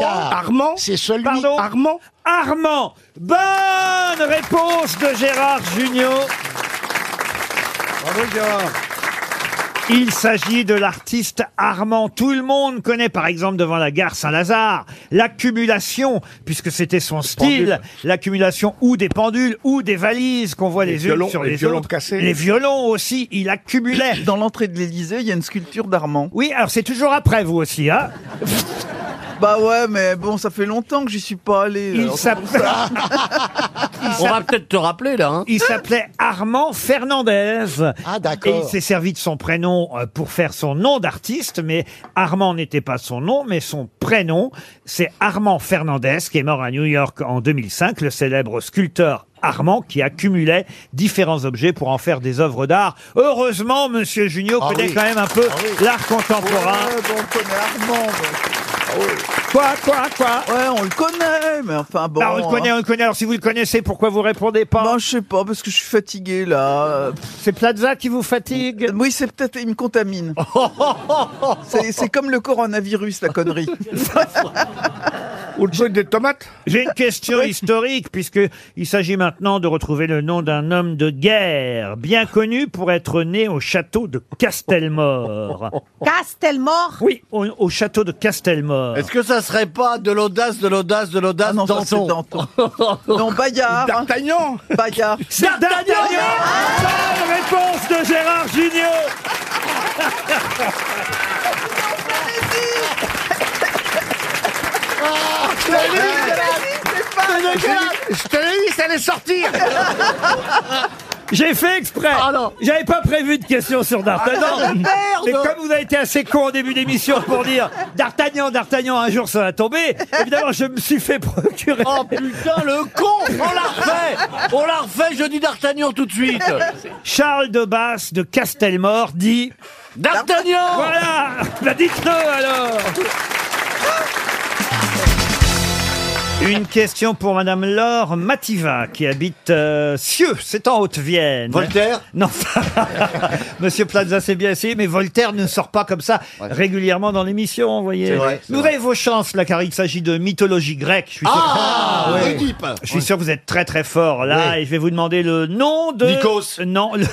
Armand
C'est celui.
Pardon
Armand
Armand Bonne réponse de Gérard Junior. Il s'agit de l'artiste Armand. Tout le monde connaît, par exemple, devant la gare Saint-Lazare, l'accumulation, puisque c'était son style, l'accumulation ou des pendules ou des valises qu'on voit les,
Les
unes
violons-
sur les,
les violons
autres.
cassés.
Les violons aussi, il accumulait.
Dans l'entrée de l'Élysée, il y a une sculpture d'Armand.
Oui, alors c'est toujours après vous aussi, hein
Bah ouais, mais bon, ça fait longtemps que j'y suis pas allé.
Il
alors c'est pour
s'appelle-
ça.
On va peut-être te rappeler, là. hein.
Il s'appelait Armand Fernandez.
Ah, d'accord.
Et il s'est servi de son prénom euh, pour faire son nom d'artiste, mais Armand n'était pas son nom, mais son prénom. C'est Armand Fernandez, qui est mort à New York en 2005, le célèbre sculpteur Armand, qui accumulait différents objets pour en faire des œuvres d'art. Heureusement, Monsieur Junio
Ah
connaît
oui.
quand même un peu
Ah oui.
l'art contemporain.
Ouais, bon, on connaît Armand. bah.
Quoi, quoi, quoi
Ouais, on le connaît, mais enfin bon. hein.
Bah, on le connaît, on le connaît. Alors, si vous le connaissez, pourquoi vous répondez pas
Bah, je sais pas, parce que je suis fatigué là.
C'est Plaza qui vous fatigue
Oui, c'est peut-être, il me contamine. c'est c'est comme le coronavirus, la connerie.
Ou le truc des tomates
J'ai une question historique, puisque il s'agit maintenant de retrouver le nom d'un homme de guerre, bien connu pour être né au château de Castelmore.
Castelmore
Oui, au, au château de Castelmore.
Est-ce que ça serait pas de l'audace, de l'audace, de l'audace
Ah non, ça, c'est
Danton
Danton. non, Bayard. hein.
D'Artagnan
Bayard.
C'est D'Artagnan Bonne réponse de Gérard Junior
Ah,
Ah,
Je te l'ai dit, ça allait sortir Ah,
J'ai fait exprès J'avais pas prévu de question sur D'Artagnan
Ah, merde
Mais comme vous avez été assez con au début d'émission pour dire D'Artagnan, D'Artagnan, un jour ça va tomber, évidemment je me suis fait procurer...
Oh putain, le con On l'a refait On l'a refait, je dis D'Artagnan tout de suite
Charles de Basse de Castelmore dit...
D'Artagnan
Voilà Bah dites-le alors Une question pour Madame Laure Mativa, qui habite euh, Cieux, c'est en Haute-Vienne.
Voltaire
Non, Monsieur Plaza, c'est bien essayé, mais Voltaire ne sort pas comme ça régulièrement dans l'émission, vous voyez.
C'est vrai, c'est
Vous avez vos chances, là, car il s'agit de mythologie grecque. Je suis sûr,
Ah,
Ouais.
Oedipe.
Je suis sûr que vous êtes très très fort, là, et je vais vous demander le nom de...
Nikos.
Non, le...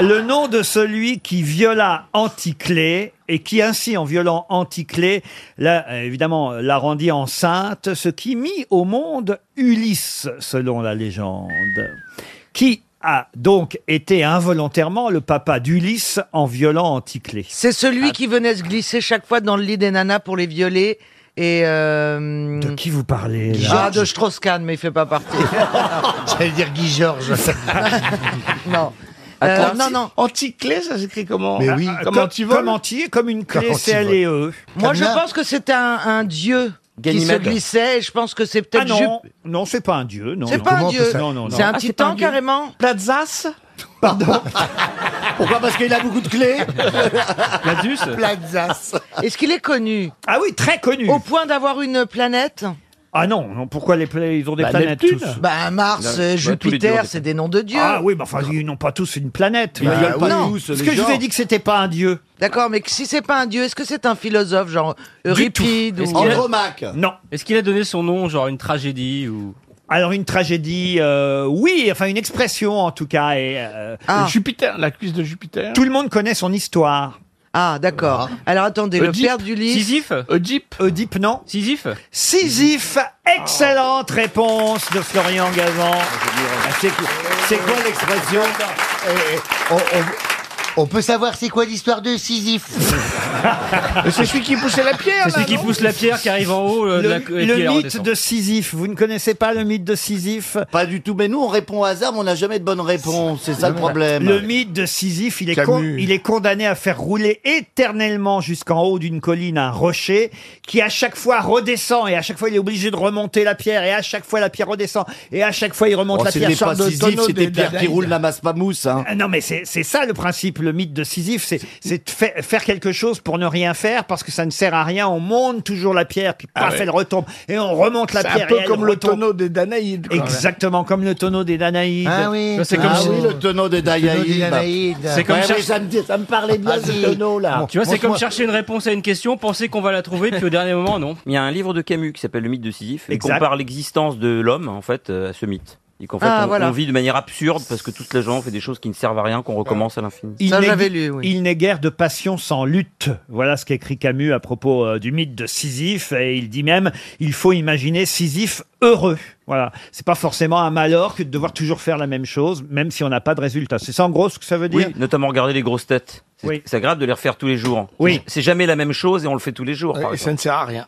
le nom de celui qui viola Anticlée et qui ainsi, en violant Anticlée, là, euh, évidemment, la rendit enceinte, ce qui mit au monde Ulysse, selon la légende, qui a donc été involontairement le papa d'Ulysse en violant Anticlée.
C'est
Ah.
celui qui venait se glisser chaque fois dans le lit des nanas pour les violer. Et euh,
De qui vous parlez là
Ah, de Strauss-Kahn, mais il fait pas partie.
J'allais dire Guy Georges.
non. Euh, non, non.
Anticlé, ça s'écrit comment
Mais oui.
Ah,
Comment
comme,
tu voles
comme anti- comme une clé,
Comme
c'est euh. elle et eux.
Moi, je
Camelin.
pense que c'était un, un dieu
Ganymède.
qui se glissait. Et je pense que c'est peut-être.
Ah non,
Jup-
non, c'est pas un dieu, non.
C'est
non.
pas un
Comment on peut
dieu.
ça-
Non, non, Ah, non.
Ah, C'est un titan carrément.
Plazas
Pourquoi Parce qu'il a beaucoup de clés
Gladius
Est-ce qu'il est connu
Ah oui, très connu.
au point d'avoir une planète
Ah non, non, pourquoi les pla- ils ont des
Bah,
planètes
Neptune.
tous
Bah, Mars, euh, Bah, tous les dieux, Jupiter, des c'est des noms de dieux.
Ah oui, mais enfin, ils n'ont pas tous une planète.
Bah,
Ils veulent pas
non.
tous,
Parce
les
que je vous ai
genres.
dit
que c'était pas un dieu.
D'accord, mais si c'est pas un dieu, est-ce que c'est un philosophe, genre Euripide ou
Non.
Est-ce qu'il a donné son nom, genre une tragédie ou
Alors une tragédie, euh, oui, enfin une expression en tout cas. Et, euh,
Ah.
Jupiter, la cuisse de Jupiter. Tout le monde connaît son histoire.
Ah, d'accord. Alors attendez, le
Oedipe.
père d'Ulysse.
Oedipe Oedipe, non.
Sisyphe
Sisyphe, excellente réponse de Florian
Ah,
Gazan.
euh,
Ah, C'est c'est quoi l'expression
Euh,
on, on- on peut savoir c'est quoi l'histoire de Sisyphe
C'est celui qui poussait la pierre. C'est celui qui pousse la pierre qui arrive en haut. euh, de
Le,
la- et
le
puis elle
mythe
redescend.
de Sisyphe, vous ne connaissez pas le mythe de Sisyphe
Pas du tout, mais nous on répond au hasard, mais on n'a jamais de bonne réponse, c'est ça le problème.
Le mythe de Sisyphe, il est,
Camus.
con- il est condamné à faire rouler éternellement jusqu'en haut d'une colline un rocher qui à chaque fois redescend et à chaque fois il est obligé de remonter la pierre et à chaque fois la pierre redescend et à chaque fois il remonte
Oh,
la
c'était
pierre.
pas Sisyphe, c'était Pierre qui roule, n'amasse pas mousse. Hein.
Ah Non mais c'est c'est ça le principe, le mythe de Sisyphe, c'est- c'est de fa- faire quelque chose pour ne rien faire parce que ça ne sert à rien, on monte toujours la pierre puis
Ah
paf
ouais.
elle retombe et on remonte la
C'est
pierre.
un peu
et elle
comme le
retombe.
tonneau des Danaïdes. quoi.
Exactement comme le tonneau des Danaïdes.
Ah oui,
Ça, c'est
ah
comme-
oui, le tonneau des
des
Danaïdes.
Danaïdes. C'est comme Ah,
Ouais,
chercher-
ouais, ça, me dit- ça me parlait bien ce tonneau là.
Tu vois, c'est comme chercher une réponse à une question, penser qu'on va la trouver, puis au dernier moment, non.
Il y a un livre de Camus qui s'appelle Le mythe de Sisyphe et
Exact.
compare l'existence de l'homme en fait euh, à ce mythe. Et qu'en fait,
Ah,
on,
voilà.
on vit de manière absurde parce que toute la gens fait des choses qui ne servent à rien, qu'on recommence à l'infini.
Il n'est- Il n'est guère de passion sans lutte. Voilà ce qu'écrit Camus à propos euh, du mythe de Sisyphe. Et il dit même, il faut imaginer Sisyphe heureux. Voilà. C'est pas forcément un malheur que de devoir toujours faire la même chose, même si on n'a pas de résultat. C'est ça en gros ce que ça veut
Oui,
dire?
notamment regarder les grosses têtes. C'est
Oui.
c'est grave de les refaire tous les jours.
Oui.
C'est jamais la même chose et on le fait tous les jours.
Et ça ne sert à rien.